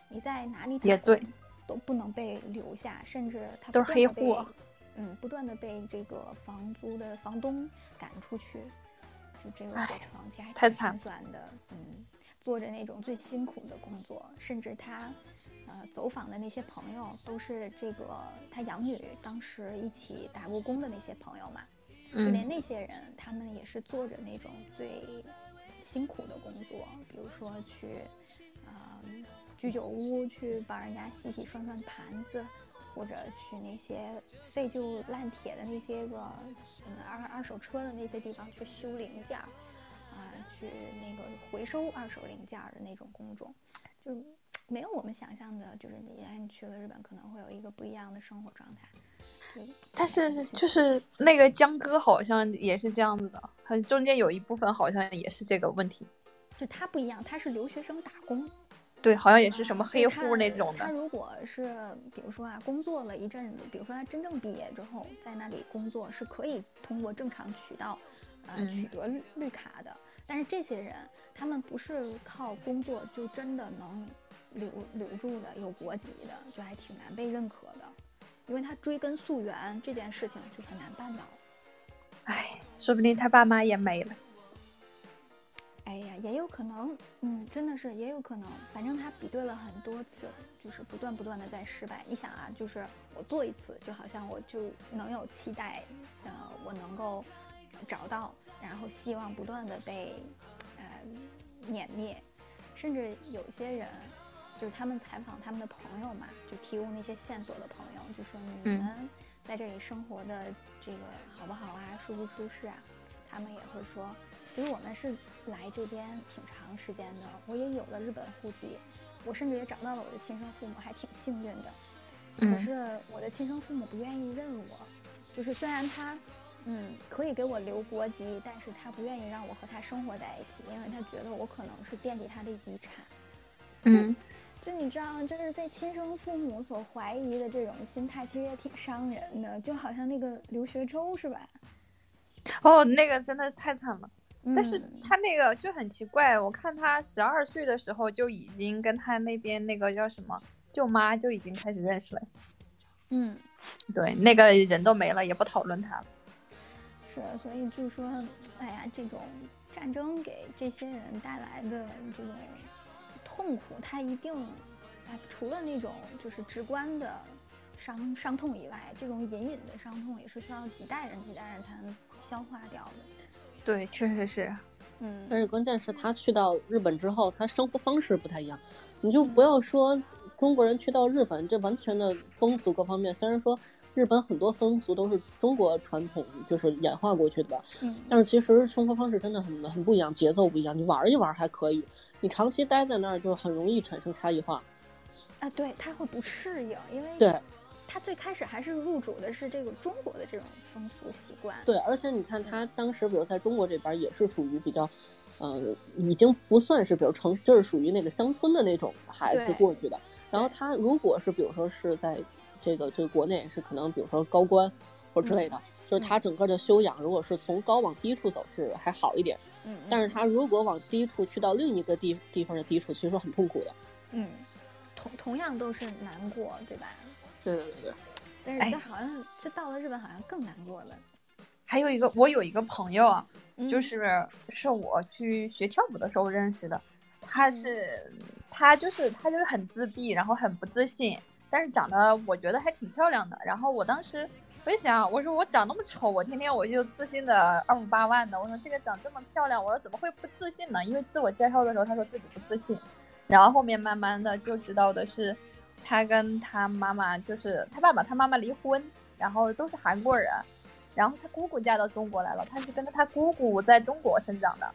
[SPEAKER 2] 你在哪里打
[SPEAKER 7] 也
[SPEAKER 2] 工
[SPEAKER 7] 对
[SPEAKER 2] 都不能被留下，甚至他
[SPEAKER 7] 都
[SPEAKER 2] 不
[SPEAKER 7] 是
[SPEAKER 2] 断
[SPEAKER 7] 黑
[SPEAKER 2] 地被
[SPEAKER 7] 户，
[SPEAKER 2] 嗯，不断的被这个房租的房东赶出去，就这个过
[SPEAKER 7] 唉
[SPEAKER 2] 程其实还
[SPEAKER 7] 太
[SPEAKER 2] 挺
[SPEAKER 7] 惨
[SPEAKER 2] 心酸的，嗯，做着那种最辛苦的工作，甚至他呃走访的那些朋友都是这个他养女当时一起打过工的那些朋友嘛，就连
[SPEAKER 7] 嗯
[SPEAKER 2] 那些人，他们也是做着那种最辛苦的工作，比如说去，啊、居酒屋去帮人家洗洗涮涮盘子，或者去那些废旧烂铁的那些个，嗯，二二手车的那些地方去修零件儿，啊、去那个回收二手零件儿的那种工种，就是没有我们想象的，就是你哎，你去了日本可能会有一个不一样的生活状态。就
[SPEAKER 7] 但是
[SPEAKER 2] 挺辛
[SPEAKER 7] 就
[SPEAKER 2] 苦
[SPEAKER 7] 是那个江歌好像也是这样子的，很中间有一部分好像也是这个问题。
[SPEAKER 2] 就他不一样，他是留学生打工，
[SPEAKER 7] 对，好像也是什么黑
[SPEAKER 2] 对他
[SPEAKER 7] 户那种
[SPEAKER 2] 他
[SPEAKER 7] 的。
[SPEAKER 2] 如果是比如说啊，工作了一阵子，比如说他真正毕业之后，在那里工作是可以通过正常渠道，呃，
[SPEAKER 7] 嗯
[SPEAKER 2] 取得绿绿卡的。但是这些人，他们不是靠工作就真的能留留住的，有国籍的，就还挺难被认可的，因为他追根溯源这件事情就很难办到。
[SPEAKER 3] 哎，说不定他爸妈也没了。
[SPEAKER 2] 哎呀，也有可能，嗯，真的是也有可能。反正他比对了很多次，就是不断不断的在失败。你想啊，就是我做一次，就好像我就能有期待，呃，我能够找到，然后希望不断的被呃碾灭。甚至有些人，就是他们采访他们的朋友嘛，就提供那些线索的朋友，就说你
[SPEAKER 3] 嗯
[SPEAKER 2] 们在这里生活的这个好不好啊，舒不舒适啊？他们也会说，其实我们是来这边挺长时间的，我也有了日本户籍，我甚至也找到了我的亲生父母，还挺幸运的。可
[SPEAKER 3] 嗯
[SPEAKER 2] 是我的亲生父母不愿意认我，就是虽然他，嗯，可以给我留国籍，但是他不愿意让我和他生活在一起，因为他觉得我可能是惦记他的遗产。
[SPEAKER 3] 嗯，
[SPEAKER 2] 就你知道，就是被亲生父母所怀疑的这种心态，其实也挺伤人的。就好像那个刘学周是吧？
[SPEAKER 3] 哦，那个真的太惨了。但是
[SPEAKER 2] 嗯
[SPEAKER 3] 他那个就很奇怪，我看他十二岁的时候就已经跟他那边那个叫什么舅妈就已经开始认识了。
[SPEAKER 2] 嗯，
[SPEAKER 3] 对，那个人都没了，也不讨论他了。
[SPEAKER 2] 是，所以就说，哎呀，这种战争给这些人带来的这种痛苦，它一定，哎，除了那种就是直观的伤伤痛以外，这种隐隐的伤痛也是需要几代人、几代人才能消化掉的。
[SPEAKER 3] 对，确实是。
[SPEAKER 2] 嗯，
[SPEAKER 4] 而且关键是他去到日本之后，他生活方式不太一样。你就不要说中国人去到日本，这完全的风俗各方面，虽然说日本很多风俗都是中国传统就是演化过去的吧，
[SPEAKER 2] 嗯
[SPEAKER 4] 但是其实生活方式真的很很不一样，节奏不一样。你玩一玩还可以，你长期待在那儿就很容易产生差异化。
[SPEAKER 2] 啊，对，他会不适应，因为
[SPEAKER 4] 对，
[SPEAKER 2] 他最开始还是入主的是这个中国的这种风俗习惯。
[SPEAKER 4] 对，而且你看他当时，比如在中国这边儿也是属于比较，呃，已经不算是比如城，就是属于那个乡村的那种孩子
[SPEAKER 2] 对
[SPEAKER 4] 过去的。然后他如果是比如说是在这个这个国内是可能比如说高官或之类的，就是他整个的修养，如果是从高往低处走是还好一点，
[SPEAKER 2] 嗯，
[SPEAKER 4] 但是他如果往低处去到另一个地地方的低处，其实很痛苦的。
[SPEAKER 2] 嗯，同同样都是难过，对吧？
[SPEAKER 4] 对对对对，
[SPEAKER 2] 但是
[SPEAKER 3] 哎
[SPEAKER 2] 但好像就到了日本，好像更难过了。
[SPEAKER 3] 还有一个，我有一个朋友啊，
[SPEAKER 2] 嗯
[SPEAKER 3] 就是是我去学跳舞的时候认识的。他是他就是他就是很自闭，然后很不自信，但是长得我觉得还挺漂亮的。然后我当时我就想，我说我长那么丑，我天天我就自信的二五八万的。我说这个长这么漂亮，我说怎么会不自信呢？因为自我介绍的时候他说自己不自信，然后后面慢慢的就知道的是，他跟他妈妈就是他爸爸他妈妈离婚，然后都是韩国人。然后她姑姑嫁到中国来了，她是跟着她姑姑在中国生长的。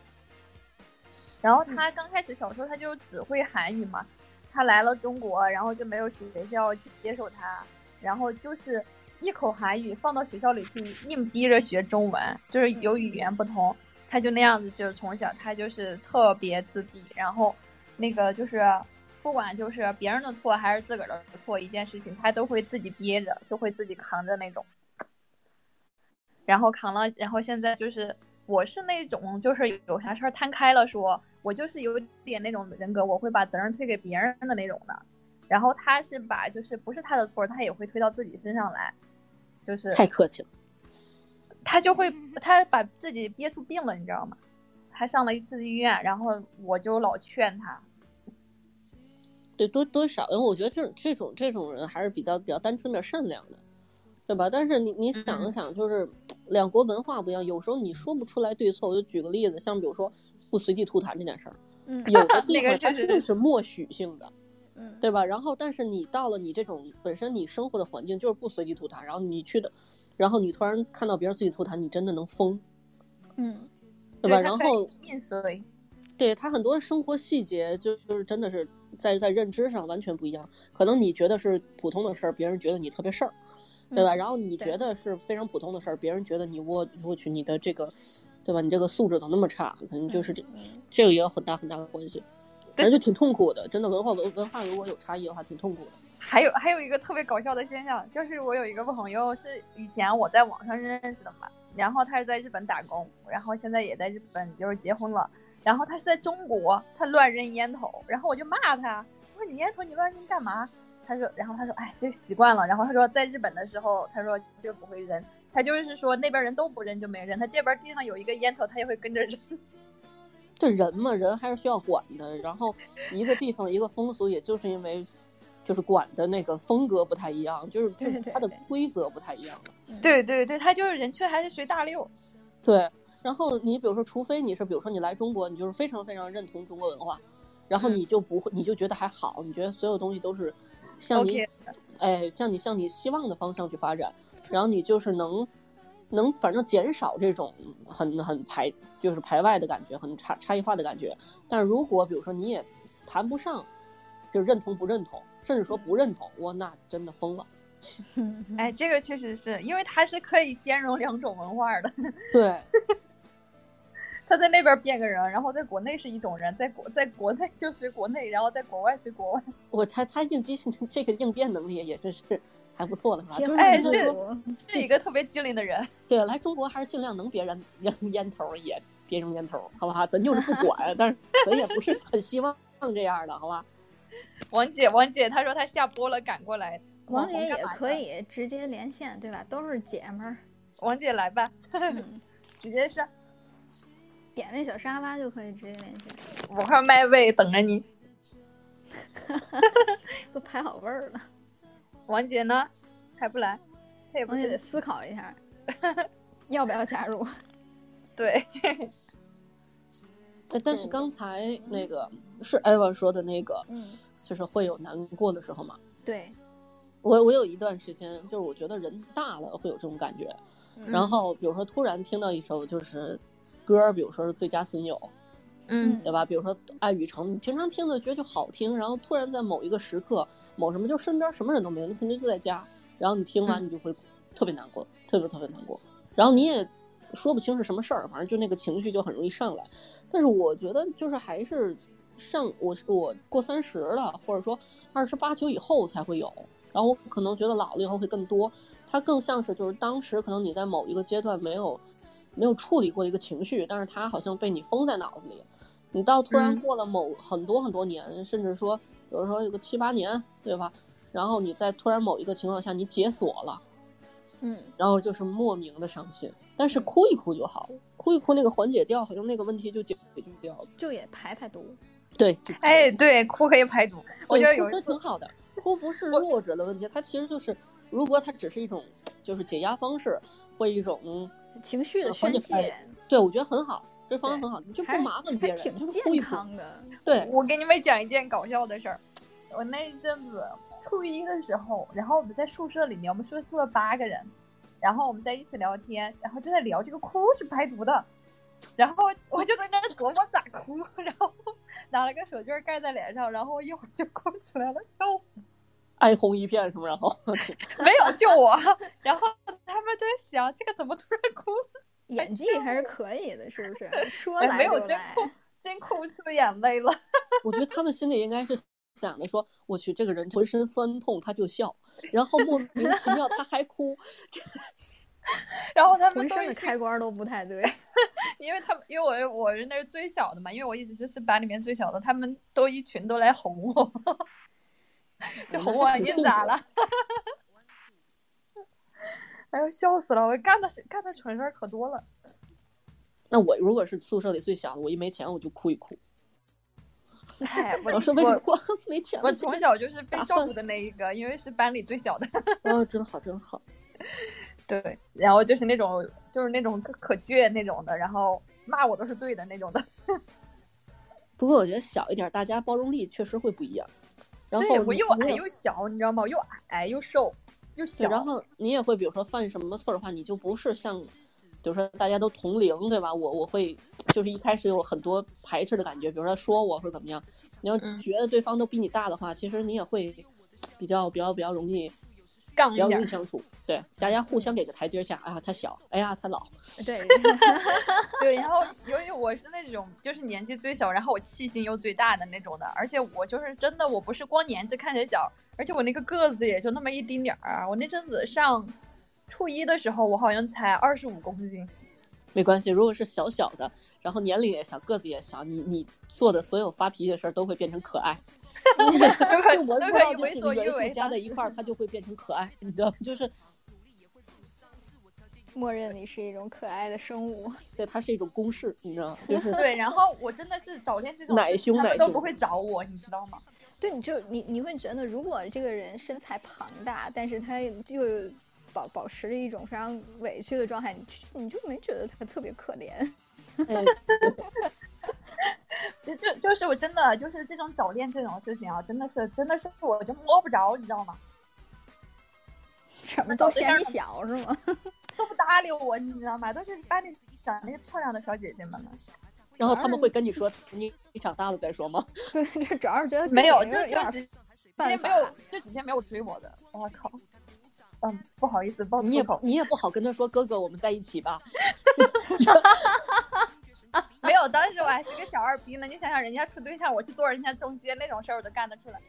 [SPEAKER 3] 然后她刚开始小时候她就只会韩语嘛，她来了中国，然后就没有学校接受她，然后就是一口韩语放到学校里去硬逼着学中文，就是有语言不同，她就那样子，就是从小她就是特别自闭，然后那个就是。不管就是别人的错还是自个儿的错，一件事情她都会自己憋着，就会自己扛着那种。然后扛了，然后现在就是我是那种就是有啥事儿摊开了说，我就是有点那种人格，我会把责任推给别人的那种的。然后他是把就是不是他的错，他也会推到自己身上来，就是
[SPEAKER 4] 太客气了。
[SPEAKER 3] 他就会他把自己憋出病了，你知道吗？还上了一次医院，然后我就老劝他，
[SPEAKER 4] 对，多多少，因为我觉得这种这种这种人还是比较比较单纯、比较善良的，对吧？但是你
[SPEAKER 3] 嗯
[SPEAKER 4] 你想一想，就是两国文化不一样，有时候你说不出来对错。我就举个例子，像比如说不随地吐痰这 件事儿，
[SPEAKER 2] 嗯
[SPEAKER 4] 有的地
[SPEAKER 3] 那个
[SPEAKER 4] 方它
[SPEAKER 3] 确实
[SPEAKER 4] 就是默许性的，
[SPEAKER 2] 嗯，
[SPEAKER 4] 对吧？然后，但是你到了你这种本身你生活的环境就是不随地吐痰，然后你去的，然后你突然看到别人随地吐痰，你真的能疯，
[SPEAKER 2] 嗯，
[SPEAKER 4] 对吧？
[SPEAKER 3] 对他
[SPEAKER 4] 然
[SPEAKER 3] 可以
[SPEAKER 4] 后
[SPEAKER 3] 硬随，
[SPEAKER 4] 对他很多生活细节，就就是真的是在在认知上完全不一样。可能你觉得是普通的事儿，别人觉得你特别事儿，对
[SPEAKER 8] 嗯
[SPEAKER 4] 吧？然后你
[SPEAKER 2] 对
[SPEAKER 4] 觉得是非常普通的事儿，别人觉得你我我去你的这个，对吧？你这个素质怎么那么差？可
[SPEAKER 2] 嗯
[SPEAKER 4] 能
[SPEAKER 8] 嗯
[SPEAKER 4] 就是这、这个也有很大很大的关系，反正就挺痛苦的。真的文化文文化如果有差异的话，挺痛苦的。
[SPEAKER 3] 还有还有一个特别搞笑的现象，就是我有一个朋友是以前我在网上认识的嘛，然后他是在日本打工，然后现在也在日本就是结婚了，然后他是在中国，他乱扔烟头，然后我就骂他，问你烟头你乱扔干嘛？他说，然后他说，哎，就习惯了。然后他说，在日本的时候，他说就不会扔，他就是说那边人都不扔就没扔，他这边地上有一个烟头，他也会跟着扔。
[SPEAKER 4] 这人嘛，人还是需要管的。然后一个地方一个风俗，也就是因为就是管的那个风格不太一样，就是
[SPEAKER 8] 对对对
[SPEAKER 4] 它的
[SPEAKER 8] 对
[SPEAKER 4] 规则不太一样。
[SPEAKER 3] 对对对，他就是人去还是随大溜。
[SPEAKER 4] 对，然后你比如说，除非你是，比如说你来中国，你就是非常非常认同中国文化，然后你就不会，你就觉得还好，你觉得所有东西都是向你
[SPEAKER 3] OK
[SPEAKER 4] 哎，向你向你希望的方向去发展，然后你就是能能反正减少这种很很排就是排外的感觉，很差差异化的感觉。但是如果比如说你也谈不上，就是认同不认同，甚至说不认同，哇，那真的疯了。
[SPEAKER 2] 嗯
[SPEAKER 3] 哎，这个确实是因为他是可以兼容两种文化的，
[SPEAKER 4] 对，
[SPEAKER 3] 他在那边变个人，然后在国内是一种人，在国在国内就随国内，然后在国外随国外。
[SPEAKER 4] 我他他应激性这个应变能力也真是还不错了吧？
[SPEAKER 8] 切
[SPEAKER 4] 就是
[SPEAKER 3] 哎
[SPEAKER 8] 换自
[SPEAKER 3] 这
[SPEAKER 8] 如，
[SPEAKER 3] 是一个特别机灵的人。
[SPEAKER 4] 对，来中国还是尽量能别扔 扔烟头儿也别扔烟头儿，好不好？咱就是不 管，但是咱也不是很希望这样的，好吧？
[SPEAKER 3] 王姐，王姐，她说她下播了，赶过来。
[SPEAKER 2] 王姐
[SPEAKER 3] 红干
[SPEAKER 2] 也
[SPEAKER 3] 嘛去
[SPEAKER 2] 可
[SPEAKER 3] 了。
[SPEAKER 2] 以直接连线，对吧？都是姐们儿，
[SPEAKER 3] 王姐来吧，
[SPEAKER 2] 嗯
[SPEAKER 3] 直接上，
[SPEAKER 2] 点那小沙发就可以直接连线，
[SPEAKER 3] 我块麦位等着你。
[SPEAKER 2] 都排好位儿了。
[SPEAKER 3] 王姐呢？还不来？她也不
[SPEAKER 2] 王姐得
[SPEAKER 3] 是
[SPEAKER 2] 思考一 下，
[SPEAKER 8] 要不要加入？
[SPEAKER 3] 对，
[SPEAKER 4] 呃但是刚才那个是艾娃说的那个，
[SPEAKER 8] 嗯，
[SPEAKER 4] 就是会有难过的时候嘛。
[SPEAKER 2] 对，
[SPEAKER 4] 我我有一段时间，就是我觉得人大了会有这种感觉，
[SPEAKER 2] 嗯
[SPEAKER 4] 然后比如说突然听到一首就是歌儿，比如说是最佳损友，
[SPEAKER 3] 嗯
[SPEAKER 4] 对吧？比如说《爱与诚》，你平常听的觉得就好听，然后突然在某一个时刻，某什么就身边什么人都没有，你肯定就在家，然后你听完你就会特别难过，特别特别难过，然后你也说不清是什么事儿，反正就那个情绪就很容易上来。但是我觉得就是还是上我我过三十了，或者说二十八九以后才会有。然后我可能觉得老了以后会更多，它更像是就是当时可能你在某一个阶段没有没有处理过一个情绪，但是它好像被你封在脑子里，你到突然
[SPEAKER 3] 嗯
[SPEAKER 4] 过了某很多很多年，甚至说有的时候有个七八年，对吧？然后你在突然某一个情况下你解锁了，
[SPEAKER 8] 嗯，
[SPEAKER 4] 然后就是莫名的伤心，但是哭一哭就好了，哭一哭那个缓解掉，好像那个问题就解决掉了。
[SPEAKER 2] 就也排排毒。
[SPEAKER 4] 对，就
[SPEAKER 3] 哎，对，哭可以排毒。我觉得有
[SPEAKER 4] 哭
[SPEAKER 3] 人
[SPEAKER 4] 说挺好的，哭不是弱者的问题，它其实就是，如果它只是一种就是解压方式或一种，
[SPEAKER 2] 情绪的
[SPEAKER 4] 缓解
[SPEAKER 2] 宣
[SPEAKER 4] 排
[SPEAKER 2] 泄
[SPEAKER 4] 对我觉得很好，这方案
[SPEAKER 2] 对
[SPEAKER 4] 很好，你就不
[SPEAKER 2] 还
[SPEAKER 4] 麻烦别
[SPEAKER 2] 还
[SPEAKER 4] 人，
[SPEAKER 2] 挺
[SPEAKER 4] 就是哭
[SPEAKER 2] 健
[SPEAKER 4] 一哭。
[SPEAKER 2] 康的，
[SPEAKER 4] 对，
[SPEAKER 3] 我给你们讲一件搞笑的事儿。我那一阵子初一的时候，然后我们在宿舍里面，我们宿舍住了八个人，然后我们在一起聊天，然后就在聊这个哭是排毒的，然后我就在那儿琢磨咋哭， 然后拿了个手绢盖在脸上，然后一会儿就哭起来了，笑死。
[SPEAKER 4] 哀鸿一片是吗？然后
[SPEAKER 3] 没有就我，然后他们在想这个怎么突然哭
[SPEAKER 2] 演技还是可以的，是不是？说
[SPEAKER 3] 哎
[SPEAKER 2] 来
[SPEAKER 3] 没有
[SPEAKER 2] 就
[SPEAKER 3] 真
[SPEAKER 2] 来
[SPEAKER 3] 哭，真哭出眼泪了。
[SPEAKER 4] 我觉得他们心里应该是想的说，我去这个人浑身酸痛他就笑，然后莫名其妙他还哭，
[SPEAKER 3] 然后他们
[SPEAKER 2] 浑
[SPEAKER 3] 都
[SPEAKER 2] 身
[SPEAKER 3] 一
[SPEAKER 2] 的
[SPEAKER 3] 起
[SPEAKER 2] 开关都不太 对。
[SPEAKER 3] 因为他们，因为我是我是那是最小的嘛，因为我一直就是班里面最小的，他们都一群都来哄我，
[SPEAKER 4] 哦
[SPEAKER 3] 就哄我，你咋了？哎呦，笑死了！我干的干的蠢事儿可多了。
[SPEAKER 4] 那我如果是宿舍里最小的，我一没钱我就哭一哭。
[SPEAKER 3] 哎，我
[SPEAKER 4] 老师为什么
[SPEAKER 3] 我
[SPEAKER 4] 哭？ 没钱了。
[SPEAKER 3] 我 从小就是被照顾的那一个，因为是班里最小 的。
[SPEAKER 4] 哦，真好，真好。
[SPEAKER 3] 对，然后就是那种就是那种可可倔那种的，然后骂我都是对的那种的。
[SPEAKER 4] 不过我觉得小一点，大家包容力确实会不一样。然后
[SPEAKER 3] 对我
[SPEAKER 4] 你
[SPEAKER 3] 又哎
[SPEAKER 4] 你
[SPEAKER 3] 矮
[SPEAKER 4] 也
[SPEAKER 3] 又小，你知道吗？我又矮又瘦又
[SPEAKER 4] 对
[SPEAKER 3] 小。
[SPEAKER 4] 然后你也会，比如说犯什么错的话，你就不是像，比如说大家都同龄，对吧？我我会就是一开始有很多排斥的感觉，比如说说我或者怎么样。你要
[SPEAKER 3] 嗯
[SPEAKER 4] 觉得对方都比你大的话，其实你也会比较比较比较容易
[SPEAKER 3] 杠
[SPEAKER 4] 比
[SPEAKER 3] 一
[SPEAKER 4] 较
[SPEAKER 3] 点
[SPEAKER 4] 容易
[SPEAKER 3] 儿，
[SPEAKER 4] 相处。对，大家互相给个台阶下。哎呀，他小，哎呀，他老。
[SPEAKER 2] 对，
[SPEAKER 3] 对，然后由于我是那种就是年纪最小，然后我气性又最大的那种的，而且我就是真的我不是光年纪看起来小，而且我那个个子也就那么一丁点儿。啊我那阵子上初一的时候，我好像才二十五公 斤。
[SPEAKER 4] 没关系，如果是小小的，然后年龄也小，个子也小，你你做的所有发脾气的事儿都会变成可爱。就
[SPEAKER 3] 都
[SPEAKER 4] 闻
[SPEAKER 3] 可
[SPEAKER 4] 不到
[SPEAKER 3] 以
[SPEAKER 4] 这
[SPEAKER 3] 为
[SPEAKER 4] 几
[SPEAKER 3] 所
[SPEAKER 4] 个
[SPEAKER 3] 欲
[SPEAKER 4] 元
[SPEAKER 3] 为
[SPEAKER 4] 素加
[SPEAKER 3] 当
[SPEAKER 4] 在一块儿，它就会变成可爱，你知道吗？就是
[SPEAKER 2] 默认你是一种可爱的生物。
[SPEAKER 4] 对，它是一种公式，你 知道吗？就是
[SPEAKER 3] 对，然后我真的是找见这种
[SPEAKER 4] 奶
[SPEAKER 3] 事
[SPEAKER 4] 凶
[SPEAKER 3] 他
[SPEAKER 4] 奶
[SPEAKER 3] 们都
[SPEAKER 4] 凶
[SPEAKER 3] 不会找我，你知道吗？
[SPEAKER 2] 对，你就你你会觉得，如果这个人身材庞大，但是他又保保持着一种非常委屈的状态，你去你就没觉得他特别可怜。
[SPEAKER 4] 哎，
[SPEAKER 3] 这就就是我真的就是这种早恋这种事情啊，真的是真的是我就摸不着，你知道吗？
[SPEAKER 2] 什么
[SPEAKER 3] 都
[SPEAKER 2] 都
[SPEAKER 3] 这
[SPEAKER 2] 嫌
[SPEAKER 3] 样
[SPEAKER 2] 你
[SPEAKER 3] 的
[SPEAKER 2] 小是吗？
[SPEAKER 3] 都不搭理我，你知道吗？都是把你想那些漂亮的小姐姐们呢。
[SPEAKER 4] 然后他们会跟你说：“你你长大了再说吗
[SPEAKER 2] 对，这主要是觉得
[SPEAKER 3] 没有，
[SPEAKER 2] 有
[SPEAKER 3] 就
[SPEAKER 2] 点有
[SPEAKER 3] 就
[SPEAKER 2] 点
[SPEAKER 3] 几
[SPEAKER 2] 犯
[SPEAKER 3] 天
[SPEAKER 2] 法
[SPEAKER 3] 没有，就几天没有追我的，我靠。嗯，不好意思，爆？”
[SPEAKER 4] 你也
[SPEAKER 3] 粗 口。
[SPEAKER 4] 你也不好跟他说：“哥哥，我们在一起吧。
[SPEAKER 3] 没有，当时我还是个小二逼呢。你想想，人家处对象，我去坐人家中间那种事儿，我都干得出来。”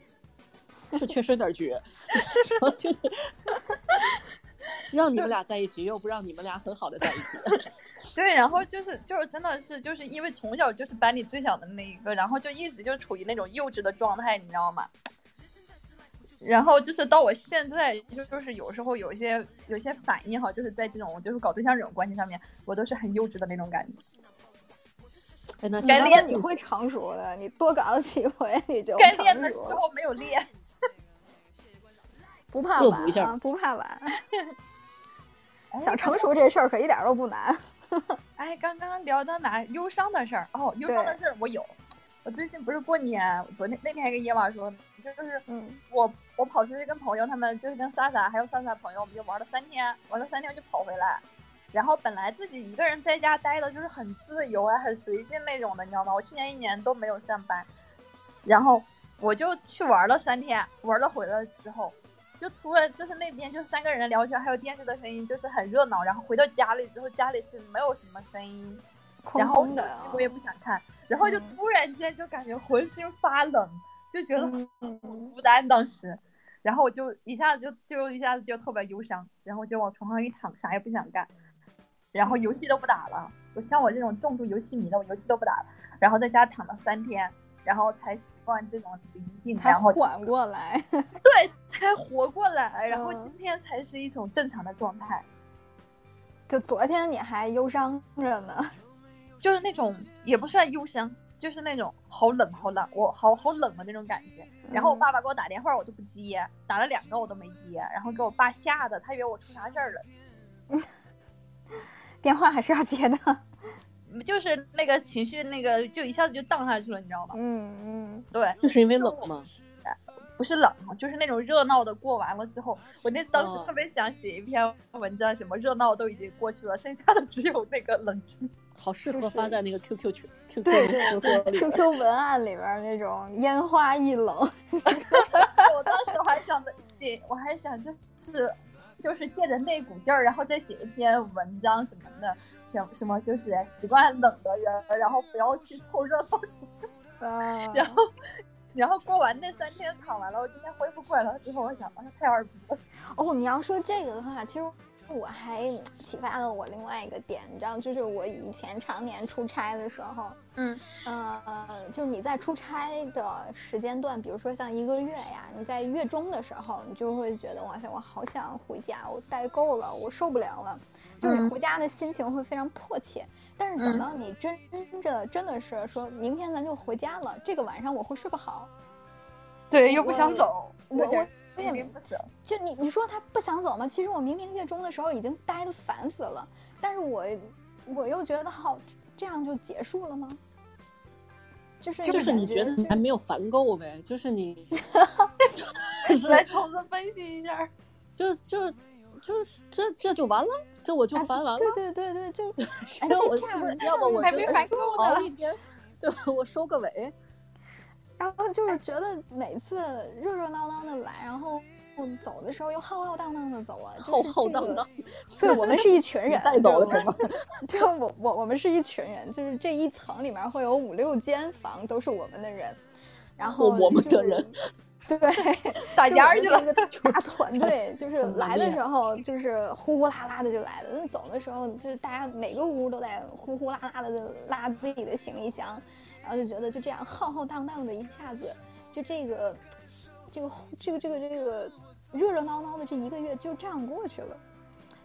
[SPEAKER 4] 是缺深点局， 然后就是 让你们俩在一起，又不让你们俩很好的在一起。
[SPEAKER 3] 对，然后就是就是真的是就是因为从小就是班里最小的那一个，然后就一直就处于那种幼稚的状态，你知道吗？然后就是到我现在，就就是有时候有一些有一些反应哈，就是在这种就是搞对象这种关系上面，我都是很幼稚的那种感觉。
[SPEAKER 4] 哎，那
[SPEAKER 3] 该
[SPEAKER 2] 然
[SPEAKER 3] 练
[SPEAKER 2] 后你会成熟的，你多搞几回你 就
[SPEAKER 3] 该
[SPEAKER 2] 成
[SPEAKER 3] 练的时
[SPEAKER 2] 熟了，
[SPEAKER 3] 候没有练，
[SPEAKER 2] 不怕
[SPEAKER 4] 恶补一
[SPEAKER 2] 晚
[SPEAKER 4] 下
[SPEAKER 2] 啊，不怕晚。
[SPEAKER 3] 哎
[SPEAKER 2] 想成熟这事儿可一点儿都不难。
[SPEAKER 3] 哎，刚刚聊到哪忧伤的事儿哦，忧伤的
[SPEAKER 2] 对
[SPEAKER 3] 事儿我有。我最近不是过年，昨天那天还跟野马说，就是
[SPEAKER 2] 嗯，
[SPEAKER 3] 我我跑出去跟朋友，他们就是跟萨萨还有萨萨朋友，我们就玩了三天，玩了三天就跑回来。然后本来自己一个人在家待的，就是很自由啊，很随性那种的，你知道吗？我去年一年都没有上班，然后我就去玩了三天，玩了回来之后，就突然就是那边就三个人聊天，还有电视的声音，就是很热闹。然后回到家里之后，家里是没有什么声音，
[SPEAKER 2] 空
[SPEAKER 3] 然后
[SPEAKER 2] 空
[SPEAKER 3] 手
[SPEAKER 2] 的
[SPEAKER 3] 机
[SPEAKER 2] 啊，
[SPEAKER 3] 我也不想看，然后就
[SPEAKER 2] 嗯
[SPEAKER 3] 突然间就感觉浑身发冷，就觉得
[SPEAKER 2] 嗯
[SPEAKER 3] 很孤单当时，然后我就一下子就就一下子就特别忧伤，然后就往床上一躺，啥也不想干，然后游戏都不打了。我像我这种重度游戏迷的，我游戏都不打了，然后在家躺了三天，然后才习惯这种宁静，
[SPEAKER 2] 才
[SPEAKER 3] 然后
[SPEAKER 2] 缓过来。
[SPEAKER 3] 对才活过来，然后
[SPEAKER 2] 嗯
[SPEAKER 3] 今天才是一种正常的状态。
[SPEAKER 2] 就昨天你还忧伤着呢，
[SPEAKER 3] 就是那种也不算忧伤，就是那种好冷好冷，我好好冷的那种感觉。然
[SPEAKER 2] 嗯
[SPEAKER 3] 后我爸爸给我打电话，我都不接，打了两个我都没接，然后给我爸吓的，他以为我出啥事儿了。
[SPEAKER 2] 电话还是要接的。
[SPEAKER 3] 就是那个情绪，那个就一下子就荡下去了，你知道吗？
[SPEAKER 2] 嗯嗯，
[SPEAKER 3] 对，
[SPEAKER 4] 就是因为冷吗？
[SPEAKER 3] 不是冷，就是那种热闹的过完了之后，我那当时特别想写一篇文章，什么热闹都已经过去了，剩下的只有那个冷清。
[SPEAKER 4] 好适合发在那个 QQ 群、QQ
[SPEAKER 2] 对
[SPEAKER 4] 群
[SPEAKER 2] 对
[SPEAKER 4] 里
[SPEAKER 2] 对，QQ 文案里边儿那种烟花易冷，
[SPEAKER 3] 我当时还想着写，我还想就是就是借着那股劲儿，然后再写一篇文章什么的，什什么就是习惯冷的人，然后不要去凑热闹什么。
[SPEAKER 2] 嗯，
[SPEAKER 3] 然后然后过完那三天躺完了，我今天恢复过来了之后，我想，哎呀，太二逼了。
[SPEAKER 2] 哦，你要说这个的话，其实我还启发了我另外一个点，你知道，就是我以前常年出差的时候，
[SPEAKER 3] 嗯，
[SPEAKER 2] 呃，就是你在出差的时间段，比如说像一个月呀，你在月中的时候，你就会觉得哇塞，我好想回家，我待够了，我受不了了，就是你
[SPEAKER 3] 嗯
[SPEAKER 2] 回家的心情会非常迫切。但是等
[SPEAKER 3] 嗯
[SPEAKER 2] 到你真的真的是说明天咱就回家了，这个晚上我会睡不好，
[SPEAKER 3] 对，又
[SPEAKER 2] 不
[SPEAKER 3] 不
[SPEAKER 2] 想
[SPEAKER 3] 想走，
[SPEAKER 2] 我我我也
[SPEAKER 3] 有点不舍。
[SPEAKER 2] 就你你说他不想走吗？其实我明明月中的时候已经待的烦死了，但是我我又觉得好，这样就结束了吗？就是
[SPEAKER 4] 就是
[SPEAKER 2] 感
[SPEAKER 4] 你觉得你还没有烦够呗？就是 你，就是
[SPEAKER 3] 来重新分析一下，
[SPEAKER 4] 就就就这这就完了，这我就
[SPEAKER 2] 哎
[SPEAKER 4] 烦完了。
[SPEAKER 2] 对对对对，就哎
[SPEAKER 4] 要我
[SPEAKER 2] 就这样
[SPEAKER 4] 不是，
[SPEAKER 2] 这
[SPEAKER 4] 要么
[SPEAKER 2] 样哎
[SPEAKER 4] 我
[SPEAKER 3] 还
[SPEAKER 4] 就
[SPEAKER 3] 没
[SPEAKER 4] 是
[SPEAKER 3] 烦够
[SPEAKER 4] 熬
[SPEAKER 3] 呢。
[SPEAKER 4] 一天，对吧？我收个尾，
[SPEAKER 2] 然后 就是觉得每次热热闹闹的来，然后走的时候又浩浩荡荡的走啊，就是
[SPEAKER 4] 浩浩
[SPEAKER 2] 这个
[SPEAKER 4] 荡荡。
[SPEAKER 2] 对我们是一 群人，
[SPEAKER 4] 带走了
[SPEAKER 2] 就是
[SPEAKER 4] 什么
[SPEAKER 2] 对，我我我们是一群人，就是这一层里面会有五六间房都是我们的人，然后
[SPEAKER 4] 哦我们的
[SPEAKER 2] 就是
[SPEAKER 4] 人，
[SPEAKER 2] 对，
[SPEAKER 3] 打
[SPEAKER 2] 就
[SPEAKER 3] 尖
[SPEAKER 2] 我
[SPEAKER 3] 儿
[SPEAKER 2] 们
[SPEAKER 3] 去
[SPEAKER 2] 这一个
[SPEAKER 3] 了，
[SPEAKER 2] 大团队，就是
[SPEAKER 4] 么
[SPEAKER 2] 来的
[SPEAKER 4] 厉害
[SPEAKER 2] 时候就是呼呼啦啦的就来了，那走的时候就是大家每个屋都在呼呼啦啦的拉自己的行李箱，然后就觉得就这样浩浩荡荡的一下子就这个，这个这个这个这个热热闹闹的这一个月就这样过去了，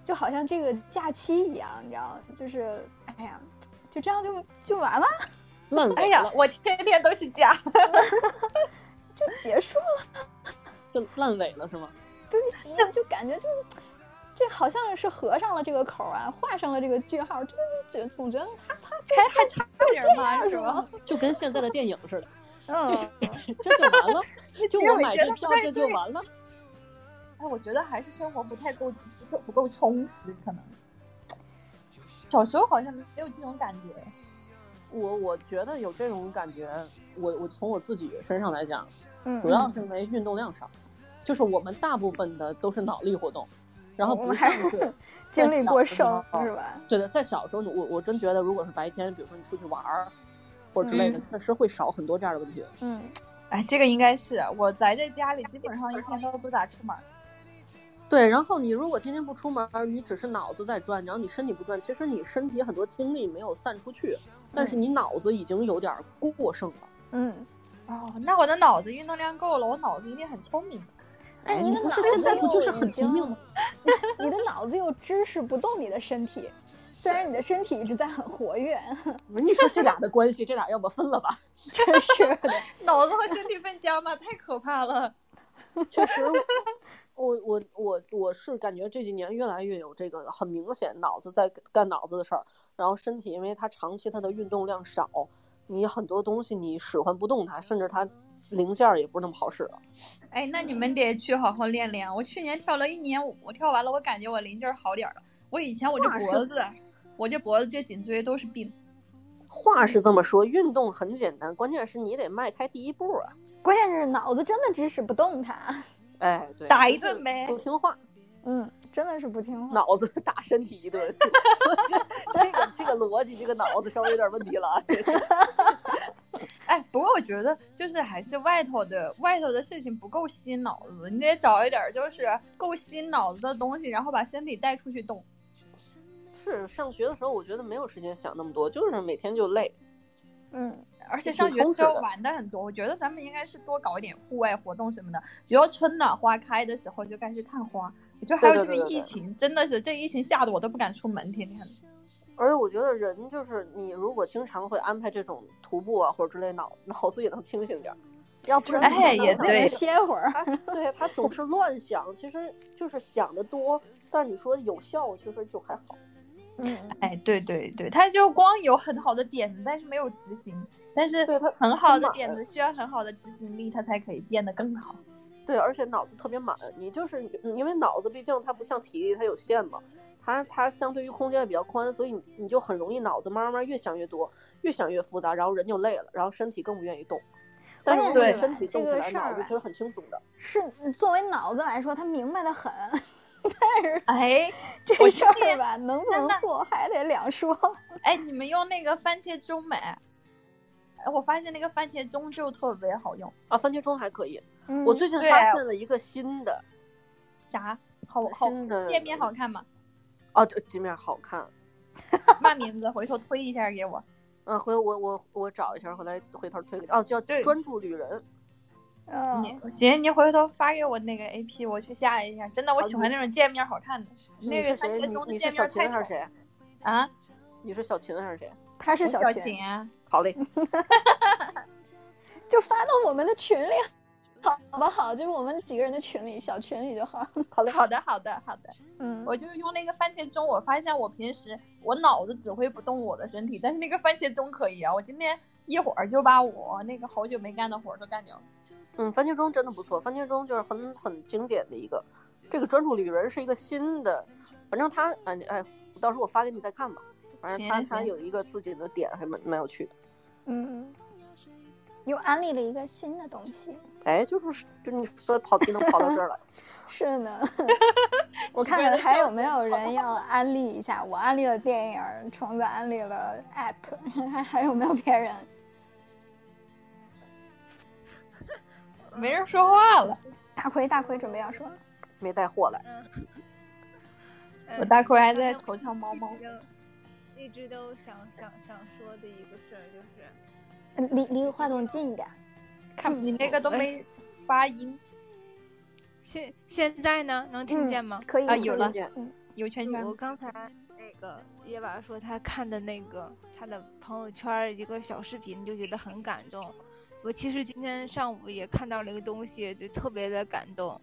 [SPEAKER 2] 就好像这个假期一样，你知道，就是哎呀，就这样就就完了，
[SPEAKER 4] 烂尾了，
[SPEAKER 3] 哎呀，我天天都是假，
[SPEAKER 2] 就结束了，
[SPEAKER 4] 就烂尾了是吗？
[SPEAKER 2] 就你就感觉就这好像是合上了这个口啊，画上了这个句号，就就总觉得他他这
[SPEAKER 3] 还还差点吗？
[SPEAKER 2] 样
[SPEAKER 3] 是
[SPEAKER 2] 是
[SPEAKER 3] 吗
[SPEAKER 2] 吗？
[SPEAKER 4] 就跟现在的电影似的，
[SPEAKER 2] 嗯，
[SPEAKER 4] 这就完了，就
[SPEAKER 3] 其实
[SPEAKER 4] 我
[SPEAKER 3] 我
[SPEAKER 4] 买
[SPEAKER 3] 觉
[SPEAKER 4] 这
[SPEAKER 3] 得
[SPEAKER 4] 票
[SPEAKER 3] 不太
[SPEAKER 4] 这就
[SPEAKER 3] 对
[SPEAKER 4] 完了。
[SPEAKER 3] 哎，我觉得还是生活不太够，不不够充实，可能。小时候好像没有这种感觉，
[SPEAKER 4] 我我觉得有这种感觉，我我从我自己身上来讲，
[SPEAKER 2] 嗯
[SPEAKER 4] 主要是因为运动量少，就是我们大部分的都是脑力活动，然后
[SPEAKER 2] 我
[SPEAKER 3] 哦
[SPEAKER 4] 不
[SPEAKER 2] 们
[SPEAKER 4] 像
[SPEAKER 2] 还
[SPEAKER 4] 是在
[SPEAKER 2] 精力
[SPEAKER 4] 小
[SPEAKER 2] 过
[SPEAKER 4] 的时
[SPEAKER 2] 剩
[SPEAKER 4] 候
[SPEAKER 2] 是吧？
[SPEAKER 4] 对的，在小时候，我我真觉得，如果是白天，比如说你出去玩儿或者
[SPEAKER 3] 嗯
[SPEAKER 4] 之类的，确实会少很多这样的问题。
[SPEAKER 2] 嗯，
[SPEAKER 3] 哎，这个应该是我宅在家里，基本上一天都不咋出门。
[SPEAKER 4] 对，然后你如果天天不出门儿，你只是脑子在转，然后你身体不转，其实你身体很多精力没有散出去，但是你脑子已经有点儿过剩了。
[SPEAKER 2] 嗯，
[SPEAKER 3] 哦，那我的脑子运动量够了，我脑子一定很聪明的。
[SPEAKER 2] 哎，
[SPEAKER 4] 哎
[SPEAKER 2] 你
[SPEAKER 4] 你
[SPEAKER 2] 的
[SPEAKER 4] 不
[SPEAKER 2] 脑
[SPEAKER 4] 是
[SPEAKER 2] 子
[SPEAKER 4] 现在不就是
[SPEAKER 2] 又
[SPEAKER 4] 很
[SPEAKER 2] 已
[SPEAKER 4] 聪明吗
[SPEAKER 2] 经 你的脑子又支持不动你的身体，虽然你的身体一直在很活跃，
[SPEAKER 4] 你说这俩的关系，这俩要不 分了吧？
[SPEAKER 2] 真是的。
[SPEAKER 3] 脑子和身体分家吗？太可怕了！
[SPEAKER 4] 确实，我我我我是感觉这几年越来越有这个很明显，脑子在干脑子的事儿，然后身体因为它长期它的运动量少，你很多东西你使唤不动它，甚至它零件儿也不是那么好使了。
[SPEAKER 3] 哎，那你们得去好好练练。我去年跳了一年舞，我跳完了，我感觉我零件儿好点儿了。我以前我这脖子，我这脖子这颈椎都是病。
[SPEAKER 4] 话是这么说，运动很简单，关键是你得迈开第一步啊！
[SPEAKER 2] 关键是脑子真的支持不动它，
[SPEAKER 4] 哎，对，
[SPEAKER 3] 打一
[SPEAKER 4] 就是
[SPEAKER 3] 顿呗
[SPEAKER 4] 不听话，
[SPEAKER 2] 嗯，真的是不听话。
[SPEAKER 4] 脑子 打身体一顿。 这个这个逻辑，这个脑子稍微有点问题了啊。 这个
[SPEAKER 3] 哎，不过我觉得就是还是外头的外头的事情不够吸引脑子，你得找一点儿就是够吸引脑子的东西，然后把身体带出去动。
[SPEAKER 4] 是上学的时候，我觉得没有时间想那么多，就是每天就累。
[SPEAKER 2] 嗯，
[SPEAKER 3] 而且上学之后玩的很多，我觉得咱们应该是多搞一点户外活动什么的，比如春暖花开的时候就该去看花。我觉得还有这
[SPEAKER 4] 对对
[SPEAKER 3] 个
[SPEAKER 4] 对对
[SPEAKER 3] 疫情，真的是这疫情吓得我都不敢出门，天天。
[SPEAKER 4] 而且我觉得人就是你，如果经常会安排这种徒步啊或者之类，脑脑子也能清醒点儿。要不然
[SPEAKER 3] 哎
[SPEAKER 4] 他
[SPEAKER 3] 也
[SPEAKER 4] 他
[SPEAKER 3] 对
[SPEAKER 2] 歇会儿。
[SPEAKER 4] 他对他总是乱想，其实就是想的多，但是你说有效，其实就还好。
[SPEAKER 2] 嗯，
[SPEAKER 3] 哎，对对对，他就光有很好的点子，但是没有执行。但是
[SPEAKER 4] 对他
[SPEAKER 3] 很好的
[SPEAKER 4] 很
[SPEAKER 3] 点
[SPEAKER 4] 满
[SPEAKER 3] 子需要很好的执行力，它才可以变得更好。
[SPEAKER 4] 对，而且脑子特别满，你就是因为脑子毕竟它不像体力，它有限嘛，它它相对于空间也比较宽，所以你你就很容易脑子慢慢越想越多，越想越复杂，然后人就累了，然后身体更不愿意动。但是如果
[SPEAKER 2] 关键
[SPEAKER 4] 你
[SPEAKER 2] 是
[SPEAKER 4] 身体动起
[SPEAKER 2] 这个
[SPEAKER 4] 来，
[SPEAKER 2] 事儿
[SPEAKER 4] 脑子
[SPEAKER 2] 吧
[SPEAKER 4] 其实很轻松的。
[SPEAKER 2] 是作为脑子来说，他明白的很，
[SPEAKER 3] 哎
[SPEAKER 2] 这
[SPEAKER 3] 我
[SPEAKER 2] 事儿吧，能不能
[SPEAKER 3] 真的
[SPEAKER 2] 做还得两说。
[SPEAKER 3] 哎，你们用那个番茄钟没？哎，我发现那个番茄钟就特别好用。
[SPEAKER 4] 啊，番茄钟还可以。
[SPEAKER 2] 嗯
[SPEAKER 4] 我最近
[SPEAKER 3] 对啊
[SPEAKER 4] 发现了一个新的，
[SPEAKER 3] 啥？好好
[SPEAKER 4] 新的
[SPEAKER 3] 界面好看 吗？
[SPEAKER 4] 哦，这界面好看。
[SPEAKER 3] 嘛名字？回头推一下给我。
[SPEAKER 4] 嗯，回头我我我找一下，回来回头推给你。哦，叫
[SPEAKER 3] 对
[SPEAKER 4] 专注旅人。
[SPEAKER 2] 嗯，
[SPEAKER 3] 你行，你回头发给我那个 A P，我去下一下。真的，我喜欢那种界面好看的。
[SPEAKER 4] 你
[SPEAKER 3] 那个
[SPEAKER 4] 是
[SPEAKER 3] 番
[SPEAKER 4] 谁？
[SPEAKER 3] 茄
[SPEAKER 4] 你
[SPEAKER 3] 钟的
[SPEAKER 4] 你
[SPEAKER 3] 界
[SPEAKER 4] 是小
[SPEAKER 3] 面
[SPEAKER 4] 秦
[SPEAKER 3] 太
[SPEAKER 4] 还
[SPEAKER 3] 丑
[SPEAKER 4] 是谁？
[SPEAKER 3] 啊！
[SPEAKER 4] 你是小秦还是谁？
[SPEAKER 2] 他是
[SPEAKER 3] 我
[SPEAKER 2] 小
[SPEAKER 3] 小
[SPEAKER 2] 秦，
[SPEAKER 3] 秦啊，
[SPEAKER 4] 好嘞，
[SPEAKER 2] 就发到我们的群里，好不好？就是我们几个人的群里，小群里就好。
[SPEAKER 4] 好嘞，
[SPEAKER 3] 好的，好的，好的。
[SPEAKER 2] 嗯，
[SPEAKER 3] 我就是用那个番茄钟，我发现我平时我脑子只会不动我的身体，但是那个番茄钟可以啊。我今天一会儿就把我那个好久没干的活儿都干掉了。
[SPEAKER 4] 嗯，番茄钟真的不错，番茄钟就是很很经典的一个。这个专注旅人是一个新的，反正他哎你哎，到时候我发给你再看吧。反正他
[SPEAKER 3] 行
[SPEAKER 4] 他
[SPEAKER 3] 行
[SPEAKER 4] 有一个自己的点，还蛮蛮有趣的。
[SPEAKER 2] 嗯，又安利了一个新的东西。
[SPEAKER 4] 哎，就是就你说跑题能跑到这儿来，
[SPEAKER 2] 是 呢，我看看还有没有人要安利一下。我安利了电影，虫子安利了 app，还 还有没有别人？
[SPEAKER 3] 没人说话了，
[SPEAKER 2] 大奎，大奎准备要说了。
[SPEAKER 4] 没带货来。
[SPEAKER 6] 嗯
[SPEAKER 3] 我大奎还在
[SPEAKER 6] 刚才
[SPEAKER 3] 瞅瞧猫猫
[SPEAKER 6] 一。直一直都想想想说的一个事儿就是，
[SPEAKER 2] 嗯离离话筒近一点。
[SPEAKER 3] 看你那
[SPEAKER 6] 哎
[SPEAKER 3] 个都没发音
[SPEAKER 6] 现现在呢，能
[SPEAKER 2] 嗯
[SPEAKER 6] 听见吗？
[SPEAKER 9] 可以
[SPEAKER 3] 啊有
[SPEAKER 9] 可
[SPEAKER 3] 了
[SPEAKER 9] 以这嗯
[SPEAKER 3] 有圈圈
[SPEAKER 6] 我，刚才那个野娃说他看的那个他的朋友圈儿一个小视频，就觉得很感动。我其实今天上午也看到了一个东西，就特别的感动，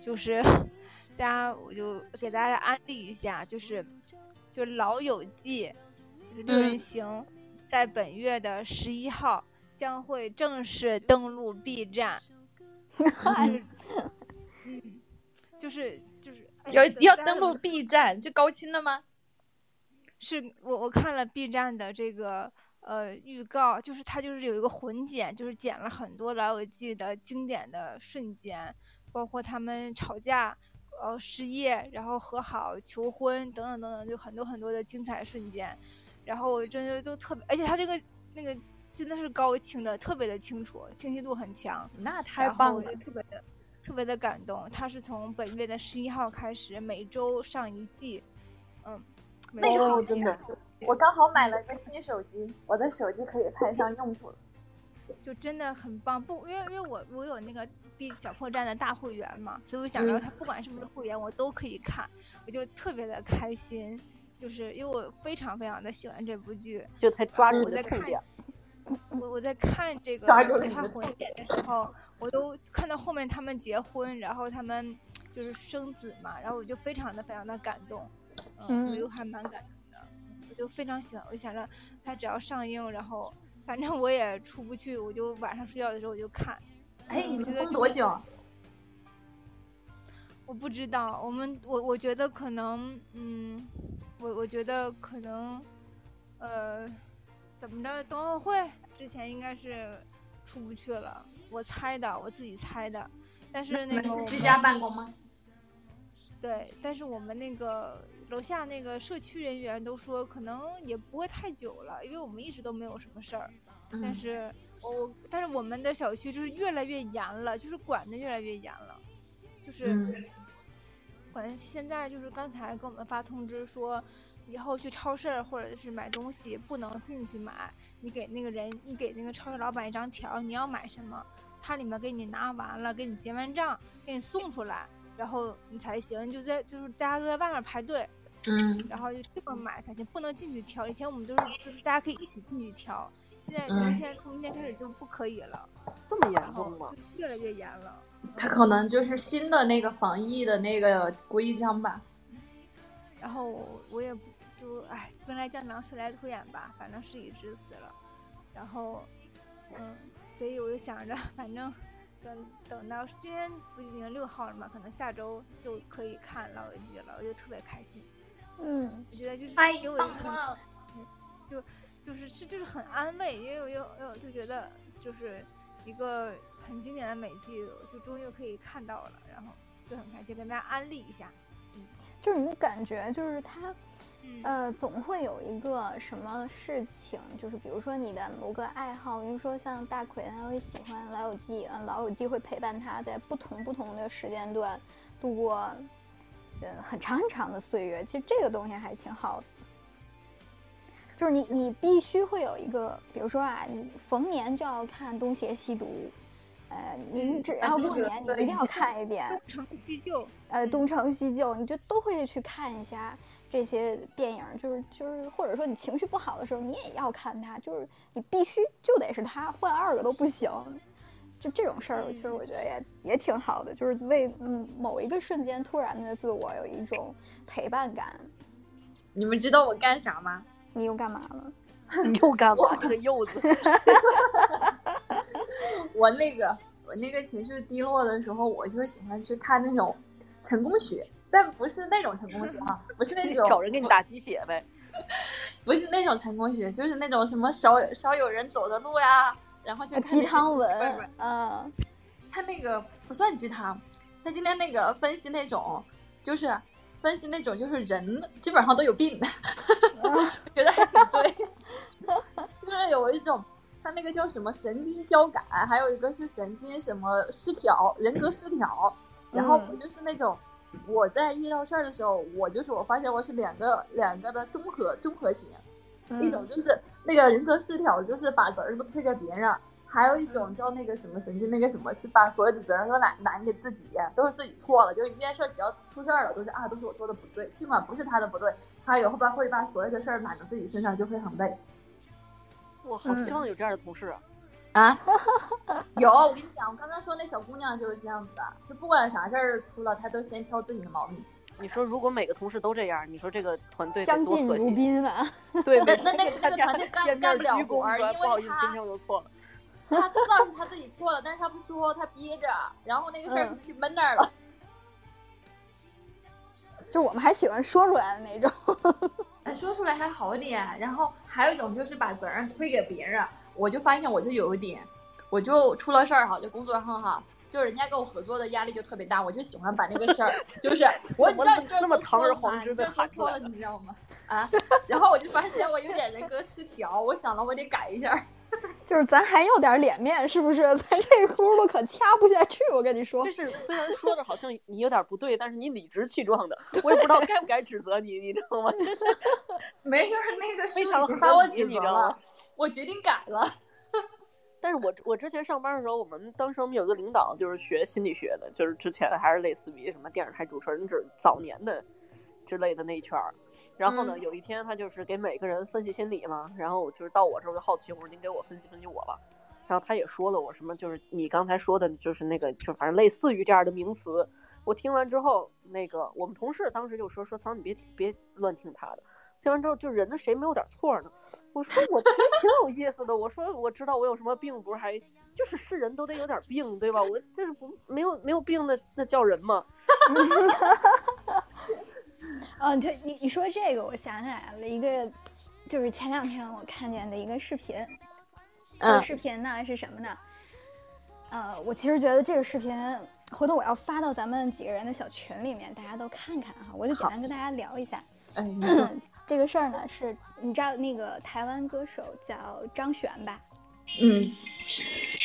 [SPEAKER 6] 就是大家我就给大家安利一下，就是就是《老友记》，就是六
[SPEAKER 3] 嗯
[SPEAKER 6] 人行，在本月的十一号将会正式登陆 B 站。就是嗯，就是就是哎
[SPEAKER 3] 要
[SPEAKER 6] 等
[SPEAKER 3] 要
[SPEAKER 6] 大家
[SPEAKER 3] 登
[SPEAKER 6] 怎么
[SPEAKER 3] 录 B 站，这高清的吗？
[SPEAKER 6] 是我我看了 B 站的这个呃预告，就是它就是有一个混剪，就是剪了很多老友记的经典的瞬间，包括他们吵架、呃失业，然后和好、求婚等等等等，就很多很多的精彩瞬间。然后我真的都特别，而且它这个那个真的是高清的，特别的清楚，清晰度很强。
[SPEAKER 3] 那太
[SPEAKER 6] 然后
[SPEAKER 3] 棒
[SPEAKER 6] 我
[SPEAKER 3] 了
[SPEAKER 6] 就！特别的特别的感动。它是从本月的十一号开始，每周上一季，嗯，每
[SPEAKER 3] 那
[SPEAKER 6] 周
[SPEAKER 4] 哦
[SPEAKER 6] 上一季啊
[SPEAKER 4] 真的
[SPEAKER 3] 我刚好买了一个新手机，我的手机可以派上用途了。
[SPEAKER 6] 就真的很棒。不，因为因为我我有那个 B 小破站的大会员嘛，所以我
[SPEAKER 3] 嗯
[SPEAKER 6] 想着它不管是不是会员，我都可以看，我就特别的开心。就是因为我非常非常的喜欢这部剧，
[SPEAKER 4] 就他抓
[SPEAKER 6] 嗯
[SPEAKER 4] 住
[SPEAKER 6] 我
[SPEAKER 4] 你的
[SPEAKER 6] 在
[SPEAKER 4] 痛
[SPEAKER 6] 看
[SPEAKER 4] 点，
[SPEAKER 6] 我我在看这个
[SPEAKER 3] 抓住你
[SPEAKER 6] 它
[SPEAKER 3] 的
[SPEAKER 6] 混点的时候，我都看到后面他们结婚，然后他们就是生子嘛，然后我就非常的非常的感动，嗯，
[SPEAKER 10] 嗯
[SPEAKER 6] 我就还蛮感动的，我就非常喜欢，我想着它只要上映，然后反正我也出不去，我就晚上睡觉的时候我就看，
[SPEAKER 3] 哎，你
[SPEAKER 6] 我
[SPEAKER 3] 们
[SPEAKER 6] 觉得
[SPEAKER 3] 封
[SPEAKER 6] 这
[SPEAKER 3] 多
[SPEAKER 6] 个
[SPEAKER 3] 久？
[SPEAKER 6] 我不知道，我们我我觉得可能，嗯，我我觉得可能，呃，怎么着，冬奥会之前应该是出不去了，我猜的，我自己猜的。但是那
[SPEAKER 3] 你
[SPEAKER 6] 个
[SPEAKER 3] 们
[SPEAKER 6] 我
[SPEAKER 3] 是居
[SPEAKER 6] 们
[SPEAKER 3] 家办公吗？
[SPEAKER 6] 对，但是我们那个楼下那个社区人员都说，可能也不会太久了，因为我们一直都没有什么事儿。但是我，但是我们的小区就是越来越严了，就是管的越来越严了，就是。管现在就是刚才给我们发通知说，以后去超市或者是买东西不能进去买，你给那个人，你给那个超市老板一张条儿，你要买什么，他里面给你拿完了，给你结完账，给你送出来，然后你才行。就在就是大家都在外面排队，
[SPEAKER 3] 嗯，
[SPEAKER 6] 然后就这么买才行，不能进去挑。以前我们都是就是大家可以一起进去挑，现在明天从明天开始就不可以了，
[SPEAKER 4] 这么
[SPEAKER 6] 然
[SPEAKER 4] 严
[SPEAKER 6] 后
[SPEAKER 4] 重吗
[SPEAKER 6] 就？越来越严了。
[SPEAKER 3] 它可能就是新的那个防疫的那个规章吧。
[SPEAKER 6] 然后我我也不就哎，兵来将挡，水来土掩吧，反正事已至此了。然后，嗯，所以我就想着，反正等等到今天不已经六号了嘛，可能下周就可以看《老友记》了，我就特别开心。
[SPEAKER 2] 嗯，
[SPEAKER 6] 我觉得就是
[SPEAKER 3] 太
[SPEAKER 6] 给我一个很
[SPEAKER 3] 棒了
[SPEAKER 6] 就是是就是很安慰，因为我又又就觉得就是一个很经典的美剧，我就终于可以看到了，然后就很开心，跟大家安利一下。
[SPEAKER 2] 就是你感觉就是它
[SPEAKER 6] 嗯，
[SPEAKER 2] 呃，总会有一个什么事情，就是比如说你的某个爱好，比如说像大奎他会喜欢老友记，嗯，老友记会陪伴他在不同不同的时间段度过，嗯，很长很长的岁月。其实这个东西还挺好的，就是你你必须会有一个，比如说啊，你逢年就要看《东邪西毒》，呃，你只要过年你一定要看一遍，
[SPEAKER 6] 东成西就，
[SPEAKER 2] 呃
[SPEAKER 3] 嗯
[SPEAKER 2] 东成西就，你就都会去看一下这些电影，就是就是，或者说你情绪不好的时候，你也要看它，就是你必须就得是它，换二个都不行。就这种事儿，
[SPEAKER 3] 嗯
[SPEAKER 2] 其实我觉得也也挺好的，就是为嗯某一个瞬间突然的自我有一种陪伴感。
[SPEAKER 3] 你们知道我干啥吗？
[SPEAKER 2] 你又干嘛了？
[SPEAKER 4] 你又干嘛？这个柚子，
[SPEAKER 3] 我那个我那个情绪低落的时候，我就喜欢去看那种成功学，但不是那种成功学啊，不是 那种
[SPEAKER 4] 找人给你打鸡血呗。
[SPEAKER 3] 不是那种成功学，就是那种什么少有少有人走的路呀，然后就
[SPEAKER 2] 啊
[SPEAKER 3] 看
[SPEAKER 2] 鸡
[SPEAKER 3] 那些
[SPEAKER 2] 汤
[SPEAKER 3] 奇奇
[SPEAKER 2] 文
[SPEAKER 3] 怪怪，
[SPEAKER 2] 嗯
[SPEAKER 3] 他那个不算鸡汤，他今天那个分析那种，就是分析那种，就是人基本上都有病，觉得还挺对，就是有一种他那个叫什么神经交感，还有一个是神经什么失调，人格失调，然后
[SPEAKER 2] 嗯
[SPEAKER 3] 我就是那种。我在遇到事儿的时候，我就是我发现我是两个两个的综嗯合综合型，一种就是那个人格失调，就是把责任都推给别人，还有一种叫那个什么神经，那个什么是把所有的责任都揽揽给自己，都是自己错了，就是一件事儿只要出事儿了，都是啊，都是我做的不对，尽管不是他的不对，他有后边会把所有的事儿揽到自己身上，就会很累。
[SPEAKER 4] 我好像有这样的同事，
[SPEAKER 3] 啊，有，我跟你讲，我刚刚说那小姑娘就是这样子的，就不管啥事儿出了，她都先挑自己的毛病。
[SPEAKER 4] 你说如果每个同事都这样，你说这个团队得
[SPEAKER 2] 相
[SPEAKER 4] 多
[SPEAKER 2] 敬
[SPEAKER 4] 和
[SPEAKER 2] 如
[SPEAKER 4] 谐？
[SPEAKER 2] 宾啊，
[SPEAKER 4] 对，
[SPEAKER 3] 那那那个
[SPEAKER 4] 大
[SPEAKER 3] 那个
[SPEAKER 4] 家
[SPEAKER 3] 团队干
[SPEAKER 4] 见
[SPEAKER 3] 干
[SPEAKER 4] 面
[SPEAKER 3] 不了
[SPEAKER 4] 鞠躬
[SPEAKER 3] 活儿
[SPEAKER 4] 说
[SPEAKER 3] 因
[SPEAKER 4] 不
[SPEAKER 3] 为
[SPEAKER 4] 好意思，
[SPEAKER 3] 他
[SPEAKER 4] 今天又错了。
[SPEAKER 3] 她知道是她自己错了，但是她不说，她憋着，然后那个事儿就闷那儿了。
[SPEAKER 2] 就我们还喜欢说出来的那种。
[SPEAKER 3] 哎，说出来还好一点。然后还有一种就是把责任推给别人，我就发现我就有一点，我就出了事儿哈，就工作上哈，就人家跟我合作的压力就特别大，我就喜欢把那个事儿， 就是我你知道你这
[SPEAKER 4] 那么
[SPEAKER 3] 做错
[SPEAKER 4] 堂而
[SPEAKER 3] 了
[SPEAKER 4] 皇
[SPEAKER 3] 吗？
[SPEAKER 4] 之
[SPEAKER 3] 你
[SPEAKER 4] 地
[SPEAKER 3] 这做
[SPEAKER 4] 喊出
[SPEAKER 3] 错
[SPEAKER 4] 来
[SPEAKER 3] 了，你知道吗？啊， 然后我就发现我有点人格失调，我想了我得改一下儿。
[SPEAKER 2] 就是咱还有点脸面，是不 是？咱这轱辘可掐不下去，我跟你说
[SPEAKER 4] 这。是虽然说的好像你有点不对，但是你理直气壮的，我也不知道该不该指责你，你知道吗？这是
[SPEAKER 3] 没事儿，那个书
[SPEAKER 4] 非常
[SPEAKER 3] 已经
[SPEAKER 4] 合
[SPEAKER 3] 把我
[SPEAKER 4] 理
[SPEAKER 3] 指
[SPEAKER 4] 你
[SPEAKER 3] 责
[SPEAKER 4] 知道吗
[SPEAKER 3] 了，我决定改了。
[SPEAKER 4] 但是我我之前上班的时候，我们当时我们有一个领导就是学心理学的，就是之前还是类似于什么电视台主持人之早年的之类的那一圈儿。然后呢，有一天他就是给每个人分析心理嘛，然后我就是到我这儿我就好奇，我说您给我分析分析我吧。然后他也说了我什么，就是你刚才说的，就是那个就反正类似于这样的名词。我听完之后，那个我们同事当时就说说曹，你别听别乱听他的。听完之后，就人的谁没有点错呢？我说我觉得挺有意思的。我说我知道我有什么病，不是还就是是人都得有点病，对吧？我这是不没有没有病那那叫人吗？
[SPEAKER 2] 嗯，对你你说这个，我想起来了一个，就是前两天我看见的一个视频，这个
[SPEAKER 3] 嗯
[SPEAKER 2] 视频呢是什么呢？呃，我其实觉得这个视频，回头我要发到咱们几个人的小群里面，大家都看看哈。我就简单跟大家聊一下
[SPEAKER 3] 哎，你说
[SPEAKER 2] 这个事儿呢，是你知道那个台湾歌手叫张悬吧？
[SPEAKER 3] 嗯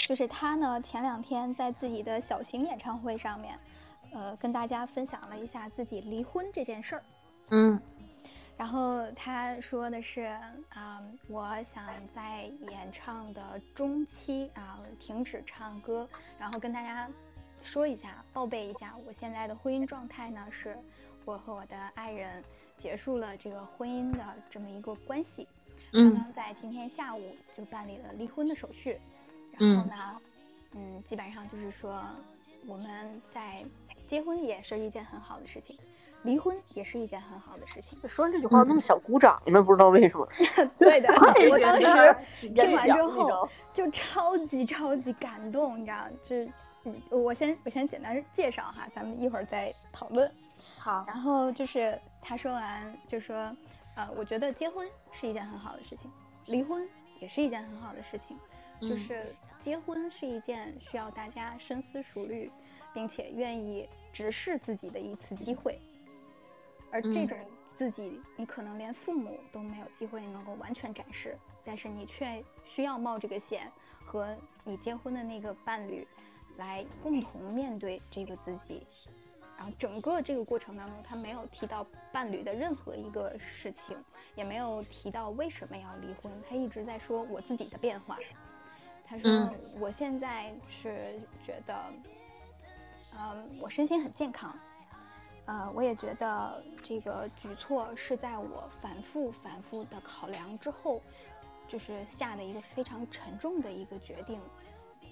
[SPEAKER 2] 就是他呢，前两天在自己的小型演唱会上面，呃，跟大家分享了一下自己离婚这件事儿。
[SPEAKER 3] 嗯
[SPEAKER 2] 然后他说的是啊、我想在演唱的中期啊、停止唱歌，然后跟大家说一下，报备一下，我现在的婚姻状态呢是，我和我的爱人结束了这个婚姻的这么一个关系。刚刚在今天下午就办理了离婚的手续，然后呢，嗯，基本上就是说我们在结婚也是一件很好的事情，离婚也是一件很好的事情。
[SPEAKER 4] 说完这句话那么想鼓掌呢，不知道 为什么。
[SPEAKER 2] 对的，我
[SPEAKER 3] 觉
[SPEAKER 2] 当
[SPEAKER 3] 得
[SPEAKER 2] 时
[SPEAKER 4] 真
[SPEAKER 2] 听完
[SPEAKER 4] 想
[SPEAKER 2] 之
[SPEAKER 4] 那种
[SPEAKER 2] 后就超级超级感动，你知道，就是嗯，我先我先简单介绍哈，咱们一会儿再讨论。
[SPEAKER 3] 好，
[SPEAKER 2] 然后就是他说完就说，呃，我觉得结婚是一件很好的事情，离婚也是一件很好的事情，就
[SPEAKER 3] 嗯
[SPEAKER 2] 是结婚是一件需要大家深思熟虑，并且愿意直视自己的一次机会，而这
[SPEAKER 3] 嗯
[SPEAKER 2] 种自己你可能连父母都没有机会能够完全展示，但是你却需要冒这个险和你结婚的那个伴侣来共同面对这个自己。然后啊整个这个过程当中，他没有提到伴侣的任何一个事情，也没有提到为什么要离婚，他一直在说我自己的变化。他说、
[SPEAKER 3] 嗯
[SPEAKER 2] 我现在是觉得，嗯，我身心很健康，呃，我也觉得这个举措是在我反复反复的考量之后，就是下的一个非常沉重的一个决定。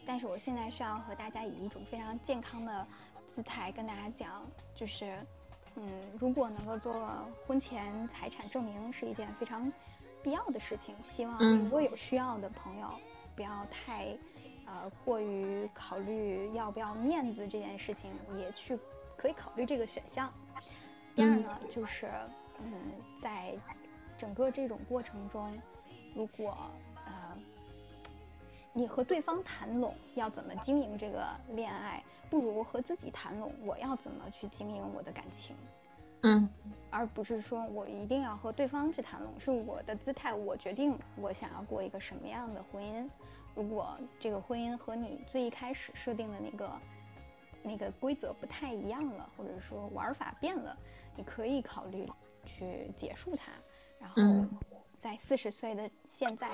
[SPEAKER 2] 但是我现在需要和大家以一种非常健康的姿态跟大家讲，就是，嗯，如果能够做婚前财产证明是一件非常必要的事情，希望
[SPEAKER 3] 嗯
[SPEAKER 2] 如果有需要的朋友不要太，呃，过于考虑要不要面子这件事情，也去可以考虑这个选项。第二呢，就是，嗯，在整个这种过程中，如果呃你和对方谈拢要怎么经营这个恋爱，不如和自己谈拢我要怎么去经营我的感情，
[SPEAKER 3] 嗯
[SPEAKER 2] 而不是说我一定要和对方去谈拢，是我的姿态，我决定我想要过一个什么样的婚姻。如果这个婚姻和你最一开始设定的那个那个规则不太一样了，或者说玩法变了，你可以考虑去结束它，然后
[SPEAKER 3] 嗯
[SPEAKER 2] 在四十岁的现在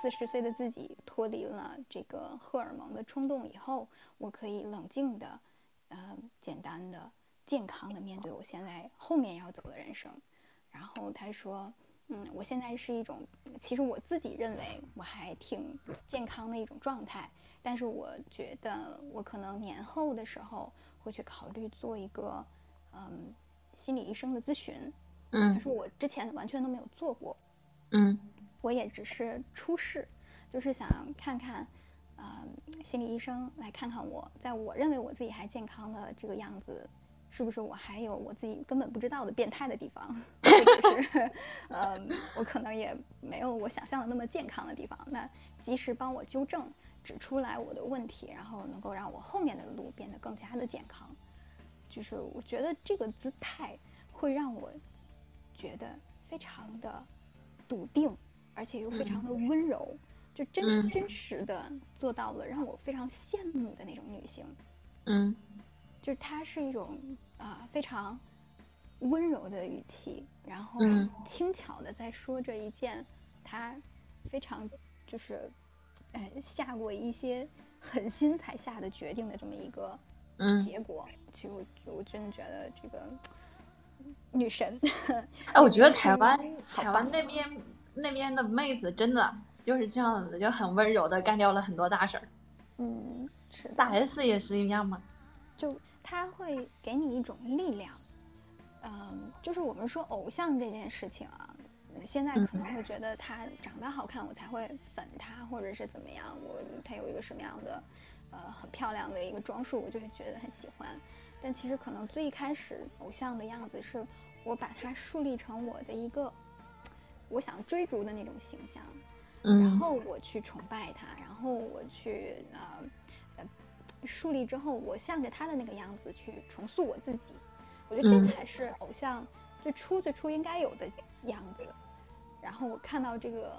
[SPEAKER 2] 四十岁的自己脱离了这个荷尔蒙的冲动以后，我可以冷静的，呃，简单的、健康的面对我现在后面要走的人生。然后他说，嗯，我现在是一种，其实我自己认为我还挺健康的一种状态，但是我觉得我可能年后的时候会去考虑做一个，嗯，心理医生的咨询。他
[SPEAKER 3] 嗯
[SPEAKER 2] 说我之前完全都没有做过，
[SPEAKER 3] 嗯
[SPEAKER 2] 我也只是出试，就是想看看，呃，心理医生来看看我，在我认为我自己还健康的这个样子，是不是我还有我自己根本不知道的变态的地方，或者是，呃，我可能也没有我想象的那么健康的地方。那及时帮我纠正、指出来我的问题，然后能够让我后面的路变得更加的健康。就是我觉得这个姿态会让我觉得非常的笃定，而且又非常的温柔，就真、
[SPEAKER 3] 嗯
[SPEAKER 2] 真实的做到了让我非常羡慕的那种女性。
[SPEAKER 3] 嗯
[SPEAKER 2] 就是她是一种啊、非常温柔的语气，然后
[SPEAKER 3] 嗯
[SPEAKER 2] 轻巧的在说着一件她非常就是呃下过一些狠心才下的决定的这么一个
[SPEAKER 3] 嗯。
[SPEAKER 2] 结果。其实我我真的觉得这个女神
[SPEAKER 3] 哎，我 觉得台湾
[SPEAKER 2] 好
[SPEAKER 3] 台湾
[SPEAKER 2] 棒啊
[SPEAKER 3] 那边那边的妹子真的就是这样子，就很温柔的干掉了很多大事儿。
[SPEAKER 2] 嗯是
[SPEAKER 3] 大 S 也是一样嘛。
[SPEAKER 2] 就它会给你一种力量。嗯，就是我们说偶像这件事情啊，嗯现在可能会觉得他长得好看，我才会粉他，或者是怎么样，我他有一个什么样的，呃，很漂亮的一个装束，我就会觉得很喜欢。但其实可能最一开始偶像的样子是我把它树立成我的一个我想追逐的那种形象，然
[SPEAKER 3] 嗯
[SPEAKER 2] 后我去崇拜他，然后我去呃呃树立之后，我向着他的那个样子去重塑我自己。我觉得这
[SPEAKER 3] 嗯
[SPEAKER 2] 才是偶像最初最初应该有的样子。然后我看到这个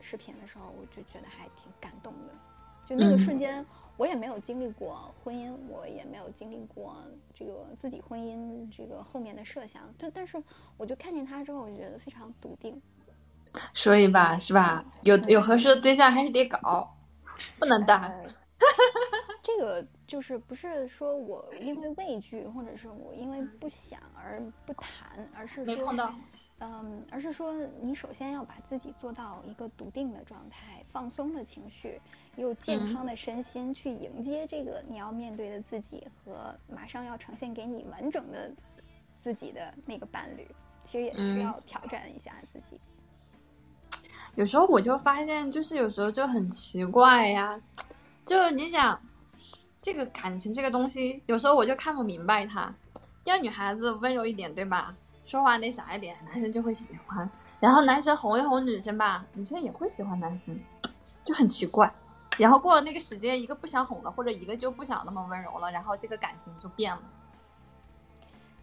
[SPEAKER 2] 视频的时候，我就觉得还挺感动的。就那个
[SPEAKER 3] 嗯
[SPEAKER 2] 瞬间，我也没有经历过婚姻，我也没有经历过这个自己婚姻这个后面的设想。但但是我就看见他之后，我就觉得非常笃定。
[SPEAKER 3] 所以吧，是吧？有有合适的对象还是得搞，不能搭。
[SPEAKER 2] 呃这个就是不是说我因为畏惧，或者是我因为不想而不谈，而是
[SPEAKER 3] 没
[SPEAKER 2] 说
[SPEAKER 3] 碰到，
[SPEAKER 2] 嗯，而是说你首先要把自己做到一个笃定的状态，放松的情绪，又健
[SPEAKER 3] 嗯
[SPEAKER 2] 康的身心去迎接这个你要面对的自己和马上要呈现给你完整的自己的那个伴侣，其实也
[SPEAKER 3] 嗯
[SPEAKER 2] 需要挑战一下自己。
[SPEAKER 3] 有时候我就发现，就是有时候就很奇怪呀，就是你想，这个感情这个东西，有时候我就看不明白它。要女孩子温柔一点，对吧？说话那啥一点，男生就会喜欢。然后男生哄一哄女生吧，女生也会喜欢男生，就很奇怪。然后过了那个时间，一个不想哄了，或者一个就不想那么温柔了，然后这个感情就变了。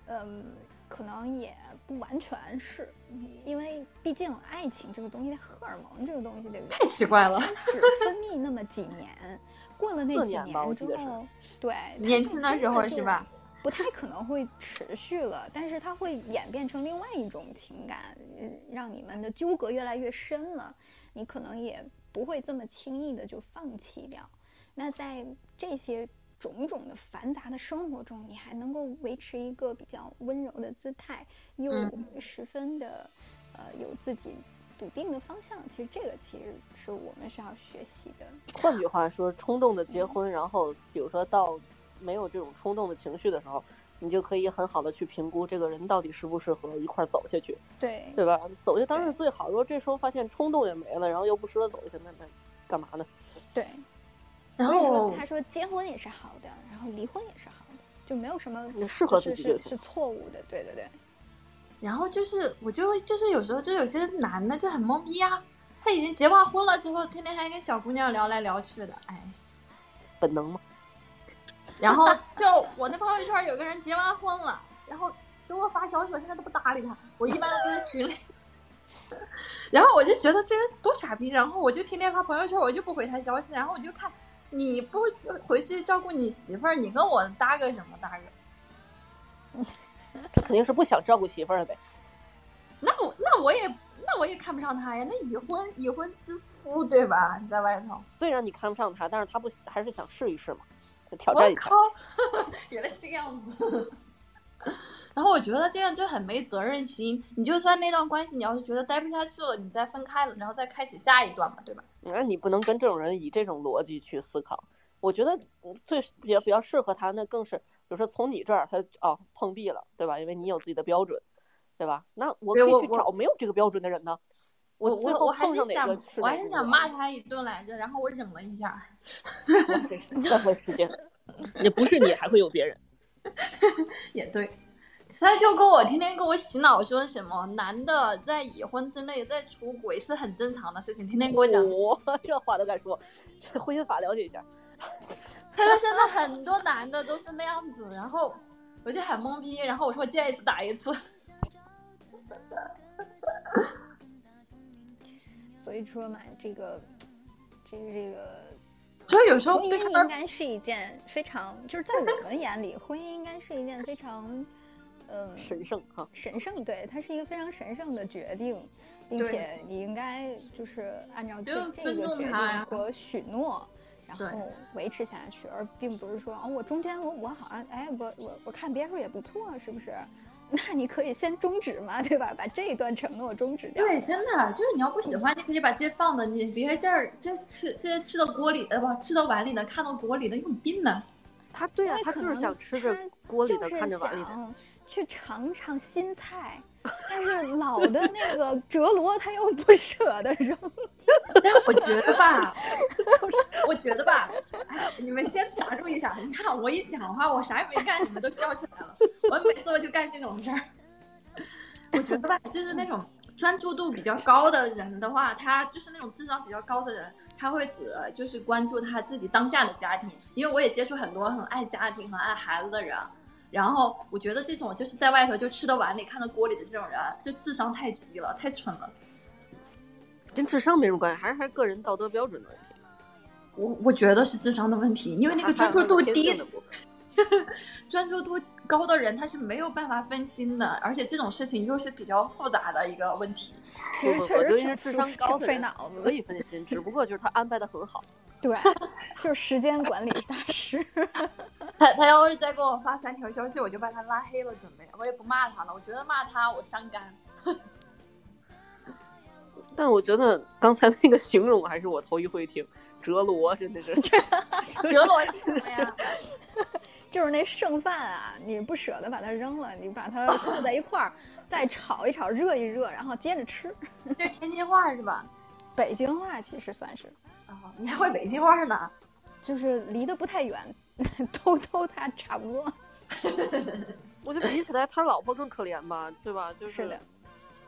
[SPEAKER 2] 嗯，可能也不完全是，嗯因为毕竟爱情这个东西，荷尔蒙这个东西，对不对？
[SPEAKER 3] 太奇怪了，
[SPEAKER 2] 只分泌那么几年，过了那
[SPEAKER 4] 四
[SPEAKER 2] 几
[SPEAKER 4] 年吧我记
[SPEAKER 2] 之
[SPEAKER 4] 得是
[SPEAKER 2] 后，对，它
[SPEAKER 3] 年
[SPEAKER 2] 就
[SPEAKER 3] 轻的
[SPEAKER 2] 真
[SPEAKER 3] 时候
[SPEAKER 2] 就是
[SPEAKER 3] 吧？？
[SPEAKER 2] 不太可能会持续了，但是它会演变成另外一种情感，嗯让你们的纠葛越来越深了，你可能也不会这么轻易的就放弃掉。那在这些种种的繁杂的生活中，你还能够维持一个比较温柔的姿态，又
[SPEAKER 3] 嗯
[SPEAKER 2] 十分的呃有自己笃定的方向，其实这个其实是我们需要学习的。
[SPEAKER 4] 换句话说，冲动的结婚，然后比如说到没有这种冲动的情绪的时候，你就可以很好的去评估这个人到底适不适合一块儿走下去，
[SPEAKER 2] 对
[SPEAKER 4] 对吧？走下去当然
[SPEAKER 2] 对
[SPEAKER 4] 是最好。如果这时候发现冲动也没了，然后又不适合走下去，那那干嘛呢？
[SPEAKER 2] 对，
[SPEAKER 3] 然
[SPEAKER 2] 所以说
[SPEAKER 3] 后
[SPEAKER 2] 他说结婚也是好的，然后离婚也是好的，就没有什么
[SPEAKER 4] 那嗯适合
[SPEAKER 2] 是
[SPEAKER 4] 自己就是
[SPEAKER 2] 是错误的，对对对，
[SPEAKER 3] 然后就是我就会就是有时候就有些男的就很懵逼啊，他已经结完婚了之后，天天还跟小姑娘聊来聊去的，哎。
[SPEAKER 4] 本能嘛。
[SPEAKER 3] 然后就我那朋友圈有个人结完婚了，然后给我发消息，我现在都不搭理他，我一般都在群里。 然后我就觉得这人多傻逼，然后我就天天发朋友圈，我就不回他消息，然后我就看你不回去照顾你媳妇儿，你跟我搭个什么搭个？
[SPEAKER 4] 这肯定是不想照顾媳妇儿了呗。
[SPEAKER 3] 那我那我也那那我也看不上他呀，那已婚已婚之夫对吧？你在外头，
[SPEAKER 4] 虽然你看不上他，但是他不还是想试一试嘛，就挑战
[SPEAKER 3] 我
[SPEAKER 4] 一下
[SPEAKER 3] 靠。，原来是这个样子。 然后我觉得这样就很没责任心，你就算那段关系，你要是觉得待不下去了，你再分开了，然后再开启下一段嘛，对吧？
[SPEAKER 4] 那你不能跟这种人以这种逻辑去思考。我觉得嗯最比较比较适合他，那更是，比如说从你这儿他哦碰壁了，对吧？因为你有自己的标准，对吧？那我可
[SPEAKER 3] 对
[SPEAKER 4] 以
[SPEAKER 3] 我
[SPEAKER 4] 去
[SPEAKER 3] 我
[SPEAKER 4] 找没有这个标准的人呢。
[SPEAKER 3] 我
[SPEAKER 4] 最
[SPEAKER 3] 我
[SPEAKER 4] 后
[SPEAKER 3] 我还
[SPEAKER 4] 碰上
[SPEAKER 3] 是
[SPEAKER 4] 哪
[SPEAKER 3] 想
[SPEAKER 4] 个是
[SPEAKER 3] 我
[SPEAKER 4] 哪
[SPEAKER 3] 还
[SPEAKER 4] 个
[SPEAKER 3] 是
[SPEAKER 4] 我啊
[SPEAKER 3] 想骂他一顿来着，然后我忍了一下。
[SPEAKER 4] 我真是浪费 时间。也不是你，还会有别人。
[SPEAKER 3] 也对，他就跟我天天跟我洗脑说什么男的在已婚之内在出轨是很正常的事情，天天跟我讲。
[SPEAKER 4] 我 这话都敢说，这婚姻法了解一下。
[SPEAKER 3] 他说现在很多男的都是那样子，然后我就很懵逼，然后我说我见一次打一次。
[SPEAKER 2] 所以说嘛，这个，这个这个，
[SPEAKER 3] 就是有时候
[SPEAKER 2] 婚
[SPEAKER 3] 哦对啊
[SPEAKER 2] 姻应
[SPEAKER 3] 他，
[SPEAKER 2] 该是一件非常，就是在我们眼里，婚姻应该是一件非常，嗯，
[SPEAKER 4] 神圣哈、
[SPEAKER 2] 神圣，对，它是一个非常神圣的决定，并
[SPEAKER 3] 对
[SPEAKER 2] 且你应该就是按照这
[SPEAKER 3] 就
[SPEAKER 2] 这
[SPEAKER 3] 尊
[SPEAKER 2] 个
[SPEAKER 3] 重
[SPEAKER 2] 决定
[SPEAKER 3] 它呀
[SPEAKER 2] 和许诺，然
[SPEAKER 3] 对
[SPEAKER 2] 后维持下去，而并不是说哦，我中间我我好像哎，我我我看别人也不错，是不是？ 那你可以先终止嘛，对吧？把这一段承诺终止掉。
[SPEAKER 3] 对，真的就是你要不喜欢，你可以把这些放的，你别这儿这吃这些吃到锅里，呃不吃到碗里的，看到锅里的，你有病呢？
[SPEAKER 4] 他对
[SPEAKER 2] 因
[SPEAKER 4] 啊
[SPEAKER 2] 为，
[SPEAKER 4] 他
[SPEAKER 2] 可
[SPEAKER 4] 就是
[SPEAKER 2] 能
[SPEAKER 4] 想吃着
[SPEAKER 2] 他
[SPEAKER 4] 锅里
[SPEAKER 2] 就
[SPEAKER 4] 的，
[SPEAKER 2] 是
[SPEAKER 4] 看着碗里的。
[SPEAKER 2] 想去尝尝新 菜，但是老的那个折罗他又不舍得 扔。
[SPEAKER 3] 但我觉得吧，我觉得吧，哎，你们先打住一下。你看我一讲话，我啥也没干，你们都笑起来了。我每次我就干这种事儿。 我觉得吧，就是那种专注度比较高的人的话，他就是那种智商比较高的人，他会只就是关注他自己当下的家庭。因为我也接触很多很爱家庭、很爱孩子的人。然后我觉得这种就是在外头就吃到碗里看到锅里的这种人，就智商太低了，太蠢了。
[SPEAKER 4] 跟智商没什么关系，还是还是个人道德标准的问题。
[SPEAKER 3] 我我觉得是智商的问题，因为那个
[SPEAKER 4] 他
[SPEAKER 3] 专
[SPEAKER 4] 还
[SPEAKER 3] 注
[SPEAKER 4] 有
[SPEAKER 3] 度
[SPEAKER 4] 天
[SPEAKER 3] 低
[SPEAKER 4] 性的，部分
[SPEAKER 3] 专注度高的人他是没有办法分心的，而且这种事情又是比较复杂的一个问题。
[SPEAKER 2] 其实
[SPEAKER 4] 我
[SPEAKER 2] 确
[SPEAKER 4] 我
[SPEAKER 2] 实
[SPEAKER 4] 觉得
[SPEAKER 2] 挺
[SPEAKER 4] 是智商
[SPEAKER 2] 挺
[SPEAKER 4] 高的
[SPEAKER 2] 费
[SPEAKER 4] 人
[SPEAKER 2] 脑子
[SPEAKER 4] 可
[SPEAKER 2] 的，
[SPEAKER 4] 以分心，只不过就是他安排的很好。
[SPEAKER 2] 对，就是时间管理大师。
[SPEAKER 3] 他他要是再给我发三条消息，我就把他拉黑了，准备我也不骂他了，我觉得骂他我伤肝。
[SPEAKER 4] 但我觉得刚才那个形容还是我头一回听，折罗真的是
[SPEAKER 3] 折罗是什么呀？
[SPEAKER 2] 就是那剩饭啊，你不舍得把它扔了，你把它扣在一块儿，再炒一炒，热一热，然后接着吃。
[SPEAKER 3] 这是天津话是吧？
[SPEAKER 2] 北京话其实算是，
[SPEAKER 3] 啊，你还会北京话呢？
[SPEAKER 2] 就是离得不太远， 都都它差不多。
[SPEAKER 4] 我就比起来他老婆更可怜吧，对吧？就是
[SPEAKER 2] 的，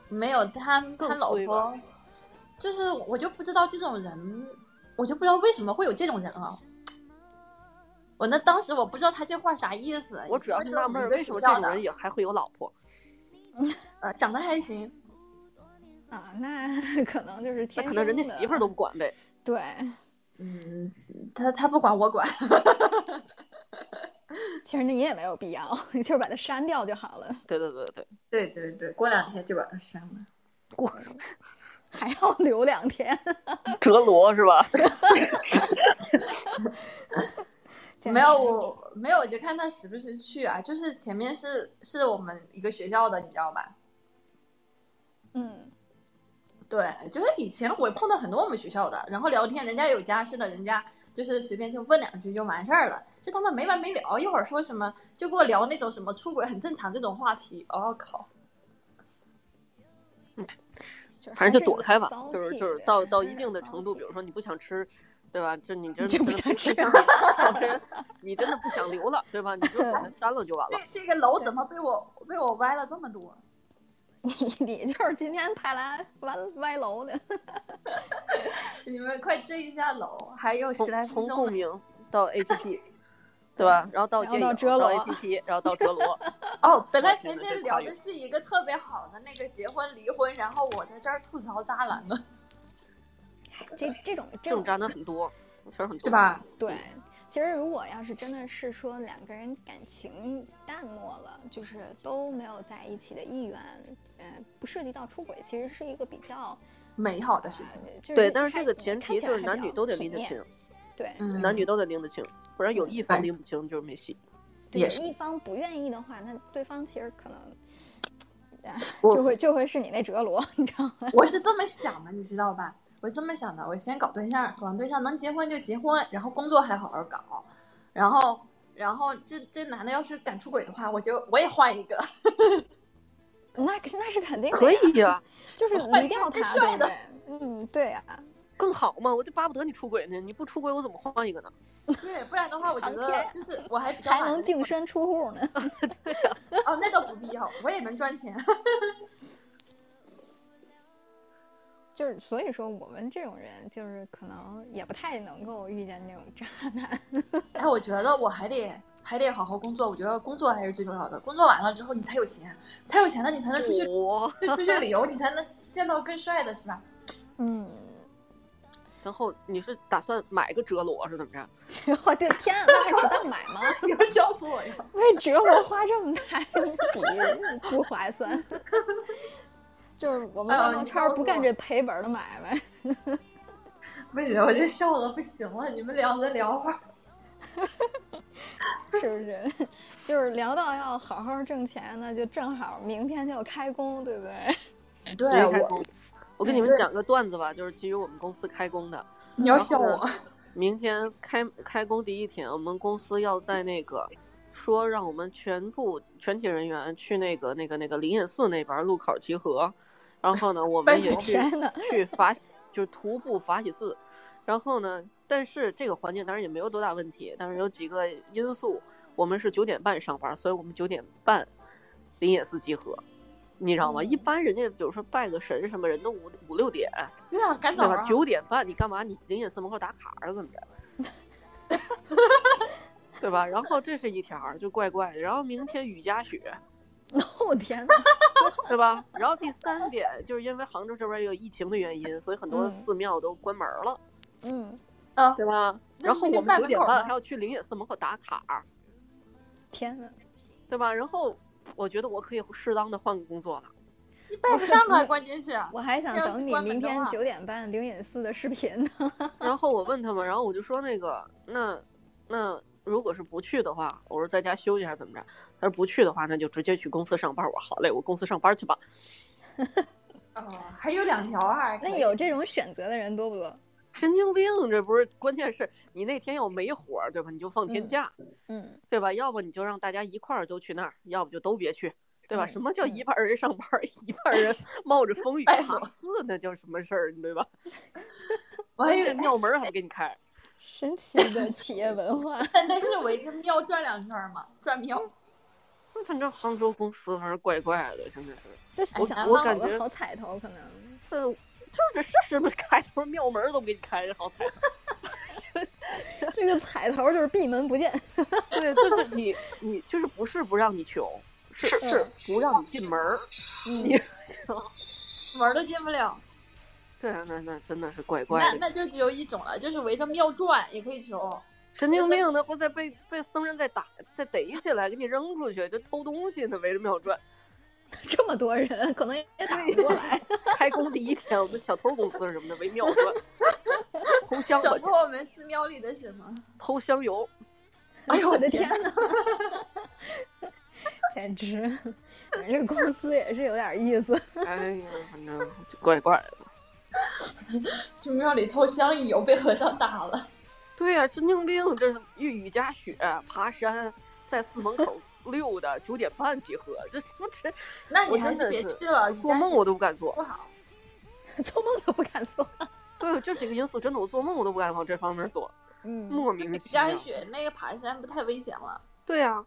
[SPEAKER 3] 没有，他他
[SPEAKER 4] 更
[SPEAKER 3] 老
[SPEAKER 4] 衰吧
[SPEAKER 3] 婆，就是我就不知道这种人，我就不知道为什么会有这种人啊。我那当时我不知道他这话啥意思，
[SPEAKER 4] 我主要是纳闷儿，
[SPEAKER 3] 一个
[SPEAKER 4] 为什
[SPEAKER 3] 学
[SPEAKER 4] 么
[SPEAKER 3] 校
[SPEAKER 4] 这种
[SPEAKER 3] 的
[SPEAKER 4] 人，也还会有老婆？
[SPEAKER 3] 呃，长得还行，
[SPEAKER 2] 啊，那 可能就是
[SPEAKER 4] 那
[SPEAKER 2] 天
[SPEAKER 4] 可能人家
[SPEAKER 2] 生的
[SPEAKER 4] 媳妇儿都不管呗。
[SPEAKER 2] 对。
[SPEAKER 3] 嗯，他他不管我管，
[SPEAKER 2] 其实那你也没有必要，就是把它删掉就好了，
[SPEAKER 4] 对对对对，
[SPEAKER 3] 对对对，过两天就把他删了。
[SPEAKER 4] 过
[SPEAKER 2] 还要留两天。
[SPEAKER 4] 折罗是吧？
[SPEAKER 2] 简
[SPEAKER 3] 没有
[SPEAKER 2] 直
[SPEAKER 3] 我没有，我就看他时不时去啊，就是前面是是我们一个学校的，你知道吧？
[SPEAKER 2] 嗯，
[SPEAKER 3] 对，就是以前我碰到很多我们学校的，然后聊天，人家有家室的，人家就是随便就问两句就完事儿了，这他妈没完没了，一会儿说什么就给我聊那种什么出轨很正常这种话题，哦靠，
[SPEAKER 2] 就是
[SPEAKER 4] 反
[SPEAKER 2] 还
[SPEAKER 4] 正
[SPEAKER 2] 是
[SPEAKER 4] 就躲
[SPEAKER 2] 有
[SPEAKER 4] 开
[SPEAKER 2] 点
[SPEAKER 4] 吧，
[SPEAKER 2] 骚
[SPEAKER 4] 就是
[SPEAKER 2] 气
[SPEAKER 4] 就
[SPEAKER 2] 的
[SPEAKER 4] 是
[SPEAKER 2] 人
[SPEAKER 4] 到
[SPEAKER 2] 还
[SPEAKER 4] 到
[SPEAKER 2] 是
[SPEAKER 4] 一
[SPEAKER 2] 有
[SPEAKER 4] 定
[SPEAKER 2] 点
[SPEAKER 4] 的
[SPEAKER 2] 骚
[SPEAKER 4] 程度，
[SPEAKER 2] 气
[SPEAKER 4] 比如说你不想吃，对吧？这你真
[SPEAKER 2] 就
[SPEAKER 4] 的
[SPEAKER 2] 不想
[SPEAKER 4] 想
[SPEAKER 2] 吃
[SPEAKER 4] 想吃， 你真的不想留了，对吧？你就把它删了就完
[SPEAKER 3] 这
[SPEAKER 4] 了。
[SPEAKER 3] 这个楼怎么被我被我歪了这么多？
[SPEAKER 2] 你你 就是今天派来歪歪楼的，
[SPEAKER 3] 你们快追一下楼，还有
[SPEAKER 4] 从
[SPEAKER 3] 十来分
[SPEAKER 4] 从
[SPEAKER 3] 钟
[SPEAKER 4] 共
[SPEAKER 3] 了，
[SPEAKER 4] 鸣 到 APP，对吧？然后到
[SPEAKER 2] 然后
[SPEAKER 4] 电影，
[SPEAKER 2] 到
[SPEAKER 4] 到
[SPEAKER 2] 折罗
[SPEAKER 4] APP，然后 到折罗，
[SPEAKER 3] 哦，本来
[SPEAKER 4] 我天
[SPEAKER 3] 前
[SPEAKER 4] 哪
[SPEAKER 3] 面
[SPEAKER 4] 这
[SPEAKER 3] 聊
[SPEAKER 4] 跨
[SPEAKER 3] 的
[SPEAKER 4] 越
[SPEAKER 3] 是一个特别好的那个结婚离婚，然后我在这儿吐槽渣男了，
[SPEAKER 2] 这这种
[SPEAKER 4] 这
[SPEAKER 2] 这
[SPEAKER 4] 种嗯
[SPEAKER 2] 种
[SPEAKER 4] 渣男很多， 确实很多，
[SPEAKER 3] 是吧？
[SPEAKER 2] 对。其实如果要是真的是说两个人感情搭淡漠了，就是都没有在一起的意愿，呃，不涉及到出轨，其实是一个比较
[SPEAKER 11] 美好的事情。
[SPEAKER 2] 呃就是
[SPEAKER 4] 对，但是
[SPEAKER 2] 看
[SPEAKER 4] 这个
[SPEAKER 2] 起
[SPEAKER 4] 前
[SPEAKER 2] 看
[SPEAKER 4] 提
[SPEAKER 2] 起
[SPEAKER 4] 就
[SPEAKER 2] 来
[SPEAKER 4] 是
[SPEAKER 2] 还
[SPEAKER 4] 男
[SPEAKER 2] 比
[SPEAKER 4] 女
[SPEAKER 2] 较
[SPEAKER 4] 都得
[SPEAKER 2] 体
[SPEAKER 4] 拎得
[SPEAKER 2] 面嗯
[SPEAKER 4] 清，
[SPEAKER 2] 对，
[SPEAKER 3] 嗯
[SPEAKER 4] 男女都得拎得清，不然有一方
[SPEAKER 11] 对
[SPEAKER 4] 拎不清就是没戏。
[SPEAKER 2] 对
[SPEAKER 11] 也
[SPEAKER 2] 有
[SPEAKER 11] 是
[SPEAKER 2] 一方不愿意的话，那对方其实可能。啊
[SPEAKER 11] 我
[SPEAKER 2] 就会就会是你那折罗，你知道吗？
[SPEAKER 3] 我是这么想的，你知道吧？我是这么想的，我先搞对象，搞完对象能结婚就结婚，然后工作还好好搞，然后然后这这男的要是敢出轨的话，我就我也换一个，
[SPEAKER 2] 那可那是肯定的
[SPEAKER 4] 可
[SPEAKER 2] 呀
[SPEAKER 4] 以呀、
[SPEAKER 2] 就是
[SPEAKER 3] 换
[SPEAKER 2] 离
[SPEAKER 3] 一个
[SPEAKER 2] 掉
[SPEAKER 3] 最
[SPEAKER 2] 他，
[SPEAKER 3] 帅
[SPEAKER 2] 对不
[SPEAKER 3] 的
[SPEAKER 2] 对？嗯，对啊，
[SPEAKER 4] 更好嘛！我就巴不得你出轨呢，你不出轨我怎么换一个呢？
[SPEAKER 3] 对，不然的话我觉得就是我还比较
[SPEAKER 2] 还
[SPEAKER 3] 懒
[SPEAKER 2] 能
[SPEAKER 3] 得
[SPEAKER 2] 净身出户呢。
[SPEAKER 3] 哦，那倒不必要，我也能赚钱。
[SPEAKER 2] 就是所以说，我们这种人就是可能也不太能够遇见这种渣男。
[SPEAKER 3] 哎，我觉得我还得还得好好工作，我觉得工作还是最重要的。工作完了之后，你才有钱，才有钱了，你才能出去
[SPEAKER 4] 我，
[SPEAKER 3] 对出去旅游，你才能见到更帅的，是吧？
[SPEAKER 2] 嗯，
[SPEAKER 4] 然后你是打算买个折罗是怎么着？
[SPEAKER 2] 我的天啊，那还值得买吗？
[SPEAKER 3] 你要笑死我呀！
[SPEAKER 2] 为折罗花这么大一笔，不划算。 就是我们
[SPEAKER 3] 哎呦
[SPEAKER 2] 办
[SPEAKER 3] 你
[SPEAKER 2] 公
[SPEAKER 3] 笑
[SPEAKER 2] 圈
[SPEAKER 3] 死
[SPEAKER 2] 不干
[SPEAKER 3] 我
[SPEAKER 2] 这赔本的买卖。
[SPEAKER 3] 不行，我这笑的不行了，你们两个聊会儿。
[SPEAKER 2] 是不是？ 就是聊到要好好挣钱呢，就正好明天就开工，对不 对？
[SPEAKER 3] 对
[SPEAKER 4] 没开
[SPEAKER 3] 我
[SPEAKER 4] 工，我跟你们讲个段子吧，就是基于我们公司开工的，
[SPEAKER 3] 你要
[SPEAKER 4] 然后
[SPEAKER 3] 笑我，
[SPEAKER 4] 明天开开工第一天，我们公司要在那个说让我们全部全体人员去那个那个那个灵隐寺那边路口集合，然后呢，我们也去
[SPEAKER 2] 天哪
[SPEAKER 4] 去法喜就是徒步法喜寺，然后呢，但是这个环境当然也没有多大问题，但是有几个因素，我们是九点半上班，所以我们九点半灵隐寺集合，你知道
[SPEAKER 3] 哦
[SPEAKER 4] 吗？一般人家比如说拜个神什么，人都五五六点，
[SPEAKER 3] 对啊，赶
[SPEAKER 4] 对
[SPEAKER 3] 早
[SPEAKER 4] 吧？
[SPEAKER 3] 啊。
[SPEAKER 4] 九点半你干嘛？你灵隐寺门口打卡儿怎么着？ 对吧？然后这是一条儿就怪怪的，然后明天雨夹雪，
[SPEAKER 2] 我天哪！
[SPEAKER 4] 对吧？然后第三点就是因为杭州这边有疫情的原因，所以很多
[SPEAKER 2] 嗯
[SPEAKER 4] 寺庙都关门了，
[SPEAKER 2] 嗯，
[SPEAKER 4] 对吧？
[SPEAKER 3] 那
[SPEAKER 4] 然后
[SPEAKER 3] 你
[SPEAKER 4] 我
[SPEAKER 3] 就拜
[SPEAKER 4] 们九
[SPEAKER 3] 门
[SPEAKER 4] 点
[SPEAKER 3] 口
[SPEAKER 4] 半
[SPEAKER 3] 吗
[SPEAKER 4] 还要去灵隐寺门口打卡儿，
[SPEAKER 2] 天哪！
[SPEAKER 4] 对吧？然后我觉得我可以适当的换个工作了。
[SPEAKER 3] 你拜不上啊，关键是。
[SPEAKER 2] 我还想
[SPEAKER 3] 要是
[SPEAKER 2] 等你
[SPEAKER 3] 关门
[SPEAKER 2] 明
[SPEAKER 3] 的
[SPEAKER 2] 天
[SPEAKER 3] 话
[SPEAKER 2] 九点半灵隐寺的视频呢。
[SPEAKER 4] 然后我问他们，然后我就说那个，那那如果是不去的话，我说在家休息还是怎么着？他说不去的话，那就直接去公司上班。我说好嘞，我公司上班去吧。
[SPEAKER 3] 哦，还有两条啊。
[SPEAKER 2] 那
[SPEAKER 3] 可以
[SPEAKER 2] 有这种选择的人多不多？
[SPEAKER 4] 神经病，这不是关键是你那天要没活儿，对吧？你就放天
[SPEAKER 2] 嗯
[SPEAKER 4] 假，
[SPEAKER 2] 嗯，
[SPEAKER 4] 对吧？要不你就让大家一块儿都去那儿，要不就都别去，对吧？
[SPEAKER 2] 嗯
[SPEAKER 4] 什么叫
[SPEAKER 2] 嗯
[SPEAKER 4] 一半儿人上班儿， 一半儿人冒着风雨
[SPEAKER 3] 哎
[SPEAKER 4] 爬
[SPEAKER 3] 我
[SPEAKER 4] 寺，那叫什么事儿，对吧？
[SPEAKER 3] 我
[SPEAKER 2] 哎
[SPEAKER 3] 还
[SPEAKER 4] 这
[SPEAKER 3] 有，
[SPEAKER 4] 庙门儿还不给你开，
[SPEAKER 2] 神奇的企业文化。
[SPEAKER 3] 但是我一直庙转两圈嘛，转庙。
[SPEAKER 4] 反正杭州公司反正怪怪的，真的是。
[SPEAKER 2] 就
[SPEAKER 3] 我
[SPEAKER 2] 想想
[SPEAKER 4] 我
[SPEAKER 2] 好
[SPEAKER 4] 感
[SPEAKER 2] 个
[SPEAKER 4] 觉
[SPEAKER 2] 好彩头，可能
[SPEAKER 4] 嗯，就是是什么 开头庙门儿都不给你 开着，好惨。
[SPEAKER 2] 这个彩头就是闭门不见。
[SPEAKER 4] 对，就是你你就是不是不让你穷，是是不让你进门儿。
[SPEAKER 2] 嗯，
[SPEAKER 4] 你
[SPEAKER 3] 门儿都进不了。
[SPEAKER 4] 对，那那真的是怪
[SPEAKER 3] 那
[SPEAKER 4] 怪的，
[SPEAKER 3] 那就只有一种了，就是围着庙转也可以求。
[SPEAKER 4] 神经病的，或再被被僧人再打再逮起来，给你扔出去，就偷东西呢，围着 庙转。
[SPEAKER 2] 这么多人，可能也打不过 来。
[SPEAKER 4] 开工第一天，我们小偷公司什么的围庙 转，偷香
[SPEAKER 3] 小
[SPEAKER 4] 火，
[SPEAKER 3] 偷我们寺庙里的什么？
[SPEAKER 4] 偷香油。
[SPEAKER 2] 哎呦我的天哪！ 简直，反正这公司也是有点意思。
[SPEAKER 4] 哎呀，反正就怪怪的。
[SPEAKER 3] 就庙里偷香油被和尚打了。
[SPEAKER 4] 对呀、神经病，这是遇雨夹雪，爬山，在寺门口溜达，九点半集合，这什么这
[SPEAKER 3] 那
[SPEAKER 4] 我
[SPEAKER 3] 你还
[SPEAKER 4] 真的
[SPEAKER 3] 别
[SPEAKER 4] 是
[SPEAKER 3] 去了，瑜
[SPEAKER 4] 做
[SPEAKER 3] 伽
[SPEAKER 4] 梦我都不敢做。
[SPEAKER 3] 不好。
[SPEAKER 2] 做梦都不敢做。
[SPEAKER 4] 对，这几个因素真的，我做梦我都不敢往这方面做，
[SPEAKER 2] 嗯，
[SPEAKER 4] 莫
[SPEAKER 3] 那
[SPEAKER 4] 名
[SPEAKER 3] 个瑜
[SPEAKER 4] 其
[SPEAKER 3] 伽
[SPEAKER 4] 妙。
[SPEAKER 3] 雪那个爬山不太危险了。
[SPEAKER 4] 对呀，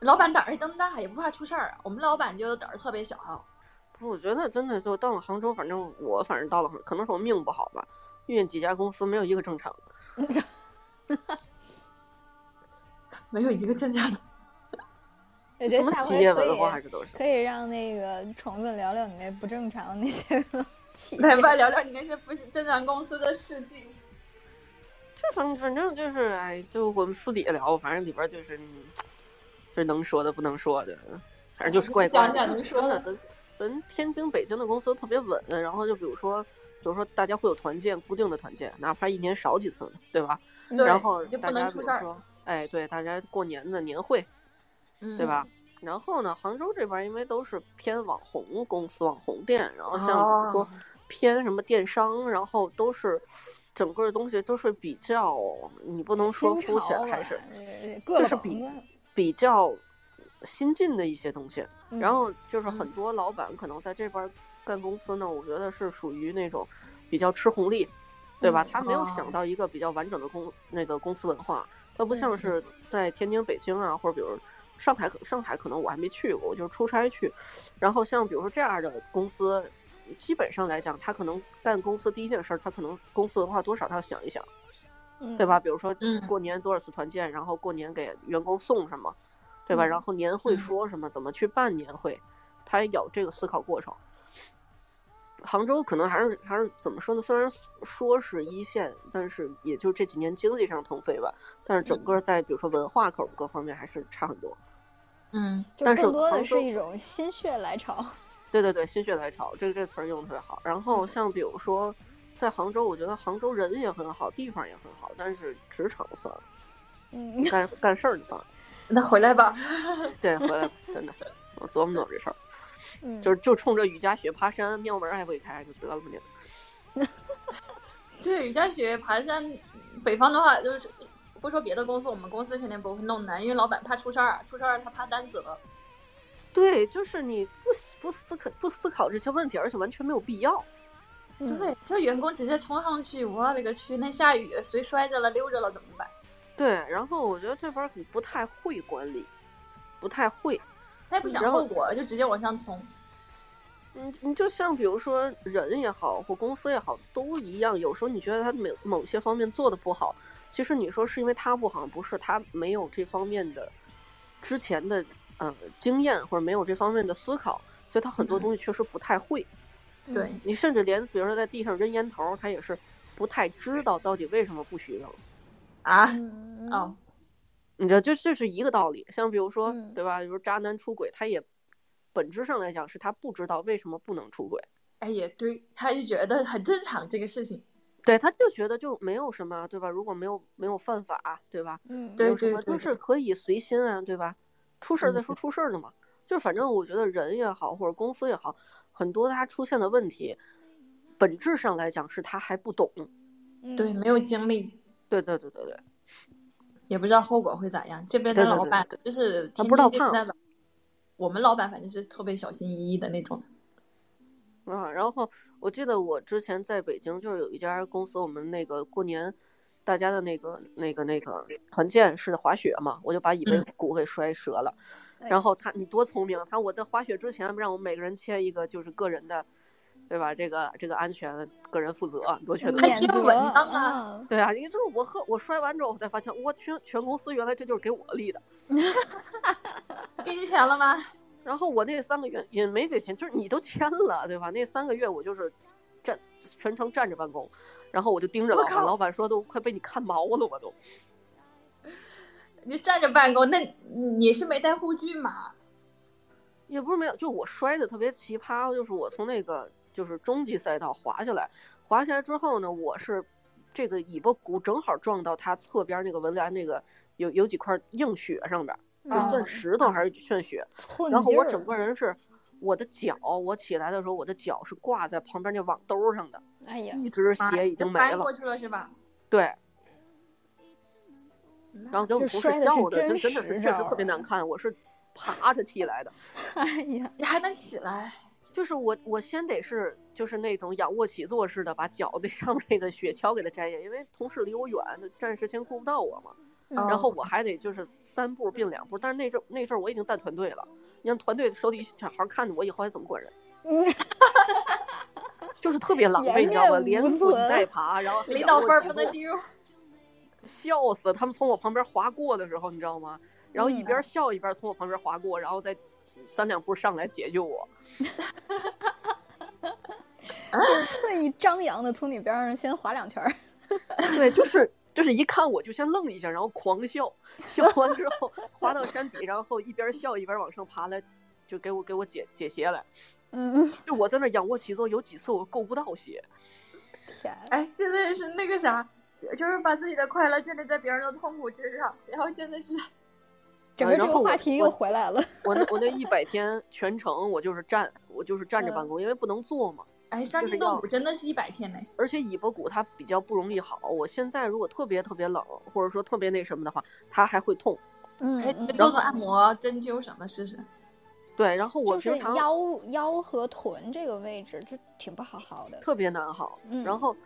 [SPEAKER 3] 老板胆儿这么大，也不怕出事儿啊。我们老板就胆儿特别小，
[SPEAKER 4] 不是我觉得真的就到了杭州，反正我反正到了杭，可能是我命不好吧，遇见几家公司没有一个正常的。
[SPEAKER 3] 没有一个正常的。
[SPEAKER 2] 我觉得
[SPEAKER 4] 什么
[SPEAKER 2] 下
[SPEAKER 4] 企
[SPEAKER 2] 回
[SPEAKER 4] 业
[SPEAKER 2] 可
[SPEAKER 4] 文化还
[SPEAKER 2] 以
[SPEAKER 4] 是都是。
[SPEAKER 2] 可以让那个虫子聊聊你那不正常那些个企业。
[SPEAKER 3] 来吧，聊聊你那些不正常公司的事迹。
[SPEAKER 4] 这反反正就是哎，就我们私底下聊，反正里边就是嗯就是能说的不能说的，反正就是
[SPEAKER 7] 嗯你
[SPEAKER 4] 怪怪
[SPEAKER 7] 讲
[SPEAKER 4] 的。
[SPEAKER 7] 讲能说
[SPEAKER 4] 真的，
[SPEAKER 7] 的
[SPEAKER 4] 咱咱天津、北京的公司都特别稳，然后就比如说，比如说大家会有团建，固定的团建，哪怕一年少几次呢， 对吧？
[SPEAKER 7] 对，
[SPEAKER 4] 然后
[SPEAKER 7] 就
[SPEAKER 4] 大
[SPEAKER 7] 不
[SPEAKER 4] 家
[SPEAKER 7] 能
[SPEAKER 4] 比
[SPEAKER 7] 出
[SPEAKER 4] 如
[SPEAKER 7] 事儿，
[SPEAKER 4] 说，哎，对，大家过年的年会，
[SPEAKER 7] 嗯
[SPEAKER 4] 对？吧？然后呢，杭州这边儿因为都是偏网红公司、网红店，然后像比
[SPEAKER 2] 哦
[SPEAKER 4] 如说偏什么电商，然后都是整个东西都是比较，你不能说
[SPEAKER 2] 新
[SPEAKER 4] 肤浅
[SPEAKER 2] 潮，
[SPEAKER 4] 还是
[SPEAKER 2] 吧呃各
[SPEAKER 4] 就
[SPEAKER 2] 了
[SPEAKER 4] 是
[SPEAKER 2] 膀
[SPEAKER 4] 比
[SPEAKER 2] 子
[SPEAKER 4] 比较新进的一些东西。
[SPEAKER 2] 嗯
[SPEAKER 4] 然后就是很多老板可能在这边儿干公司呢，我觉得是属于那种比较吃红利，对
[SPEAKER 2] 嗯
[SPEAKER 4] 吧？他没有
[SPEAKER 2] 哦
[SPEAKER 4] 想到一个比较完整的公那个公司文化，他
[SPEAKER 2] 嗯
[SPEAKER 4] 不像是在天津、北京啊，或者比如上海，上海可能我还没去过，我就是出差去。然后像比如说这样的公司，基本上来讲，他可能干公司第一件事儿，他可能公司文化多少他要想一想。对吧？比如说
[SPEAKER 7] 嗯
[SPEAKER 4] 过年多少次团建，然后过年给员工送什么，对吧？然后年会说什么，怎么去办年会，他有这个思考过程。杭州可能还是还是怎么说呢？虽然说是一线，但是也就这几年经济上腾飞吧，但是整个在比如说文化口各方面还是差很多。
[SPEAKER 7] 嗯，
[SPEAKER 2] 就
[SPEAKER 4] 但是
[SPEAKER 2] 更多的
[SPEAKER 4] 杭州
[SPEAKER 2] 是一种心血来潮。
[SPEAKER 4] 对对对，心血来潮，这个这个词儿用的特别好。然后像比如说，在杭州，我觉得杭州人也很好，地方也很好，但是职场不算，
[SPEAKER 2] 嗯，
[SPEAKER 4] 干干事儿就算了。
[SPEAKER 7] 那回来吧。
[SPEAKER 4] 对，回来吧真的，我琢磨琢磨这事儿，
[SPEAKER 2] 嗯
[SPEAKER 4] 就是就冲着瑜伽学爬山，庙门儿还未开就得了吧你。
[SPEAKER 7] 对，瑜伽学爬山，北方的话就是不说别的公司，我们公司肯定不会弄难，因为老板怕出事儿，出事儿他怕担责。
[SPEAKER 4] 对，就是你不思不思考不思考这些问题，而且完全没有必要。
[SPEAKER 2] 嗯
[SPEAKER 7] 对，就员工直接冲上去，我勒个去，那下雨谁摔着了溜着了怎么办？
[SPEAKER 4] 对，然后我觉得这边儿很不太会管理，不太会。
[SPEAKER 7] 他也不想
[SPEAKER 4] 嗯然后
[SPEAKER 7] 后果，就直接往上冲。
[SPEAKER 4] 嗯，你就像比如说人也好，或公司也好，都一样。有时候你觉得他某某些方面做的不好，其实你说是因为他不好，不是他没有这方面的之前的呃经验，或者没有这方面的思考，所以他很多
[SPEAKER 7] 嗯
[SPEAKER 4] 东西确实不太会。
[SPEAKER 7] 对，
[SPEAKER 4] 你甚至连比如说在地上扔烟头，他也是不太知道到底为什么不许扔。
[SPEAKER 7] 啊，
[SPEAKER 2] 嗯
[SPEAKER 7] 哦，
[SPEAKER 4] 你知道，这这是一个道理。像比如说，
[SPEAKER 2] 嗯
[SPEAKER 4] 对吧？比如渣男出轨，他也本质上来讲是他不知道为什么不能出轨。
[SPEAKER 7] 哎也对，他就觉得很正常这个事情。
[SPEAKER 4] 对，他就觉得就没有什么，对吧？如果没有没有犯法，对吧？
[SPEAKER 2] 嗯，
[SPEAKER 7] 对
[SPEAKER 4] 有什么
[SPEAKER 7] 对
[SPEAKER 4] 就是可以随心啊，对吧？出事儿再
[SPEAKER 7] 嗯
[SPEAKER 4] 说出事儿的嘛。就反正我觉得人也好，或者公司也好，很多他出现的问题，本质上来讲是他还不懂。
[SPEAKER 2] 嗯
[SPEAKER 7] 对，没有经历，
[SPEAKER 4] 对对对对对，
[SPEAKER 7] 也不知道后果会咋样。这边的
[SPEAKER 4] 对对
[SPEAKER 7] 老
[SPEAKER 4] 对
[SPEAKER 7] 板
[SPEAKER 4] 对
[SPEAKER 7] 就是
[SPEAKER 4] 他
[SPEAKER 7] 天
[SPEAKER 4] 不知道
[SPEAKER 7] 津这边的老我们老板反正是特别小心翼翼的那种。
[SPEAKER 4] 啊，然后我记得我之前在北京，就是有一家公司，我们那个过年大家的那个那个那个团建是滑雪嘛，我就把尾
[SPEAKER 7] 嗯
[SPEAKER 4] 巴骨给摔折了。然后他，你多聪明啊，他我在滑雪之前让我们每个人签一个就是个人的，对吧？这个这个安全个人负责，你多缺德。
[SPEAKER 7] 还贴文章啊
[SPEAKER 2] 啊，
[SPEAKER 4] 对啊，你就是我喝我摔完之后，我才发现，我全全公司原来这就是给我立的。
[SPEAKER 7] 给你钱了吗？
[SPEAKER 4] 然后我那三个月也没给钱，就是你都签了，对吧？那三个月我就是站全程站着办公，然后我就盯着
[SPEAKER 7] 我
[SPEAKER 4] 老板，
[SPEAKER 7] 靠
[SPEAKER 4] 老板说都快被你看毛了，我都。
[SPEAKER 7] 你站着办公，那你是没带护具吗？
[SPEAKER 4] 也不是没有，就我摔的特别奇葩，就是我从那个就是中级赛道滑下来，滑下来之后呢，我是这个尾巴骨正好撞到它侧边那个文澜那个有有几块硬雪上边儿，就
[SPEAKER 2] 嗯
[SPEAKER 4] 算石头还是算雪，
[SPEAKER 2] 寸
[SPEAKER 4] 然后
[SPEAKER 2] 劲
[SPEAKER 4] 我
[SPEAKER 2] 儿啊
[SPEAKER 4] 整个人是我的脚，我起来的时候我的脚是挂在旁边那网兜上的，
[SPEAKER 2] 哎呀，
[SPEAKER 4] 一只
[SPEAKER 3] 啊
[SPEAKER 4] 鞋已
[SPEAKER 7] 啊就
[SPEAKER 4] 经没
[SPEAKER 7] 搬
[SPEAKER 4] 了
[SPEAKER 7] 过，去了是吧？
[SPEAKER 4] 对。然后给
[SPEAKER 2] 就
[SPEAKER 4] 我们同事
[SPEAKER 2] 摔得
[SPEAKER 4] 笑
[SPEAKER 2] 是
[SPEAKER 4] 的，就
[SPEAKER 2] 真
[SPEAKER 4] 真
[SPEAKER 2] 实
[SPEAKER 4] 的
[SPEAKER 2] 啊
[SPEAKER 4] 是确实
[SPEAKER 2] 着
[SPEAKER 4] 特别难看，我是爬着起来的。
[SPEAKER 2] 哎呀，
[SPEAKER 7] 你还能起来？
[SPEAKER 4] 就是我，我先得是就是那种仰卧起坐似的，把脚那上面那个雪橇给它摘下，因为同事离我远，就暂时先顾不到我嘛。
[SPEAKER 7] 哦
[SPEAKER 2] 嗯
[SPEAKER 4] 然后我还得就是三步并两步，但是那阵那阵儿我已经带团队了，你让团队手底下小孩看着我以后还怎么管人？
[SPEAKER 2] 嗯
[SPEAKER 4] 就是特别狼狈，
[SPEAKER 2] 颜
[SPEAKER 4] 你知道吧？
[SPEAKER 2] 面
[SPEAKER 4] 连
[SPEAKER 2] 无
[SPEAKER 4] 滚
[SPEAKER 2] 存
[SPEAKER 4] 带爬，然后还
[SPEAKER 7] 领
[SPEAKER 4] 仰
[SPEAKER 7] 导
[SPEAKER 4] 卧
[SPEAKER 7] 分儿
[SPEAKER 4] 起
[SPEAKER 7] 不能
[SPEAKER 4] 坐
[SPEAKER 7] 丢。
[SPEAKER 4] 笑死！他们从我旁边划过的时候，你知道吗？然后一
[SPEAKER 2] 嗯
[SPEAKER 4] 边笑一边从我旁边划过，然后再三两步上来解 救我。
[SPEAKER 2] 特意张扬的从你边上先划两圈儿，
[SPEAKER 4] 对，就是就是一看我就先愣一下，然后狂笑，笑完之 后滑到山底，然后一边笑一边往上爬来，就给我给我解解鞋来。
[SPEAKER 2] 嗯，
[SPEAKER 4] 就我在那仰卧起坐，有几次我够不到鞋。
[SPEAKER 2] 天，
[SPEAKER 3] 哎，现在是那个啥，就是把自己的快乐建立在别人的痛苦之上，然后现在是
[SPEAKER 2] 整个
[SPEAKER 4] 啊然
[SPEAKER 2] 这个
[SPEAKER 4] 后
[SPEAKER 2] 话
[SPEAKER 4] 我
[SPEAKER 2] 题
[SPEAKER 4] 我
[SPEAKER 2] 又回来了。
[SPEAKER 4] 我那我那一百天全程我就是站，我就是站
[SPEAKER 2] 嗯
[SPEAKER 4] 着办公，因为不能坐嘛。
[SPEAKER 3] 哎，山
[SPEAKER 4] 就是
[SPEAKER 3] 地动
[SPEAKER 4] 要
[SPEAKER 3] 物真的是一百天嘞。
[SPEAKER 4] 而且尾巴骨它比较不容易好，我现在如果特别特别冷，或者说特别那什么的话，它还会痛。
[SPEAKER 2] 嗯
[SPEAKER 3] 哎，
[SPEAKER 2] 嗯
[SPEAKER 3] 做做按摩、针灸什么试试？
[SPEAKER 4] 对，然后我
[SPEAKER 2] 就是
[SPEAKER 4] 平常
[SPEAKER 2] 腰腰和臀这个位置就挺不好好的。
[SPEAKER 4] 特别难好。
[SPEAKER 2] 嗯，
[SPEAKER 4] 然后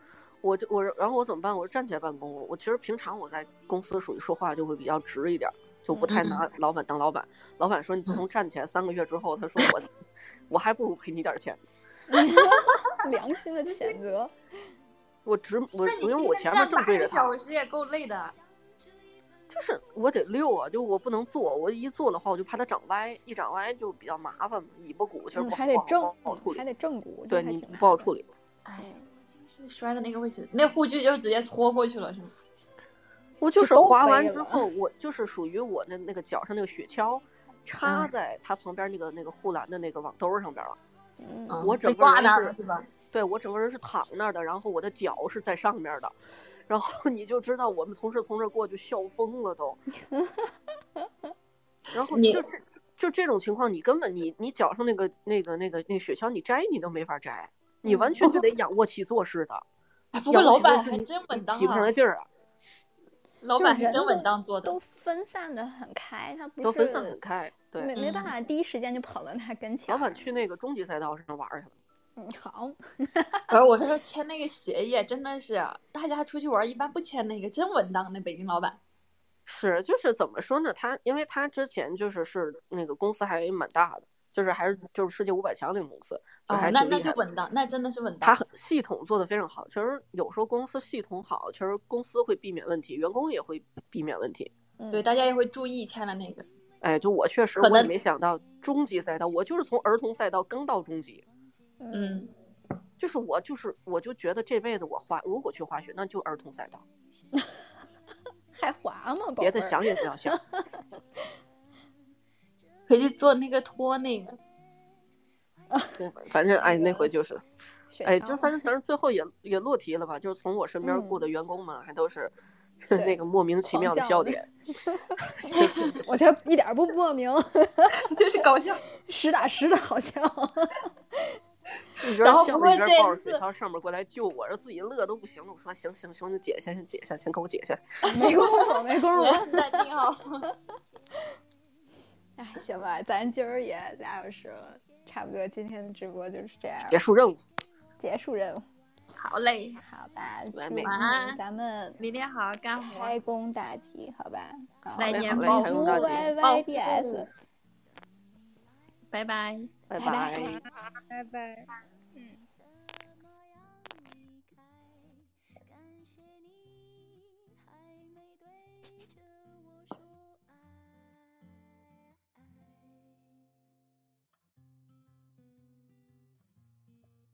[SPEAKER 4] 我就我然后我怎么办？我是站起来办公。我我其实平常我在公司属于说话就会比较直一点儿，就不
[SPEAKER 3] 嗯
[SPEAKER 4] 太拿老板当老板。老板说你自从站起来三个月之后，他说 我我还不如赔你点儿钱。
[SPEAKER 2] 良心的谴 责，
[SPEAKER 4] 我直我
[SPEAKER 3] 那你
[SPEAKER 4] 因为
[SPEAKER 3] 一
[SPEAKER 4] 我
[SPEAKER 3] 天
[SPEAKER 4] 前
[SPEAKER 3] 站
[SPEAKER 4] 面正
[SPEAKER 3] 八
[SPEAKER 4] 对
[SPEAKER 3] 个
[SPEAKER 4] 着他，
[SPEAKER 3] 小时也够累的。
[SPEAKER 4] 就是我得溜啊，就我不能坐，我一坐的话我就怕它长歪，一长歪就比较麻烦嘛，尾巴骨其实
[SPEAKER 2] 嗯，
[SPEAKER 4] 不好
[SPEAKER 2] 还得正
[SPEAKER 4] 不好处，
[SPEAKER 2] 还
[SPEAKER 4] 理，
[SPEAKER 2] 得正骨，
[SPEAKER 4] 对
[SPEAKER 2] 这还
[SPEAKER 4] 你
[SPEAKER 2] 挺麻
[SPEAKER 4] 不好
[SPEAKER 2] 烦
[SPEAKER 4] 处理。
[SPEAKER 3] 哎，摔的那个位置，那护具就直接戳过去了，是吗？
[SPEAKER 4] 我就
[SPEAKER 2] 就是都
[SPEAKER 4] 滑
[SPEAKER 2] 飞
[SPEAKER 4] 完之
[SPEAKER 2] 了
[SPEAKER 4] 后，我就是属于我的那个脚上那个雪橇，插在它旁边那个那个护栏的那个网兜上边了。
[SPEAKER 2] 嗯
[SPEAKER 3] 嗯
[SPEAKER 4] 我整
[SPEAKER 3] 被
[SPEAKER 4] 个人
[SPEAKER 3] 挂那儿
[SPEAKER 4] 是
[SPEAKER 3] 了是吧？
[SPEAKER 4] 对我整个人是躺那儿的，然后我的脚是在上面的，然后你就知道我们同事从这儿过就笑疯了都。然后
[SPEAKER 3] 你
[SPEAKER 4] 就这就这种情况，你根本你你脚上那个那个那个那个雪橇，你摘你都没法摘，你完全就得仰卧起坐似的。
[SPEAKER 3] 哎，不过
[SPEAKER 4] 仰卧
[SPEAKER 3] 老板
[SPEAKER 4] 起坐是
[SPEAKER 3] 还
[SPEAKER 4] 你
[SPEAKER 3] 真
[SPEAKER 4] 你
[SPEAKER 3] 稳当
[SPEAKER 4] 提不上
[SPEAKER 3] 啊
[SPEAKER 4] 来，劲儿啊。
[SPEAKER 3] 老
[SPEAKER 2] 就
[SPEAKER 3] 板还
[SPEAKER 2] 人
[SPEAKER 3] 真
[SPEAKER 2] 都
[SPEAKER 3] 稳当做的
[SPEAKER 2] 都。分散的很开，他不是
[SPEAKER 4] 都分散很开对
[SPEAKER 2] 没没
[SPEAKER 3] 嗯
[SPEAKER 2] 办法第一时间就跑到他跟前儿。
[SPEAKER 4] 老板去那个终极赛道上玩儿去了。
[SPEAKER 2] 嗯，好，
[SPEAKER 3] 而我说签那个协议，真的是大家出去玩一般不签那个，真稳当那北京老板。
[SPEAKER 4] 是，就是怎么说呢？他因为他之前就是是那个公司还蛮大的，就是还是就是世界五百强那个公司，就
[SPEAKER 3] 哦
[SPEAKER 4] 还，
[SPEAKER 3] 那
[SPEAKER 4] 挺
[SPEAKER 3] 那
[SPEAKER 4] 厉
[SPEAKER 3] 就
[SPEAKER 4] 害的。
[SPEAKER 3] 稳当，那真的是稳
[SPEAKER 4] 他
[SPEAKER 3] 当。
[SPEAKER 4] 很系统做得非常好，其实有时候公司系统好，其实公司会避免问题，员工也会避免问题。
[SPEAKER 3] 对，大家也会注意签了那个。
[SPEAKER 4] 哎，就我确实
[SPEAKER 3] 可
[SPEAKER 4] 我也
[SPEAKER 3] 能
[SPEAKER 4] 没想到终极赛道，我就是从儿童赛道刚到终极，
[SPEAKER 3] 嗯，
[SPEAKER 4] 就是我就是我就觉得这辈子我滑如果去滑雪，那就儿童赛道，
[SPEAKER 2] 还滑吗？宝
[SPEAKER 4] 别的
[SPEAKER 2] 贝儿
[SPEAKER 4] 想也不要想。
[SPEAKER 3] 可以做那个托那个。
[SPEAKER 4] 对，反正哎，
[SPEAKER 2] 那
[SPEAKER 4] 那
[SPEAKER 2] 个
[SPEAKER 4] 回就是
[SPEAKER 2] 雪
[SPEAKER 4] 哎，
[SPEAKER 2] 橇
[SPEAKER 4] 就反正当然最后也也落题了吧，就是从我身边过的员工们，还都是 那
[SPEAKER 2] 嗯对
[SPEAKER 4] 个莫名其
[SPEAKER 2] 狂
[SPEAKER 4] 妙的
[SPEAKER 2] 笑
[SPEAKER 4] 笑
[SPEAKER 2] 的
[SPEAKER 4] 点。
[SPEAKER 2] 我觉得一点儿不莫名，
[SPEAKER 3] 就是搞笑。
[SPEAKER 2] 实打实的好笑。
[SPEAKER 4] 一边
[SPEAKER 3] 然后
[SPEAKER 4] 笑
[SPEAKER 3] 不
[SPEAKER 4] 一
[SPEAKER 3] 过
[SPEAKER 4] 边
[SPEAKER 3] 这
[SPEAKER 4] 抱着
[SPEAKER 3] 次
[SPEAKER 4] 水槽上面过来救我，这自己乐都不行了。我说行行行，你解一下，先解一下，先给我解一下。
[SPEAKER 2] 没工夫，没工夫。
[SPEAKER 3] 嗯 那挺好。
[SPEAKER 2] 哎，行吧，咱今儿也俩小时了，差不多今天的直播就是这样
[SPEAKER 4] 结，束任务，
[SPEAKER 2] 结束任务。
[SPEAKER 3] 好嘞，
[SPEAKER 2] 好吧，
[SPEAKER 4] 完
[SPEAKER 2] 祝
[SPEAKER 4] 美
[SPEAKER 2] 你
[SPEAKER 3] 晚安
[SPEAKER 2] 咱们
[SPEAKER 3] 明天好好干活
[SPEAKER 2] 开。工大吉，好吧？好
[SPEAKER 3] 来
[SPEAKER 4] 嘞
[SPEAKER 3] 年
[SPEAKER 4] 好嘞
[SPEAKER 3] 报
[SPEAKER 4] 开
[SPEAKER 3] 复
[SPEAKER 4] 工大吉
[SPEAKER 3] 报
[SPEAKER 2] YYDS，
[SPEAKER 3] 拜拜。
[SPEAKER 4] 拜
[SPEAKER 2] 拜拜
[SPEAKER 4] 拜。
[SPEAKER 6] 拜拜。
[SPEAKER 3] 拜